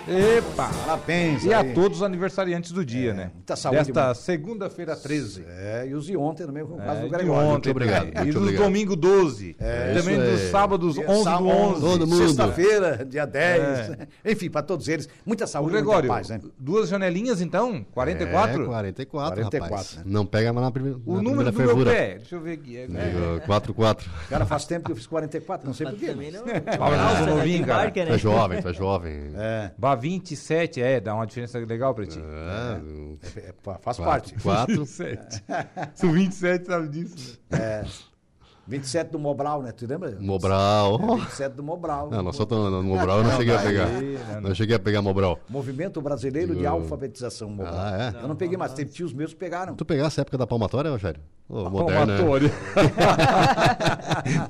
[SPEAKER 3] Epa!
[SPEAKER 2] Parabéns
[SPEAKER 3] E
[SPEAKER 2] aí.
[SPEAKER 3] a todos os aniversariantes do
[SPEAKER 4] É,
[SPEAKER 3] dia, né?
[SPEAKER 2] muita saúde,
[SPEAKER 3] Desta
[SPEAKER 2] mano.
[SPEAKER 3] segunda-feira 13.
[SPEAKER 2] É, e os de ontem também, por causa
[SPEAKER 3] É,
[SPEAKER 2] do
[SPEAKER 3] de
[SPEAKER 2] Gregório.
[SPEAKER 3] ontem,
[SPEAKER 4] obrigado,
[SPEAKER 3] né?
[SPEAKER 4] muito
[SPEAKER 3] E do
[SPEAKER 4] obrigado. É,
[SPEAKER 3] domingo 12. Também
[SPEAKER 4] Isso
[SPEAKER 3] dos
[SPEAKER 4] aí.
[SPEAKER 3] sábados 11
[SPEAKER 2] Dia
[SPEAKER 3] do 11.
[SPEAKER 4] Todo mundo.
[SPEAKER 2] Sexta-feira, dia 10. Enfim, para todos eles, muita
[SPEAKER 3] O
[SPEAKER 2] saúde,
[SPEAKER 3] Gregório,
[SPEAKER 2] muita paz, né?
[SPEAKER 3] duas janelinhas então? 44?
[SPEAKER 4] É, 44,
[SPEAKER 2] 44, né?
[SPEAKER 4] rapaz. Não pega mais na primeira,
[SPEAKER 3] O
[SPEAKER 4] na
[SPEAKER 3] número
[SPEAKER 4] primeira
[SPEAKER 3] do meu
[SPEAKER 4] fervura.
[SPEAKER 3] pé. Deixa eu ver aqui. É,
[SPEAKER 4] Digo, 44.
[SPEAKER 2] Cara, faz tempo que eu fiz 44, não sei
[SPEAKER 5] Mas
[SPEAKER 2] porquê.
[SPEAKER 5] também
[SPEAKER 2] mas-
[SPEAKER 5] não.
[SPEAKER 3] Fala,
[SPEAKER 5] Calça,
[SPEAKER 3] sou
[SPEAKER 5] né?
[SPEAKER 3] novinho,
[SPEAKER 5] Tem
[SPEAKER 3] cara.
[SPEAKER 5] marca,
[SPEAKER 4] Tu
[SPEAKER 5] né?
[SPEAKER 4] é jovem, tu é jovem. É,
[SPEAKER 3] Bah, 27, é, dá uma diferença legal pra ti.
[SPEAKER 4] o
[SPEAKER 2] É, pá, faz parte.
[SPEAKER 4] 44.
[SPEAKER 3] 27. Se o 27 sabe disso. né?
[SPEAKER 2] 27 do Mobral, né? Tu lembra?
[SPEAKER 4] Mobral.
[SPEAKER 2] 27 do Mobral. né?
[SPEAKER 4] Não, não só tô no Mobral, eu não cheguei a pegar.
[SPEAKER 3] não,
[SPEAKER 4] Não cheguei a pegar Mobral.
[SPEAKER 2] Movimento Brasileiro de
[SPEAKER 4] Eu-
[SPEAKER 2] Alfabetização Mobral.
[SPEAKER 4] Ah, é?
[SPEAKER 2] Eu não peguei mais, teve tios meus que pegaram.
[SPEAKER 4] Tu pegasse a época da palmatória, Rogério? Ô,
[SPEAKER 3] Moderna.
[SPEAKER 4] moderna.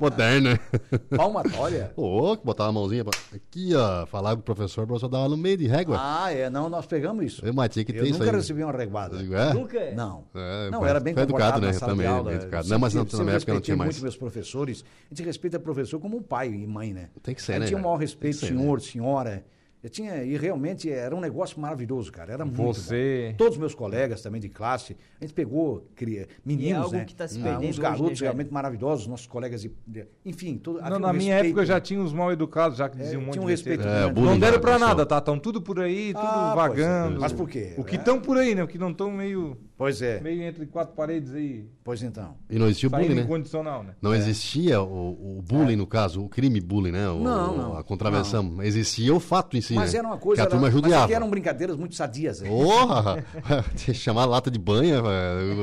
[SPEAKER 4] Moderna.
[SPEAKER 2] Palmatória?
[SPEAKER 4] Ô, que botava a mãozinha pra... aqui, ó. Falava com o professor, o professor dava no meio de régua.
[SPEAKER 2] Ah, é, não, nós pegamos isso.
[SPEAKER 4] Eu, mas tinha que
[SPEAKER 2] Eu
[SPEAKER 4] ter isso
[SPEAKER 2] nunca
[SPEAKER 4] aí.
[SPEAKER 2] recebi uma reguada.
[SPEAKER 4] Eu digo, é?
[SPEAKER 5] Nunca.
[SPEAKER 2] Não.
[SPEAKER 4] É,
[SPEAKER 2] não,
[SPEAKER 4] foi-
[SPEAKER 2] era bem
[SPEAKER 4] foi
[SPEAKER 2] comportado
[SPEAKER 4] educado,
[SPEAKER 2] na
[SPEAKER 4] né?
[SPEAKER 2] sala
[SPEAKER 4] Também,
[SPEAKER 2] de aula.
[SPEAKER 4] bem educado.
[SPEAKER 2] Eu
[SPEAKER 4] Não, mas
[SPEAKER 2] sempre-
[SPEAKER 4] não, na
[SPEAKER 2] sempre
[SPEAKER 4] minha época não
[SPEAKER 2] respeitei
[SPEAKER 4] tinha mais.
[SPEAKER 2] muito meus professores. A gente respeita professor como um pai e mãe, né?
[SPEAKER 4] Tem que ser,
[SPEAKER 2] Eu
[SPEAKER 4] né,
[SPEAKER 2] tinha o
[SPEAKER 4] cara?
[SPEAKER 2] maior
[SPEAKER 4] Tem
[SPEAKER 2] respeito,
[SPEAKER 4] que ser, né?
[SPEAKER 2] senhor, senhora. Eu tinha, e realmente era um negócio maravilhoso, cara. Era muito.
[SPEAKER 3] Você-
[SPEAKER 2] bom. Todos os meus colegas também de classe, a gente pegou cria, meninos,
[SPEAKER 5] E é algo
[SPEAKER 2] né?
[SPEAKER 5] que tá se
[SPEAKER 2] Ah,
[SPEAKER 5] perdendo
[SPEAKER 2] uns
[SPEAKER 5] hoje,
[SPEAKER 2] garotos
[SPEAKER 5] né, cara?
[SPEAKER 2] realmente maravilhosos, nossos colegas de, de- enfim, todo, havia
[SPEAKER 3] Não,
[SPEAKER 2] um
[SPEAKER 3] na minha
[SPEAKER 2] respeito,
[SPEAKER 3] época eu já
[SPEAKER 2] né?
[SPEAKER 3] tinha uns mal educados, já que diziam um monte
[SPEAKER 2] tinha um
[SPEAKER 3] de besteira.
[SPEAKER 2] respeito.
[SPEAKER 4] É,
[SPEAKER 2] grande.
[SPEAKER 4] bullying.
[SPEAKER 3] Não deram pra
[SPEAKER 4] Pessoal.
[SPEAKER 3] nada, tá? Estão tudo por aí, tudo
[SPEAKER 2] Ah, pois é.
[SPEAKER 3] vagando.
[SPEAKER 2] Mas por quê?
[SPEAKER 3] O que
[SPEAKER 2] É.
[SPEAKER 3] estão por aí, né? O que não estão meio.
[SPEAKER 2] Pois é.
[SPEAKER 3] Meio entre quatro paredes aí.
[SPEAKER 2] Pois então.
[SPEAKER 4] E não existia o
[SPEAKER 3] Saindo
[SPEAKER 4] bullying, né?
[SPEAKER 3] incondicional, né?
[SPEAKER 2] É.
[SPEAKER 4] Não existia o, o bullying, no caso, o crime bullying, né? O-
[SPEAKER 2] Não,
[SPEAKER 4] o-
[SPEAKER 2] não.
[SPEAKER 4] A contravenção. Existia o fato em si,
[SPEAKER 2] Mas
[SPEAKER 4] né?
[SPEAKER 2] era uma coisa.
[SPEAKER 4] Que a turma
[SPEAKER 2] era, mas é
[SPEAKER 4] judiava.
[SPEAKER 2] que eram brincadeiras muito sadias. né?
[SPEAKER 4] Porra! Chamar lata de banha, velho,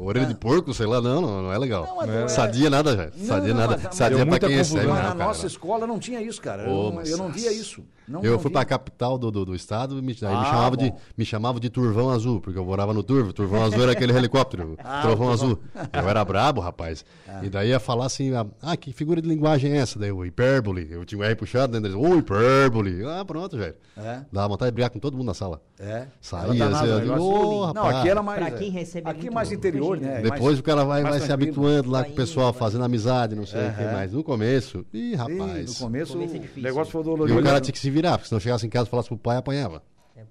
[SPEAKER 4] o- orelha de porco, sei lá, não, não, não é legal.
[SPEAKER 2] Não, mas não é-
[SPEAKER 4] Sadia nada, velho.
[SPEAKER 2] Não,
[SPEAKER 4] Sadia
[SPEAKER 2] não,
[SPEAKER 4] nada.
[SPEAKER 2] mas- mas-
[SPEAKER 4] Sadia é
[SPEAKER 3] Deu
[SPEAKER 4] pra
[SPEAKER 3] muita
[SPEAKER 4] quem
[SPEAKER 3] confusão.
[SPEAKER 4] recebe,
[SPEAKER 2] Mas
[SPEAKER 4] não,
[SPEAKER 3] Mas
[SPEAKER 2] na
[SPEAKER 4] Tá cara.
[SPEAKER 2] nossa escola não tinha isso, cara. Eu
[SPEAKER 4] Ô,
[SPEAKER 2] não-
[SPEAKER 4] mas-
[SPEAKER 2] eu, não via isso. Não,
[SPEAKER 4] eu
[SPEAKER 2] não
[SPEAKER 4] fui
[SPEAKER 2] via.
[SPEAKER 4] pra capital do, do, do estado, me, aí
[SPEAKER 2] Ah,
[SPEAKER 4] me, chamava de,
[SPEAKER 2] bom.
[SPEAKER 4] me chamava de Turvão Azul, porque eu morava no Turvo. Turvão Azul era aquele helicóptero.
[SPEAKER 2] Ah,
[SPEAKER 4] Trovão Azul. Eu era brabo, rapaz. E daí ia falar assim: ah, ah, que figura de linguagem é essa? Daí o hipérbole. Eu tinha um R puxado dentro deles. Ô, hipérbole. Ah, pronto, velho.
[SPEAKER 2] É.
[SPEAKER 4] Dava vontade de brigar com todo mundo na sala.
[SPEAKER 2] É.
[SPEAKER 4] Saía,
[SPEAKER 2] Era danado
[SPEAKER 4] assim,
[SPEAKER 2] o
[SPEAKER 4] eu
[SPEAKER 2] negócio.
[SPEAKER 4] digo, "Ô,
[SPEAKER 2] Não,
[SPEAKER 4] rapaz."
[SPEAKER 2] aqui era mais.
[SPEAKER 5] Pra quem recebe é
[SPEAKER 2] Aqui
[SPEAKER 5] muito
[SPEAKER 2] mais
[SPEAKER 5] bom.
[SPEAKER 2] interior, né?
[SPEAKER 4] Depois
[SPEAKER 2] Mais-
[SPEAKER 4] o cara vai,
[SPEAKER 2] mais
[SPEAKER 4] vai se
[SPEAKER 2] tranquilo.
[SPEAKER 4] habituando lá
[SPEAKER 5] Vai
[SPEAKER 4] com o
[SPEAKER 5] indo,
[SPEAKER 4] pessoal,
[SPEAKER 5] vai.
[SPEAKER 4] fazendo amizade, não sei o que
[SPEAKER 2] Aham.
[SPEAKER 4] mais. No começo, ih,
[SPEAKER 2] Ih,
[SPEAKER 4] rapaz.
[SPEAKER 2] no começo,
[SPEAKER 5] No começo é
[SPEAKER 2] o
[SPEAKER 5] difícil.
[SPEAKER 2] negócio foi
[SPEAKER 4] e
[SPEAKER 2] dolorido. né?
[SPEAKER 4] o cara tinha que se virar, porque se não chegasse em casa e falasse pro pai, apanhava.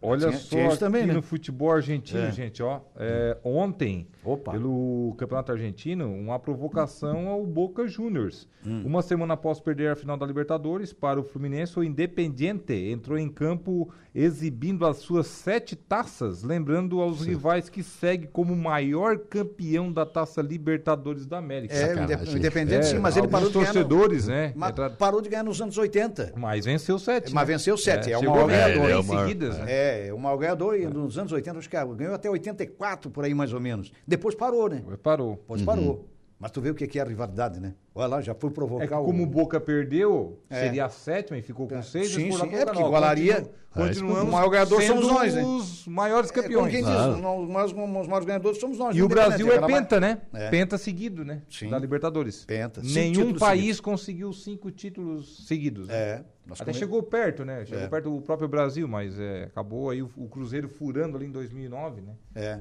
[SPEAKER 3] Olha
[SPEAKER 2] Tinha-
[SPEAKER 3] só
[SPEAKER 2] tinha isso também,
[SPEAKER 3] aqui
[SPEAKER 2] né?
[SPEAKER 3] no futebol argentino, gente, ó. é, ontem,
[SPEAKER 2] Opa.
[SPEAKER 3] pelo Campeonato Argentino, uma provocação ao Boca Juniors.
[SPEAKER 2] Hum.
[SPEAKER 3] Uma semana após perder a final da Libertadores para o Fluminense, o Independiente entrou em campo exibindo as suas sete taças, lembrando aos rivais que segue como o maior campeão da Taça Libertadores da América. É,
[SPEAKER 2] É, o
[SPEAKER 4] Sacanagem.
[SPEAKER 2] Inde- o Independente, sim, mas ele
[SPEAKER 3] alguns
[SPEAKER 2] parou de ganhar. no-
[SPEAKER 3] torcedores, né?
[SPEAKER 2] mas
[SPEAKER 3] Entra-
[SPEAKER 2] Parou de ganhar nos anos 80.
[SPEAKER 3] Mas venceu sete. né?
[SPEAKER 2] Mas venceu sete, é o
[SPEAKER 3] chegou
[SPEAKER 2] maior
[SPEAKER 3] a ganhar
[SPEAKER 2] ganhador.
[SPEAKER 3] três
[SPEAKER 4] É, o maior-
[SPEAKER 3] seguidas, né?
[SPEAKER 2] É, o maior ganhador e nos anos 80, acho que ah, ganhou até 84, por aí mais ou menos. Depois parou, né?
[SPEAKER 3] Parou.
[SPEAKER 2] Depois
[SPEAKER 4] Uhum.
[SPEAKER 2] parou. Mas tu vê o que que é a rivalidade, né? Olha lá, já foi provocar
[SPEAKER 3] É que
[SPEAKER 2] o...
[SPEAKER 3] como o Boca perdeu, seria a sétima e ficou com seis.
[SPEAKER 2] Sim,
[SPEAKER 3] eles foram lá
[SPEAKER 2] sim,
[SPEAKER 3] pro
[SPEAKER 2] é, porque
[SPEAKER 3] canal.
[SPEAKER 2] igualaria-
[SPEAKER 3] Continu-
[SPEAKER 4] Ah, isso
[SPEAKER 3] Continuamos
[SPEAKER 2] o maior ganhador
[SPEAKER 3] sendo
[SPEAKER 2] somos nós, né?
[SPEAKER 3] os maiores
[SPEAKER 2] É, como
[SPEAKER 3] campeões.
[SPEAKER 2] quem diz,
[SPEAKER 4] Claro.
[SPEAKER 2] não, os, maiores, os maiores ganhadores somos nós.
[SPEAKER 3] E o
[SPEAKER 2] Independente,
[SPEAKER 3] Brasil é
[SPEAKER 2] aquela vai-
[SPEAKER 3] penta, né?
[SPEAKER 2] É.
[SPEAKER 3] Penta seguido, né?
[SPEAKER 2] Sim.
[SPEAKER 3] Da Libertadores.
[SPEAKER 2] Penta. Cinco
[SPEAKER 3] Nenhum
[SPEAKER 2] títulos
[SPEAKER 3] país conseguiu cinco títulos seguidos. né?
[SPEAKER 2] É. nós
[SPEAKER 3] Até
[SPEAKER 2] também-
[SPEAKER 3] chegou perto, né? Chegou
[SPEAKER 2] É.
[SPEAKER 3] perto o próprio Brasil, mas é, acabou aí o, o Cruzeiro furando ali em 2009, né?
[SPEAKER 2] É,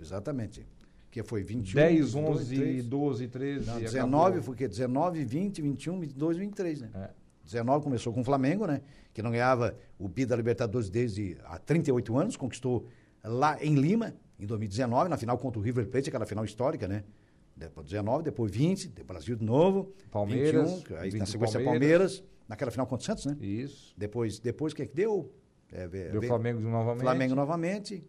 [SPEAKER 2] exatamente. Que foi 21,
[SPEAKER 3] 10,
[SPEAKER 2] 22,
[SPEAKER 3] 11,
[SPEAKER 2] 23.
[SPEAKER 3] 12, 13.
[SPEAKER 2] Não,
[SPEAKER 3] acabou.
[SPEAKER 2] 19 foi o quê? 19, 20, 21, 22, 23, né?
[SPEAKER 3] É.
[SPEAKER 2] 19 começou com o Flamengo, né? Que não ganhava o bi da Libertadores desde há 38 anos, conquistou lá em Lima, em 2019, na final contra o River Plate, aquela final histórica, né? Depois 19, depois 20, depois Brasil de novo.
[SPEAKER 3] Palmeiras,
[SPEAKER 2] 21, aí
[SPEAKER 3] 20
[SPEAKER 2] na sequência
[SPEAKER 3] Palmeiras.
[SPEAKER 2] Palmeiras. naquela final contra o Santos, né?
[SPEAKER 3] Isso.
[SPEAKER 2] Depois, depois o que é que deu? É, ve-
[SPEAKER 3] Deu
[SPEAKER 2] ve-
[SPEAKER 3] Flamengo novamente.
[SPEAKER 2] Flamengo novamente.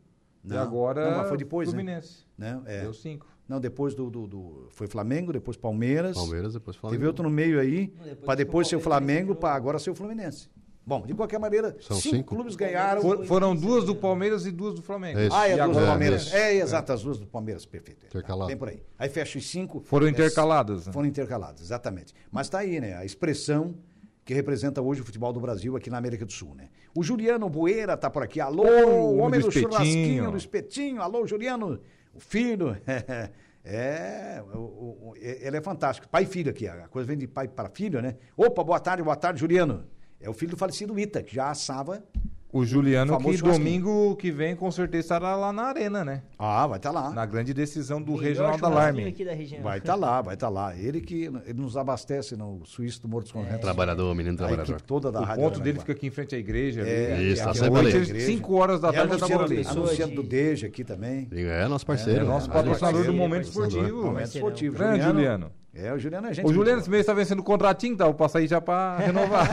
[SPEAKER 3] e agora
[SPEAKER 2] não, mas foi depois, né?
[SPEAKER 3] Fluminense.
[SPEAKER 2] Né? É.
[SPEAKER 3] Deu cinco.
[SPEAKER 2] Não, depois do, do- do- Foi Flamengo, depois Palmeiras.
[SPEAKER 4] Palmeiras, depois Flamengo.
[SPEAKER 2] Teve outro no meio aí,
[SPEAKER 5] Não, depois
[SPEAKER 2] para
[SPEAKER 5] foi
[SPEAKER 2] depois ser o
[SPEAKER 5] Palmeiras,
[SPEAKER 2] Flamengo,
[SPEAKER 5] depois
[SPEAKER 2] para agora ser o Fluminense. Bom, de qualquer maneira,
[SPEAKER 4] São
[SPEAKER 2] cinco,
[SPEAKER 4] cinco?
[SPEAKER 2] clubes ganharam.
[SPEAKER 3] For- foram duas
[SPEAKER 2] né?
[SPEAKER 3] do Palmeiras e duas do Flamengo.
[SPEAKER 4] É isso.
[SPEAKER 2] Ah, é
[SPEAKER 3] E
[SPEAKER 2] duas do
[SPEAKER 3] agora-
[SPEAKER 2] Palmeiras.
[SPEAKER 4] isso.
[SPEAKER 2] É, exato, as duas do Palmeiras, perfeito.
[SPEAKER 4] Intercalado.
[SPEAKER 2] Bem por aí. Aí fecha os cinco.
[SPEAKER 3] Foram
[SPEAKER 2] é,
[SPEAKER 3] intercaladas, né?
[SPEAKER 2] Foram intercaladas, exatamente. Mas está aí, né? A expressão que representa hoje o futebol do Brasil aqui na América do Sul, né? O Juliano Bueira tá por aqui. Alô, o homem do,
[SPEAKER 3] do espetinho.
[SPEAKER 2] churrasquinho, do espetinho. Alô, Juliano, o filho. É, o- o- o- e- ele é fantástico. Pai e filho aqui, a coisa vem de pai para filho, né? Opa, boa tarde, boa tarde, Juliano. É o filho do falecido Ita, que já assava.
[SPEAKER 3] O Juliano
[SPEAKER 2] Famoso assim.
[SPEAKER 3] que
[SPEAKER 2] churrasquinho.
[SPEAKER 3] domingo que vem com certeza estará lá na arena, né?
[SPEAKER 2] Ah, vai estar lá.
[SPEAKER 3] Na grande decisão do
[SPEAKER 5] Melhor
[SPEAKER 3] Regional da
[SPEAKER 5] churrasquinho
[SPEAKER 3] Alarme.
[SPEAKER 5] aqui da região.
[SPEAKER 2] Vai estar lá, vai estar lá. Ele que ele nos abastece no Suíço do Morro dos
[SPEAKER 3] É.
[SPEAKER 2] Conventos.
[SPEAKER 4] É Trabalhador, menino
[SPEAKER 2] A
[SPEAKER 4] trabalhador.
[SPEAKER 2] equipe toda da
[SPEAKER 3] O
[SPEAKER 2] Rádio
[SPEAKER 3] ponto dele
[SPEAKER 2] Aranaguá.
[SPEAKER 3] fica aqui em frente à igreja.
[SPEAKER 2] É,
[SPEAKER 3] ali.
[SPEAKER 4] isso,
[SPEAKER 3] E
[SPEAKER 4] tá
[SPEAKER 3] aqui
[SPEAKER 4] sempre
[SPEAKER 3] hoje,
[SPEAKER 4] ali.
[SPEAKER 3] às 5 horas da
[SPEAKER 2] E
[SPEAKER 3] tarde já tá
[SPEAKER 2] anunciando,
[SPEAKER 3] ali.
[SPEAKER 5] pessoas.
[SPEAKER 2] anunciando
[SPEAKER 5] de-
[SPEAKER 2] do Deja aqui também.
[SPEAKER 4] É nosso
[SPEAKER 3] É
[SPEAKER 4] parceiro.
[SPEAKER 3] nosso
[SPEAKER 4] né?
[SPEAKER 3] patrocinador
[SPEAKER 2] parceiro,
[SPEAKER 3] do Momento
[SPEAKER 2] parceiro.
[SPEAKER 3] Esportivo. né?
[SPEAKER 2] Momento
[SPEAKER 5] Parceirão.
[SPEAKER 2] esportivo.
[SPEAKER 3] Grande Juliano.
[SPEAKER 2] É, o Juliano é gente.
[SPEAKER 3] O Juliano
[SPEAKER 2] muito
[SPEAKER 3] esse mês está vencendo o contratinho, tá? Eu passo aí já pra renovar.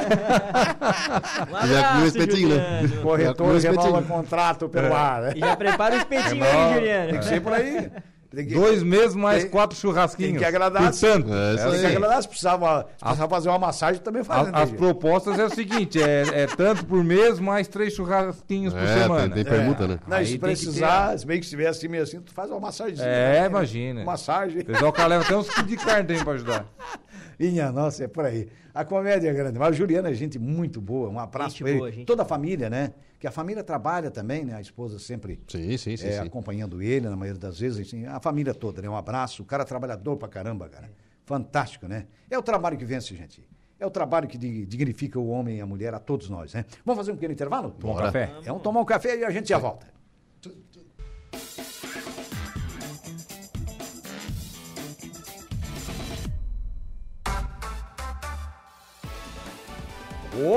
[SPEAKER 5] Um
[SPEAKER 4] E já comeu
[SPEAKER 5] abraço,
[SPEAKER 4] espetinho, né?
[SPEAKER 5] Juliano.
[SPEAKER 2] boa.
[SPEAKER 4] É,
[SPEAKER 2] Corretor
[SPEAKER 4] o
[SPEAKER 2] renova
[SPEAKER 4] espetinho.
[SPEAKER 2] contrato
[SPEAKER 3] É.
[SPEAKER 2] pelo ar. né?
[SPEAKER 5] E já prepara o espetinho aí,
[SPEAKER 3] Não.
[SPEAKER 5] Juliano.
[SPEAKER 2] Tem que ser por aí. Tem que,
[SPEAKER 3] Dois meses mais
[SPEAKER 2] Tem-
[SPEAKER 3] quatro churrasquinhos.
[SPEAKER 2] tem que agradar.
[SPEAKER 3] Portanto,
[SPEAKER 4] É isso
[SPEAKER 2] tem que
[SPEAKER 4] aí.
[SPEAKER 2] agradar. Se precisava, se precisava fazer uma massagem, também
[SPEAKER 3] a-
[SPEAKER 2] faz. né,
[SPEAKER 3] as
[SPEAKER 2] Deja?
[SPEAKER 3] propostas é o seguinte: é, é tanto por mês mais três churrasquinhos por
[SPEAKER 4] É,
[SPEAKER 3] semana.
[SPEAKER 4] tem, tem permuta, né?
[SPEAKER 2] Não,
[SPEAKER 3] Aí
[SPEAKER 2] se
[SPEAKER 3] tem que
[SPEAKER 2] precisar, se bem que estiver assim, meio assim, tu faz uma massagenzinha.
[SPEAKER 3] É,
[SPEAKER 2] né?
[SPEAKER 3] imagina.
[SPEAKER 2] Massagem.
[SPEAKER 3] O pessoal cara leva até uns quilos de carne também pra ajudar.
[SPEAKER 2] Minha nossa, é por aí. A comédia é grande. Mas o Juliano é gente muito boa. Um abraço
[SPEAKER 5] Gente
[SPEAKER 2] pra ele.
[SPEAKER 5] boa, gente
[SPEAKER 2] Toda a família, né? Que a família trabalha também, né? A esposa sempre
[SPEAKER 4] Sim, sim, sim.
[SPEAKER 2] é,
[SPEAKER 4] sim.
[SPEAKER 2] acompanhando ele, na maioria das vezes. assim, a família toda, né? Um abraço. O cara é trabalhador pra caramba, cara. Fantástico, né? É o trabalho que vence, gente. É o trabalho que di- dignifica o homem e a mulher, a todos nós, né? Vamos fazer um pequeno intervalo?
[SPEAKER 3] Bom café.
[SPEAKER 2] É um tomar um café e a gente já volta.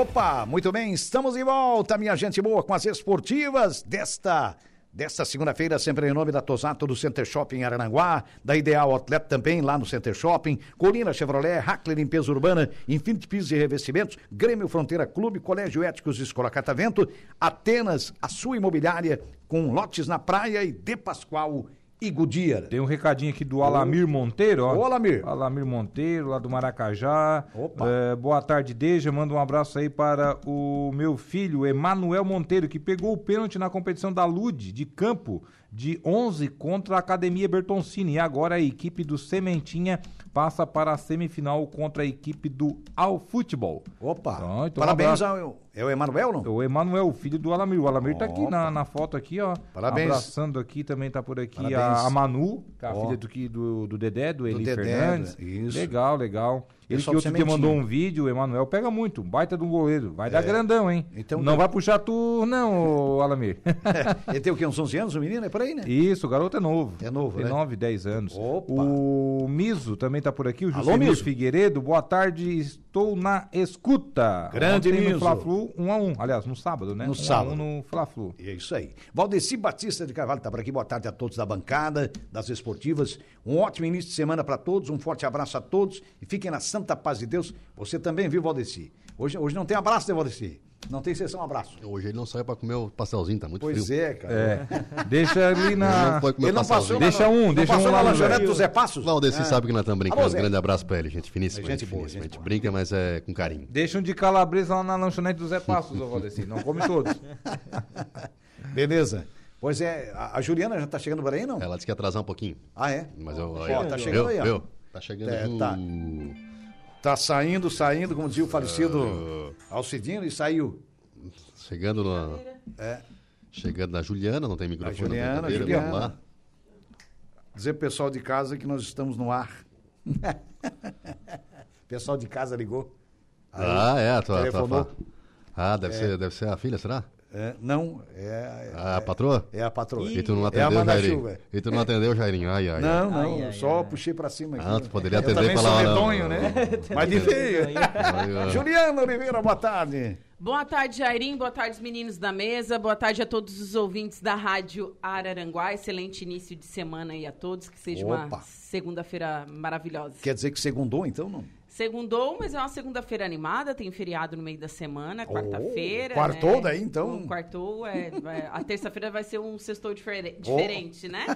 [SPEAKER 2] Opa, muito bem, estamos de volta, minha gente boa, com as esportivas desta desta segunda-feira, sempre em nome da Tosato do Center Shopping Arananguá, da Ideal Atleta também lá no Center Shopping, Colina Chevrolet, Hackler Limpeza Urbana, Infinity Pisos e Revestimentos, Grêmio Fronteira Clube, Colégio Éticos Escola Catavento, Atenas, a sua imobiliária com lotes na praia e De Pascoal e Goodyear.
[SPEAKER 3] Tem um recadinho aqui do Alamir Monteiro, ó.
[SPEAKER 2] Ô, Alamir.
[SPEAKER 3] Alamir Monteiro, lá do Maracajá.
[SPEAKER 2] Opa.
[SPEAKER 3] É, boa tarde, Deja. Manda um abraço aí para o meu filho, Emanuel Monteiro, que pegou o pênalti na competição da LUD de campo de 11 contra a Academia Bertoncini. E agora a equipe do Sementinha passa para a semifinal contra a equipe do Al Futebol.
[SPEAKER 2] Opa.
[SPEAKER 3] Então, então, um
[SPEAKER 2] Parabéns
[SPEAKER 3] abraço.
[SPEAKER 2] ao. É o Emanuel, não?
[SPEAKER 3] O Emanuel, o filho do Alamir. O Alamir tá aqui na,
[SPEAKER 2] Opa.
[SPEAKER 3] na foto aqui, ó.
[SPEAKER 2] Parabéns.
[SPEAKER 3] Abraçando aqui, também tá por aqui
[SPEAKER 2] Parabéns.
[SPEAKER 3] a, a Manu, que é a
[SPEAKER 2] Ó.
[SPEAKER 3] filha do, que- do, do Dedé, do, Eli
[SPEAKER 2] Dedé, né?
[SPEAKER 3] Fernandes.
[SPEAKER 2] isso.
[SPEAKER 3] Legal, legal. Ele
[SPEAKER 2] Pessoal
[SPEAKER 3] que
[SPEAKER 2] do
[SPEAKER 3] outro dia
[SPEAKER 2] Sementinho.
[SPEAKER 3] mandou um vídeo, o Emanuel pega muito, um baita do goleiro. Vai dar grandão, hein?
[SPEAKER 2] Então-
[SPEAKER 3] não vai puxar tu, não, ô Alamir.
[SPEAKER 2] Ele tem o quê? Uns 11 anos, o menino? É por aí, né?
[SPEAKER 3] Isso, o garoto é novo.
[SPEAKER 2] É novo,
[SPEAKER 3] Tem
[SPEAKER 2] né?
[SPEAKER 3] 9, 10 anos.
[SPEAKER 2] Opa.
[SPEAKER 3] O Miso também tá por aqui, o
[SPEAKER 2] Alô,
[SPEAKER 3] José
[SPEAKER 2] Miso.
[SPEAKER 3] Figueiredo. Boa tarde, estou na escuta.
[SPEAKER 2] Grande
[SPEAKER 3] Ontem
[SPEAKER 2] Miso.
[SPEAKER 3] no Fla-Flu, 1 a 1 Aliás, no sábado, né?
[SPEAKER 2] No
[SPEAKER 3] Um a
[SPEAKER 2] sábado.
[SPEAKER 3] um no Fla-Flu.
[SPEAKER 2] E É isso aí. Valdeci Batista de Carvalho está por aqui. Boa tarde a todos da bancada, das esportivas. Um ótimo início de semana para todos. Um forte abraço a todos. E fiquem na santa paz de Deus. Você também, viu, Valdeci? Hoje, hoje não tem abraço, né, Valdeci? Não tem sessão abraço.
[SPEAKER 4] Hoje ele não saiu pra comer o pastelzinho, tá muito
[SPEAKER 2] Pois
[SPEAKER 4] frio.
[SPEAKER 2] é, cara.
[SPEAKER 3] É. Deixa ali
[SPEAKER 4] Ele
[SPEAKER 3] na.
[SPEAKER 4] não foi comer
[SPEAKER 2] Ele não passou
[SPEAKER 4] pastelzinho.
[SPEAKER 3] Deixa
[SPEAKER 2] na,
[SPEAKER 3] um,
[SPEAKER 2] não
[SPEAKER 3] deixa
[SPEAKER 2] passou
[SPEAKER 3] um
[SPEAKER 2] na
[SPEAKER 3] lá no
[SPEAKER 2] lanchonete
[SPEAKER 3] velho.
[SPEAKER 2] do Zé Passos? É.
[SPEAKER 4] Valdeci sabe que é nós estamos brincando.
[SPEAKER 2] Ah. Alô, Zé.
[SPEAKER 4] um Grande abraço pra ele, gente finíssima.
[SPEAKER 2] É gente
[SPEAKER 4] Gente,
[SPEAKER 2] boa, gente
[SPEAKER 4] finíssima. a gente
[SPEAKER 2] boa.
[SPEAKER 4] brinca, mas é com carinho.
[SPEAKER 3] Deixa um de calabresa lá na lanchonete do Zé Passos, ô Valdeci. Não come todos.
[SPEAKER 2] Beleza. Pois é, a a Juliana já tá chegando por aí, não?
[SPEAKER 4] Ela disse que ia atrasar um pouquinho.
[SPEAKER 2] Ah, é?
[SPEAKER 4] Mas eu.
[SPEAKER 2] Ó, tá chegando
[SPEAKER 4] viu?
[SPEAKER 2] aí, ó.
[SPEAKER 4] Viu? Tá chegando
[SPEAKER 2] É,
[SPEAKER 4] junto.
[SPEAKER 2] tá. Tá saindo, saindo, como dizia o falecido
[SPEAKER 3] Ah.
[SPEAKER 2] Alcidino, e saiu.
[SPEAKER 4] Chegando na. Chegando na Juliana, não tem microfone na
[SPEAKER 2] É. Juliana,
[SPEAKER 4] cadeira,
[SPEAKER 2] Juliana.
[SPEAKER 4] vamos lá.
[SPEAKER 2] Dizer pro pessoal de casa que nós estamos no ar. O pessoal de casa ligou. Aí,
[SPEAKER 4] ah, é, a tua, tua
[SPEAKER 2] telefonou.
[SPEAKER 4] fa- Ah, deve, Ser, deve ser a filha, será?
[SPEAKER 2] É, não, é,
[SPEAKER 4] A patroa?
[SPEAKER 2] é a patroa.
[SPEAKER 4] E tu não
[SPEAKER 2] é a
[SPEAKER 4] atendeu, Jairinho.
[SPEAKER 2] manda-chuva.
[SPEAKER 4] E tu não atendeu, Jairinho. Ai, ai. ai.
[SPEAKER 2] Não, não,
[SPEAKER 5] Ai,
[SPEAKER 2] eu
[SPEAKER 5] ai,
[SPEAKER 2] só
[SPEAKER 5] ai.
[SPEAKER 2] puxei pra cima aqui.
[SPEAKER 4] Ah, tu poderia
[SPEAKER 2] eu
[SPEAKER 4] atender
[SPEAKER 2] também
[SPEAKER 4] e falar,
[SPEAKER 2] sou
[SPEAKER 4] "Ah, não,
[SPEAKER 2] medonho,
[SPEAKER 4] não,
[SPEAKER 2] né?
[SPEAKER 4] não."
[SPEAKER 2] Mas de feio.
[SPEAKER 4] Ai, ai.
[SPEAKER 2] Juliana Oliveira, boa tarde.
[SPEAKER 7] Boa tarde, Jairim. Boa tarde, meninos da mesa. Boa tarde a todos os ouvintes da Rádio Araranguá. Excelente início de semana aí a todos. Que seja
[SPEAKER 2] Opa.
[SPEAKER 7] uma segunda-feira maravilhosa.
[SPEAKER 2] Quer dizer que segundou, então, não?
[SPEAKER 7] Segundou, mas é uma segunda-feira animada. Tem feriado no meio da semana, quarta-feira.
[SPEAKER 2] Oh, quartou
[SPEAKER 7] né?
[SPEAKER 2] daí, então?
[SPEAKER 7] Um quartou. É, vai- a terça-feira vai ser um sextou
[SPEAKER 2] Oh.
[SPEAKER 7] difere- diferente, né?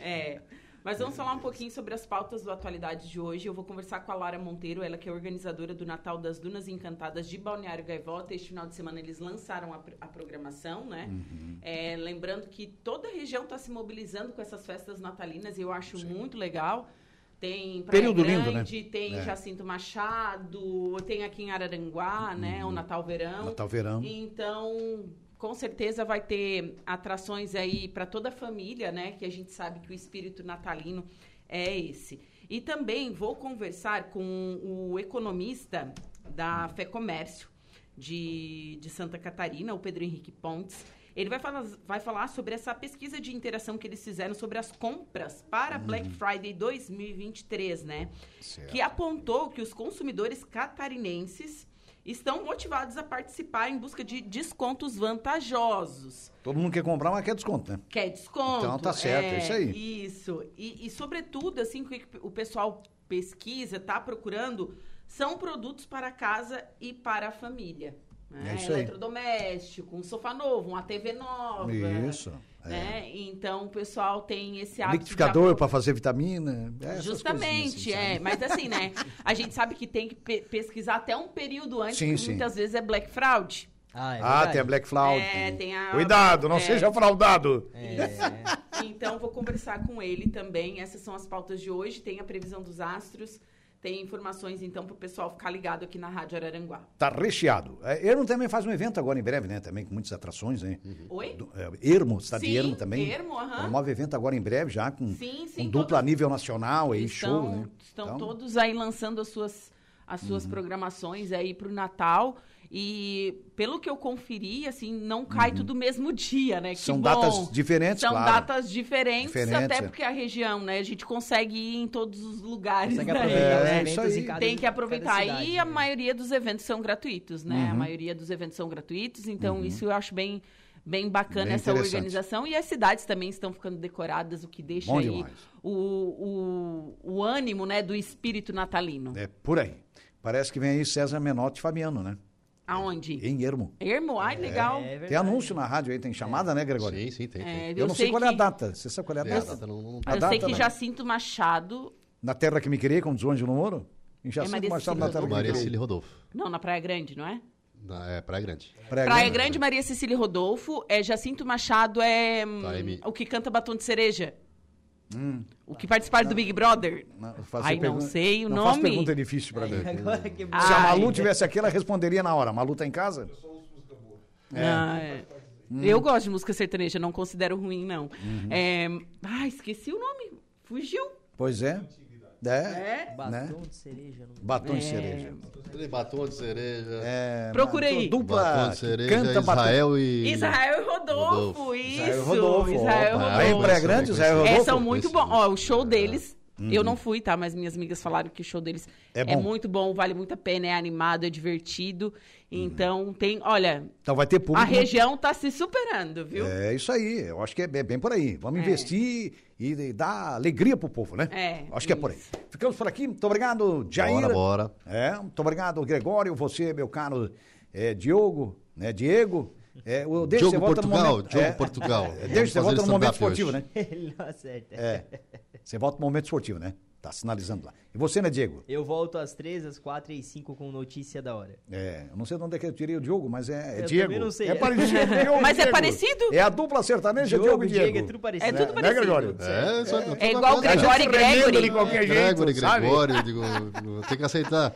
[SPEAKER 7] É. Mas vamos falar um pouquinho sobre as pautas do Atualidade de hoje. Eu vou conversar com a Lara Monteiro, ela que é organizadora do Natal das Dunas Encantadas de Balneário Gaivota. Este final de semana eles lançaram a, pr- a programação, né?
[SPEAKER 2] Uhum.
[SPEAKER 7] É, lembrando que toda a região está se mobilizando com essas festas natalinas e eu acho muito legal. Tem Praia
[SPEAKER 2] Período
[SPEAKER 7] Grande,
[SPEAKER 2] lindo, né?
[SPEAKER 7] tem
[SPEAKER 2] É.
[SPEAKER 7] Jacinto Machado, tem aqui em Araranguá, né? O Natal Verão.
[SPEAKER 2] Uhum. Natal, verão.
[SPEAKER 7] Então, com certeza vai ter atrações aí para toda a família, né? Que a gente sabe que o espírito natalino é esse. E também vou conversar com o economista da Fé Comércio de, de Santa Catarina, o Pedro Henrique Pontes. Ele vai falar, vai falar sobre essa pesquisa de interação que eles fizeram sobre as compras para Black Friday 2023, né? que apontou que os consumidores catarinenses estão motivados a participar em busca de descontos vantajosos.
[SPEAKER 2] Todo mundo quer comprar, mas quer desconto, né?
[SPEAKER 7] Quer desconto?
[SPEAKER 2] Então tá certo, é isso aí.
[SPEAKER 7] Isso. E, e, sobretudo, assim, o que o pessoal pesquisa, tá procurando, são produtos para casa e para a família. né?
[SPEAKER 2] É isso aí.
[SPEAKER 7] Eletrodoméstico, um sofá novo, uma TV nova.
[SPEAKER 2] Isso. é.
[SPEAKER 7] Né? Então, o pessoal tem esse hábito de
[SPEAKER 2] Liquidificador para fazer vitamina. é, essas
[SPEAKER 7] Justamente,
[SPEAKER 2] coisinhas, assim,
[SPEAKER 7] é.
[SPEAKER 2] sabe?
[SPEAKER 7] Mas assim, né? A gente sabe que tem que pe- pesquisar até um período antes,
[SPEAKER 2] Sim,
[SPEAKER 7] porque
[SPEAKER 2] sim.
[SPEAKER 7] muitas vezes é black fraud.
[SPEAKER 5] Ah, é
[SPEAKER 2] ah, tem a
[SPEAKER 5] verdade.
[SPEAKER 2] Black Cloud.
[SPEAKER 7] É, tem a-
[SPEAKER 2] Cuidado, não
[SPEAKER 7] é.
[SPEAKER 2] seja fraudado.
[SPEAKER 5] É,
[SPEAKER 7] Então, vou conversar com ele também. Essas são as pautas de hoje. Tem a previsão dos astros. Tem informações, então, pro pessoal ficar ligado aqui na Rádio Araranguá.
[SPEAKER 2] Tá recheado. É, Ermo também faz um evento agora em breve, né? Também com muitas atrações, né?
[SPEAKER 7] Oi?
[SPEAKER 2] Do- é, Ermo, está de
[SPEAKER 7] Uhum. Sim,
[SPEAKER 2] Ermo também.
[SPEAKER 7] Ermo, aham.
[SPEAKER 2] Promove evento agora em breve já com,
[SPEAKER 7] Sim,
[SPEAKER 2] com
[SPEAKER 7] sim,
[SPEAKER 2] dupla a
[SPEAKER 7] todos-
[SPEAKER 2] nível nacional e
[SPEAKER 7] estão,
[SPEAKER 2] show, né?
[SPEAKER 7] Estão
[SPEAKER 2] Então, Uhum.
[SPEAKER 7] todos aí lançando as suas, as suas programações aí pro Natal. E pelo que eu conferi, assim, não cai tudo no mesmo dia, né? Que
[SPEAKER 2] Uhum. São
[SPEAKER 7] bom.
[SPEAKER 2] datas diferentes,
[SPEAKER 7] São
[SPEAKER 2] claro.
[SPEAKER 7] datas diferentes,
[SPEAKER 2] Diferentes, é.
[SPEAKER 7] até porque a região, né? A gente consegue ir em todos os lugares.
[SPEAKER 5] Consegue
[SPEAKER 7] né?
[SPEAKER 5] aproveitar os
[SPEAKER 2] É,
[SPEAKER 5] eventos
[SPEAKER 2] isso aí.
[SPEAKER 5] em cada-
[SPEAKER 7] Tem que aproveitar.
[SPEAKER 5] cada cidade,
[SPEAKER 7] e a
[SPEAKER 5] né?
[SPEAKER 7] maioria dos eventos são gratuitos, né?
[SPEAKER 2] Uhum.
[SPEAKER 7] A maioria dos eventos são gratuitos, então isso eu acho bem, bem bacana
[SPEAKER 2] Bem
[SPEAKER 7] essa
[SPEAKER 2] interessante.
[SPEAKER 7] organização. E as cidades também estão ficando decoradas, o que deixa
[SPEAKER 2] Bom
[SPEAKER 7] aí
[SPEAKER 2] demais.
[SPEAKER 7] o, o, o ânimo, né, do espírito natalino.
[SPEAKER 2] É por aí. Parece que vem aí César Menotti e Fabiano, né?
[SPEAKER 7] Aonde?
[SPEAKER 2] Em Ermo.
[SPEAKER 7] Ermo? Ai, legal.
[SPEAKER 5] É
[SPEAKER 2] Tem
[SPEAKER 5] verdade.
[SPEAKER 2] anúncio na rádio aí, tem chamada, né, Gregório?
[SPEAKER 4] Sim, sim, tem. tem.
[SPEAKER 7] É,
[SPEAKER 2] Eu, não sei,
[SPEAKER 7] sei
[SPEAKER 2] qual é a
[SPEAKER 7] que-
[SPEAKER 2] data. Você sabe qual é a
[SPEAKER 4] É, a
[SPEAKER 2] data?
[SPEAKER 4] data não- não-
[SPEAKER 2] A
[SPEAKER 7] eu
[SPEAKER 2] data,
[SPEAKER 7] sei que
[SPEAKER 2] né?
[SPEAKER 7] Jacinto Machado.
[SPEAKER 2] Na terra que me criei, como diz o Ângelo Moro? Em Jacinto
[SPEAKER 7] É Maria
[SPEAKER 2] Machado,
[SPEAKER 7] Cecília
[SPEAKER 2] na terra que me
[SPEAKER 4] Maria
[SPEAKER 2] criei.
[SPEAKER 4] Cília Rodolfo.
[SPEAKER 7] Não, na Praia Grande, não é?
[SPEAKER 4] Na- é, Praia Grande.
[SPEAKER 2] Praia
[SPEAKER 7] Praia
[SPEAKER 2] Grande.
[SPEAKER 7] Grande, Maria Cecília Rodolfo. É, Jacinto Machado é hum,
[SPEAKER 4] Tá, Emi.
[SPEAKER 7] o que canta batom de cereja. O que participaram do Big Brother.
[SPEAKER 2] Hum. Não, fazer
[SPEAKER 7] Ai, não
[SPEAKER 2] pergunta-
[SPEAKER 7] sei o
[SPEAKER 2] não
[SPEAKER 7] nome.
[SPEAKER 2] Faz pergunta difícil pra mim.
[SPEAKER 5] Agora que
[SPEAKER 2] Se a
[SPEAKER 7] Ai.
[SPEAKER 2] Malu tivesse aqui, ela responderia na hora. Malu tá em casa?
[SPEAKER 7] Ah, é.
[SPEAKER 2] Hum.
[SPEAKER 7] Eu gosto de música sertaneja, não considero ruim, não.
[SPEAKER 2] Uhum.
[SPEAKER 7] É, Ah, esqueci o nome. Fugiu.
[SPEAKER 2] Pois é. É.
[SPEAKER 5] Né?
[SPEAKER 7] É.
[SPEAKER 5] Batom de cereja. Não...
[SPEAKER 2] Batom de cereja.
[SPEAKER 4] Batom de cereja.
[SPEAKER 2] É,
[SPEAKER 7] Procura
[SPEAKER 2] mas
[SPEAKER 7] aí.
[SPEAKER 2] Dupla
[SPEAKER 4] Batom de
[SPEAKER 2] que
[SPEAKER 4] cereja,
[SPEAKER 2] canta batom.
[SPEAKER 4] Israel e...
[SPEAKER 7] Israel e Rodolfo,
[SPEAKER 4] Rodolfo.
[SPEAKER 7] isso.
[SPEAKER 2] Israel Rodolfo.
[SPEAKER 7] Israel
[SPEAKER 2] Opa,
[SPEAKER 7] Rodolfo.
[SPEAKER 2] Aí em Praia
[SPEAKER 4] Rodolfo.
[SPEAKER 2] Grande, Israel
[SPEAKER 4] É,
[SPEAKER 2] Rodolfo.
[SPEAKER 7] É, são muito
[SPEAKER 4] Esse
[SPEAKER 7] bons. Ó,
[SPEAKER 4] disco,
[SPEAKER 7] o show
[SPEAKER 4] é.
[SPEAKER 7] deles. Eu não fui, tá? Mas minhas amigas falaram que o show deles
[SPEAKER 2] É
[SPEAKER 7] é,
[SPEAKER 2] bom.
[SPEAKER 7] muito bom, vale muito a pena, é animado, é divertido. Então tem. Olha,
[SPEAKER 2] Então vai ter público.
[SPEAKER 7] a região tá se superando, viu? É.
[SPEAKER 2] É isso aí, eu acho que é bem bem por aí. Vamos investir e e dar alegria pro povo, né?
[SPEAKER 7] É,
[SPEAKER 2] Acho que é por aí. Ficamos por aqui, muito obrigado, Jair.
[SPEAKER 4] Bora, bora.
[SPEAKER 2] É, muito obrigado, Gregório, você, meu caro é, Diogo, né, Diego. É, o Deixa
[SPEAKER 4] Diogo
[SPEAKER 2] volta no
[SPEAKER 4] Portugal,
[SPEAKER 2] momento-
[SPEAKER 4] Diogo
[SPEAKER 2] é,
[SPEAKER 4] Portugal.
[SPEAKER 2] é,
[SPEAKER 4] Vamos
[SPEAKER 2] Deixa você
[SPEAKER 4] fazer
[SPEAKER 2] volta no
[SPEAKER 4] stand-up
[SPEAKER 2] momento esportivo,
[SPEAKER 4] hoje.
[SPEAKER 2] né?
[SPEAKER 5] Ele não acerta.
[SPEAKER 2] Você volta no momento esportivo, né? Tá sinalizando lá. E você, né, Diego?
[SPEAKER 5] Eu volto às 3, às 4 e às 5 com notícia da hora.
[SPEAKER 2] É, eu não sei de onde é que eu tirei o Diogo, mas é, é
[SPEAKER 5] Eu
[SPEAKER 2] Diego.
[SPEAKER 5] também não sei.
[SPEAKER 2] É parecido com o Diogo,
[SPEAKER 7] Mas é
[SPEAKER 2] Diego.
[SPEAKER 7] parecido?
[SPEAKER 2] É a dupla sertaneja, Diogo, e Diego.
[SPEAKER 5] é tudo parecido.
[SPEAKER 7] É tudo
[SPEAKER 2] né,
[SPEAKER 7] parecido.
[SPEAKER 2] Gregório?
[SPEAKER 4] É, só- tudo
[SPEAKER 7] igual o
[SPEAKER 4] bacana.
[SPEAKER 7] Gregório e
[SPEAKER 2] remenda de
[SPEAKER 7] Gregory.
[SPEAKER 2] qualquer jeito,
[SPEAKER 4] Gregory,
[SPEAKER 2] sabe?
[SPEAKER 4] Gregório, eu digo, eu tenho que aceitar.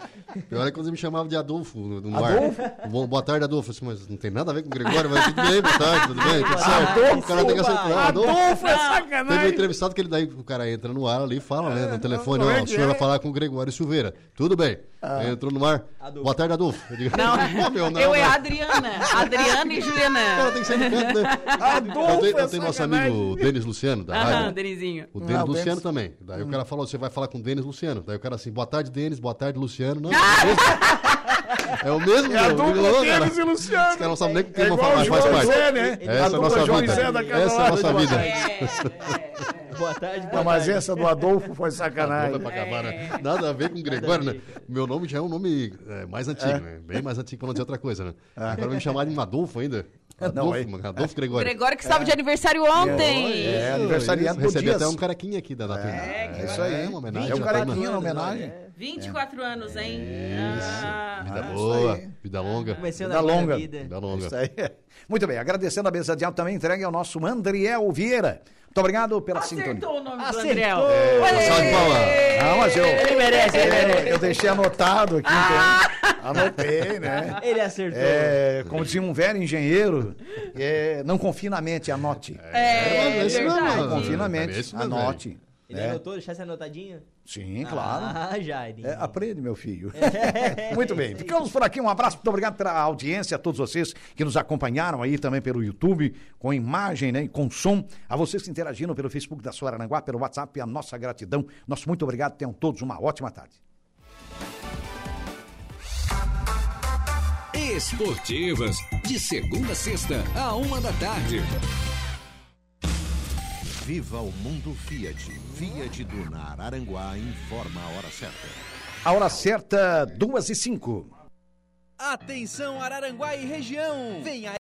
[SPEAKER 4] Pior é quando ele me chamava de Adolfo no, no
[SPEAKER 2] Adolfo?
[SPEAKER 4] bar. Bo- Boa tarde, Adolfo. Eu disse, mas não tem nada a ver com o Gregório, mas tudo bem, boa tarde, tudo bem, tudo certo.
[SPEAKER 2] Adolfo,
[SPEAKER 4] o cara tem que aceitar. não, Adolfo.
[SPEAKER 2] Adolfo é
[SPEAKER 4] Teve um
[SPEAKER 2] sacanagem.
[SPEAKER 4] entrevistado que ele daí, o cara entra no ar ali e fala, né, no telefone,
[SPEAKER 2] não é
[SPEAKER 4] ó, o
[SPEAKER 2] que
[SPEAKER 4] senhor
[SPEAKER 2] é. Ah.
[SPEAKER 4] vai falar com o Gregório Silveira. Tudo bem. Aí Entrou no ar, boa tarde, Adolfo. Eu digo,
[SPEAKER 7] Não,
[SPEAKER 4] "Pô, Ah, meu, não,
[SPEAKER 7] eu
[SPEAKER 4] não."
[SPEAKER 7] é a Adriana. Adriana e
[SPEAKER 4] Cara,
[SPEAKER 7] Juliana.
[SPEAKER 4] tem que ser no canto, né? Eu
[SPEAKER 2] Adolfo
[SPEAKER 4] tenho,
[SPEAKER 2] é
[SPEAKER 4] eu tenho nosso
[SPEAKER 2] sacanagem.
[SPEAKER 4] amigo Denis Luciano, da
[SPEAKER 7] Aham,
[SPEAKER 4] rádio.
[SPEAKER 7] Denizinho.
[SPEAKER 4] O Denis
[SPEAKER 2] Ah, o
[SPEAKER 4] Luciano
[SPEAKER 2] Denis.
[SPEAKER 4] também. Daí o cara falou: você vai falar com o Denis Luciano. Daí o cara assim, boa tarde, Denis, boa tarde, Luciano. Não, é o mesmo.
[SPEAKER 2] É a
[SPEAKER 4] meu. Eu digo,
[SPEAKER 2] dupla
[SPEAKER 4] "Ô,
[SPEAKER 2] Denis e
[SPEAKER 4] Os caras
[SPEAKER 2] Luciano.
[SPEAKER 4] não sabem nem o que
[SPEAKER 2] É
[SPEAKER 4] vão
[SPEAKER 2] igual
[SPEAKER 4] falar,
[SPEAKER 2] o
[SPEAKER 4] mas faz
[SPEAKER 2] João e
[SPEAKER 4] parte.
[SPEAKER 2] Zé, né?
[SPEAKER 4] Essa é a nossa
[SPEAKER 2] João e
[SPEAKER 4] vida.
[SPEAKER 2] Zé da casa
[SPEAKER 4] Essa é
[SPEAKER 2] lá.
[SPEAKER 4] a nossa vida.
[SPEAKER 5] Boa tarde, boa
[SPEAKER 2] Não, mas
[SPEAKER 5] tarde.
[SPEAKER 2] essa do Adolfo foi
[SPEAKER 4] Nada
[SPEAKER 2] sacanagem.
[SPEAKER 4] pra acabar, né?
[SPEAKER 2] É.
[SPEAKER 4] Nada a ver com o Gregório, né? Meu nome já é um nome é, mais antigo, né? Bem mais antigo pra não dizer outra coisa, né?
[SPEAKER 2] É.
[SPEAKER 4] Agora me chamaram de Adolfo ainda.
[SPEAKER 2] aí-
[SPEAKER 4] Adolfo, mano, Adolfo Gregório.
[SPEAKER 7] Gregório que estava de aniversário ontem.
[SPEAKER 2] É, aniversariante do
[SPEAKER 4] Recebi
[SPEAKER 2] Dias.
[SPEAKER 4] até um carequinha aqui da Natura.
[SPEAKER 2] É, isso aí.
[SPEAKER 4] É uma homenagem.
[SPEAKER 2] É um
[SPEAKER 4] uma turma.
[SPEAKER 2] carequinha na homenagem.
[SPEAKER 7] 24 anos, hein? Ah,
[SPEAKER 4] Vida
[SPEAKER 2] isso
[SPEAKER 4] boa,
[SPEAKER 2] aí.
[SPEAKER 4] vida longa.
[SPEAKER 5] Comecei
[SPEAKER 2] Vida
[SPEAKER 5] na minha
[SPEAKER 2] longa.
[SPEAKER 5] vida.
[SPEAKER 4] Vida Tá longa.
[SPEAKER 2] É Isso aí. Muito bem, agradecendo a mesa de alto também entregue ao nosso Andriel Vieira. Muito obrigado pela sintonia.
[SPEAKER 7] Acertou o nome do
[SPEAKER 5] Acertou.
[SPEAKER 7] Andréu.
[SPEAKER 4] Uma salva de palmas.
[SPEAKER 2] Ah, mas eu, É,
[SPEAKER 5] Ele merece, ele merece. Ah!
[SPEAKER 2] eu, eu deixei anotado aqui, entendeu? Anotei, né?
[SPEAKER 5] Ele acertou.
[SPEAKER 2] É, como dizia um velho engenheiro, é, não confie na mente, anote.
[SPEAKER 7] É,
[SPEAKER 4] É isso mesmo,
[SPEAKER 7] verdade.
[SPEAKER 2] Não confie na mente,
[SPEAKER 4] É isso mesmo,
[SPEAKER 2] anote.
[SPEAKER 5] Ele
[SPEAKER 2] né?
[SPEAKER 5] anotou, deixasse anotadinha?
[SPEAKER 2] Sim, claro.
[SPEAKER 5] Ah, Jair.
[SPEAKER 2] É, aprende, meu filho. Muito bem. Ficamos por aqui. Um abraço. Muito obrigado pela audiência, a todos vocês que nos acompanharam aí também pelo YouTube, com imagem, né? E com som. A vocês que interagiram pelo Facebook da Sua Aranguá, pelo WhatsApp, a nossa gratidão. Nosso muito obrigado. Tenham todos uma ótima tarde.
[SPEAKER 1] Esportivas, de segunda a sexta, a uma da tarde.
[SPEAKER 8] Viva o mundo Fiat. Fiat do Nar Aranguá informa a hora certa.
[SPEAKER 2] A hora certa, duas e cinco.
[SPEAKER 9] Atenção Araranguá e região! Vem aí!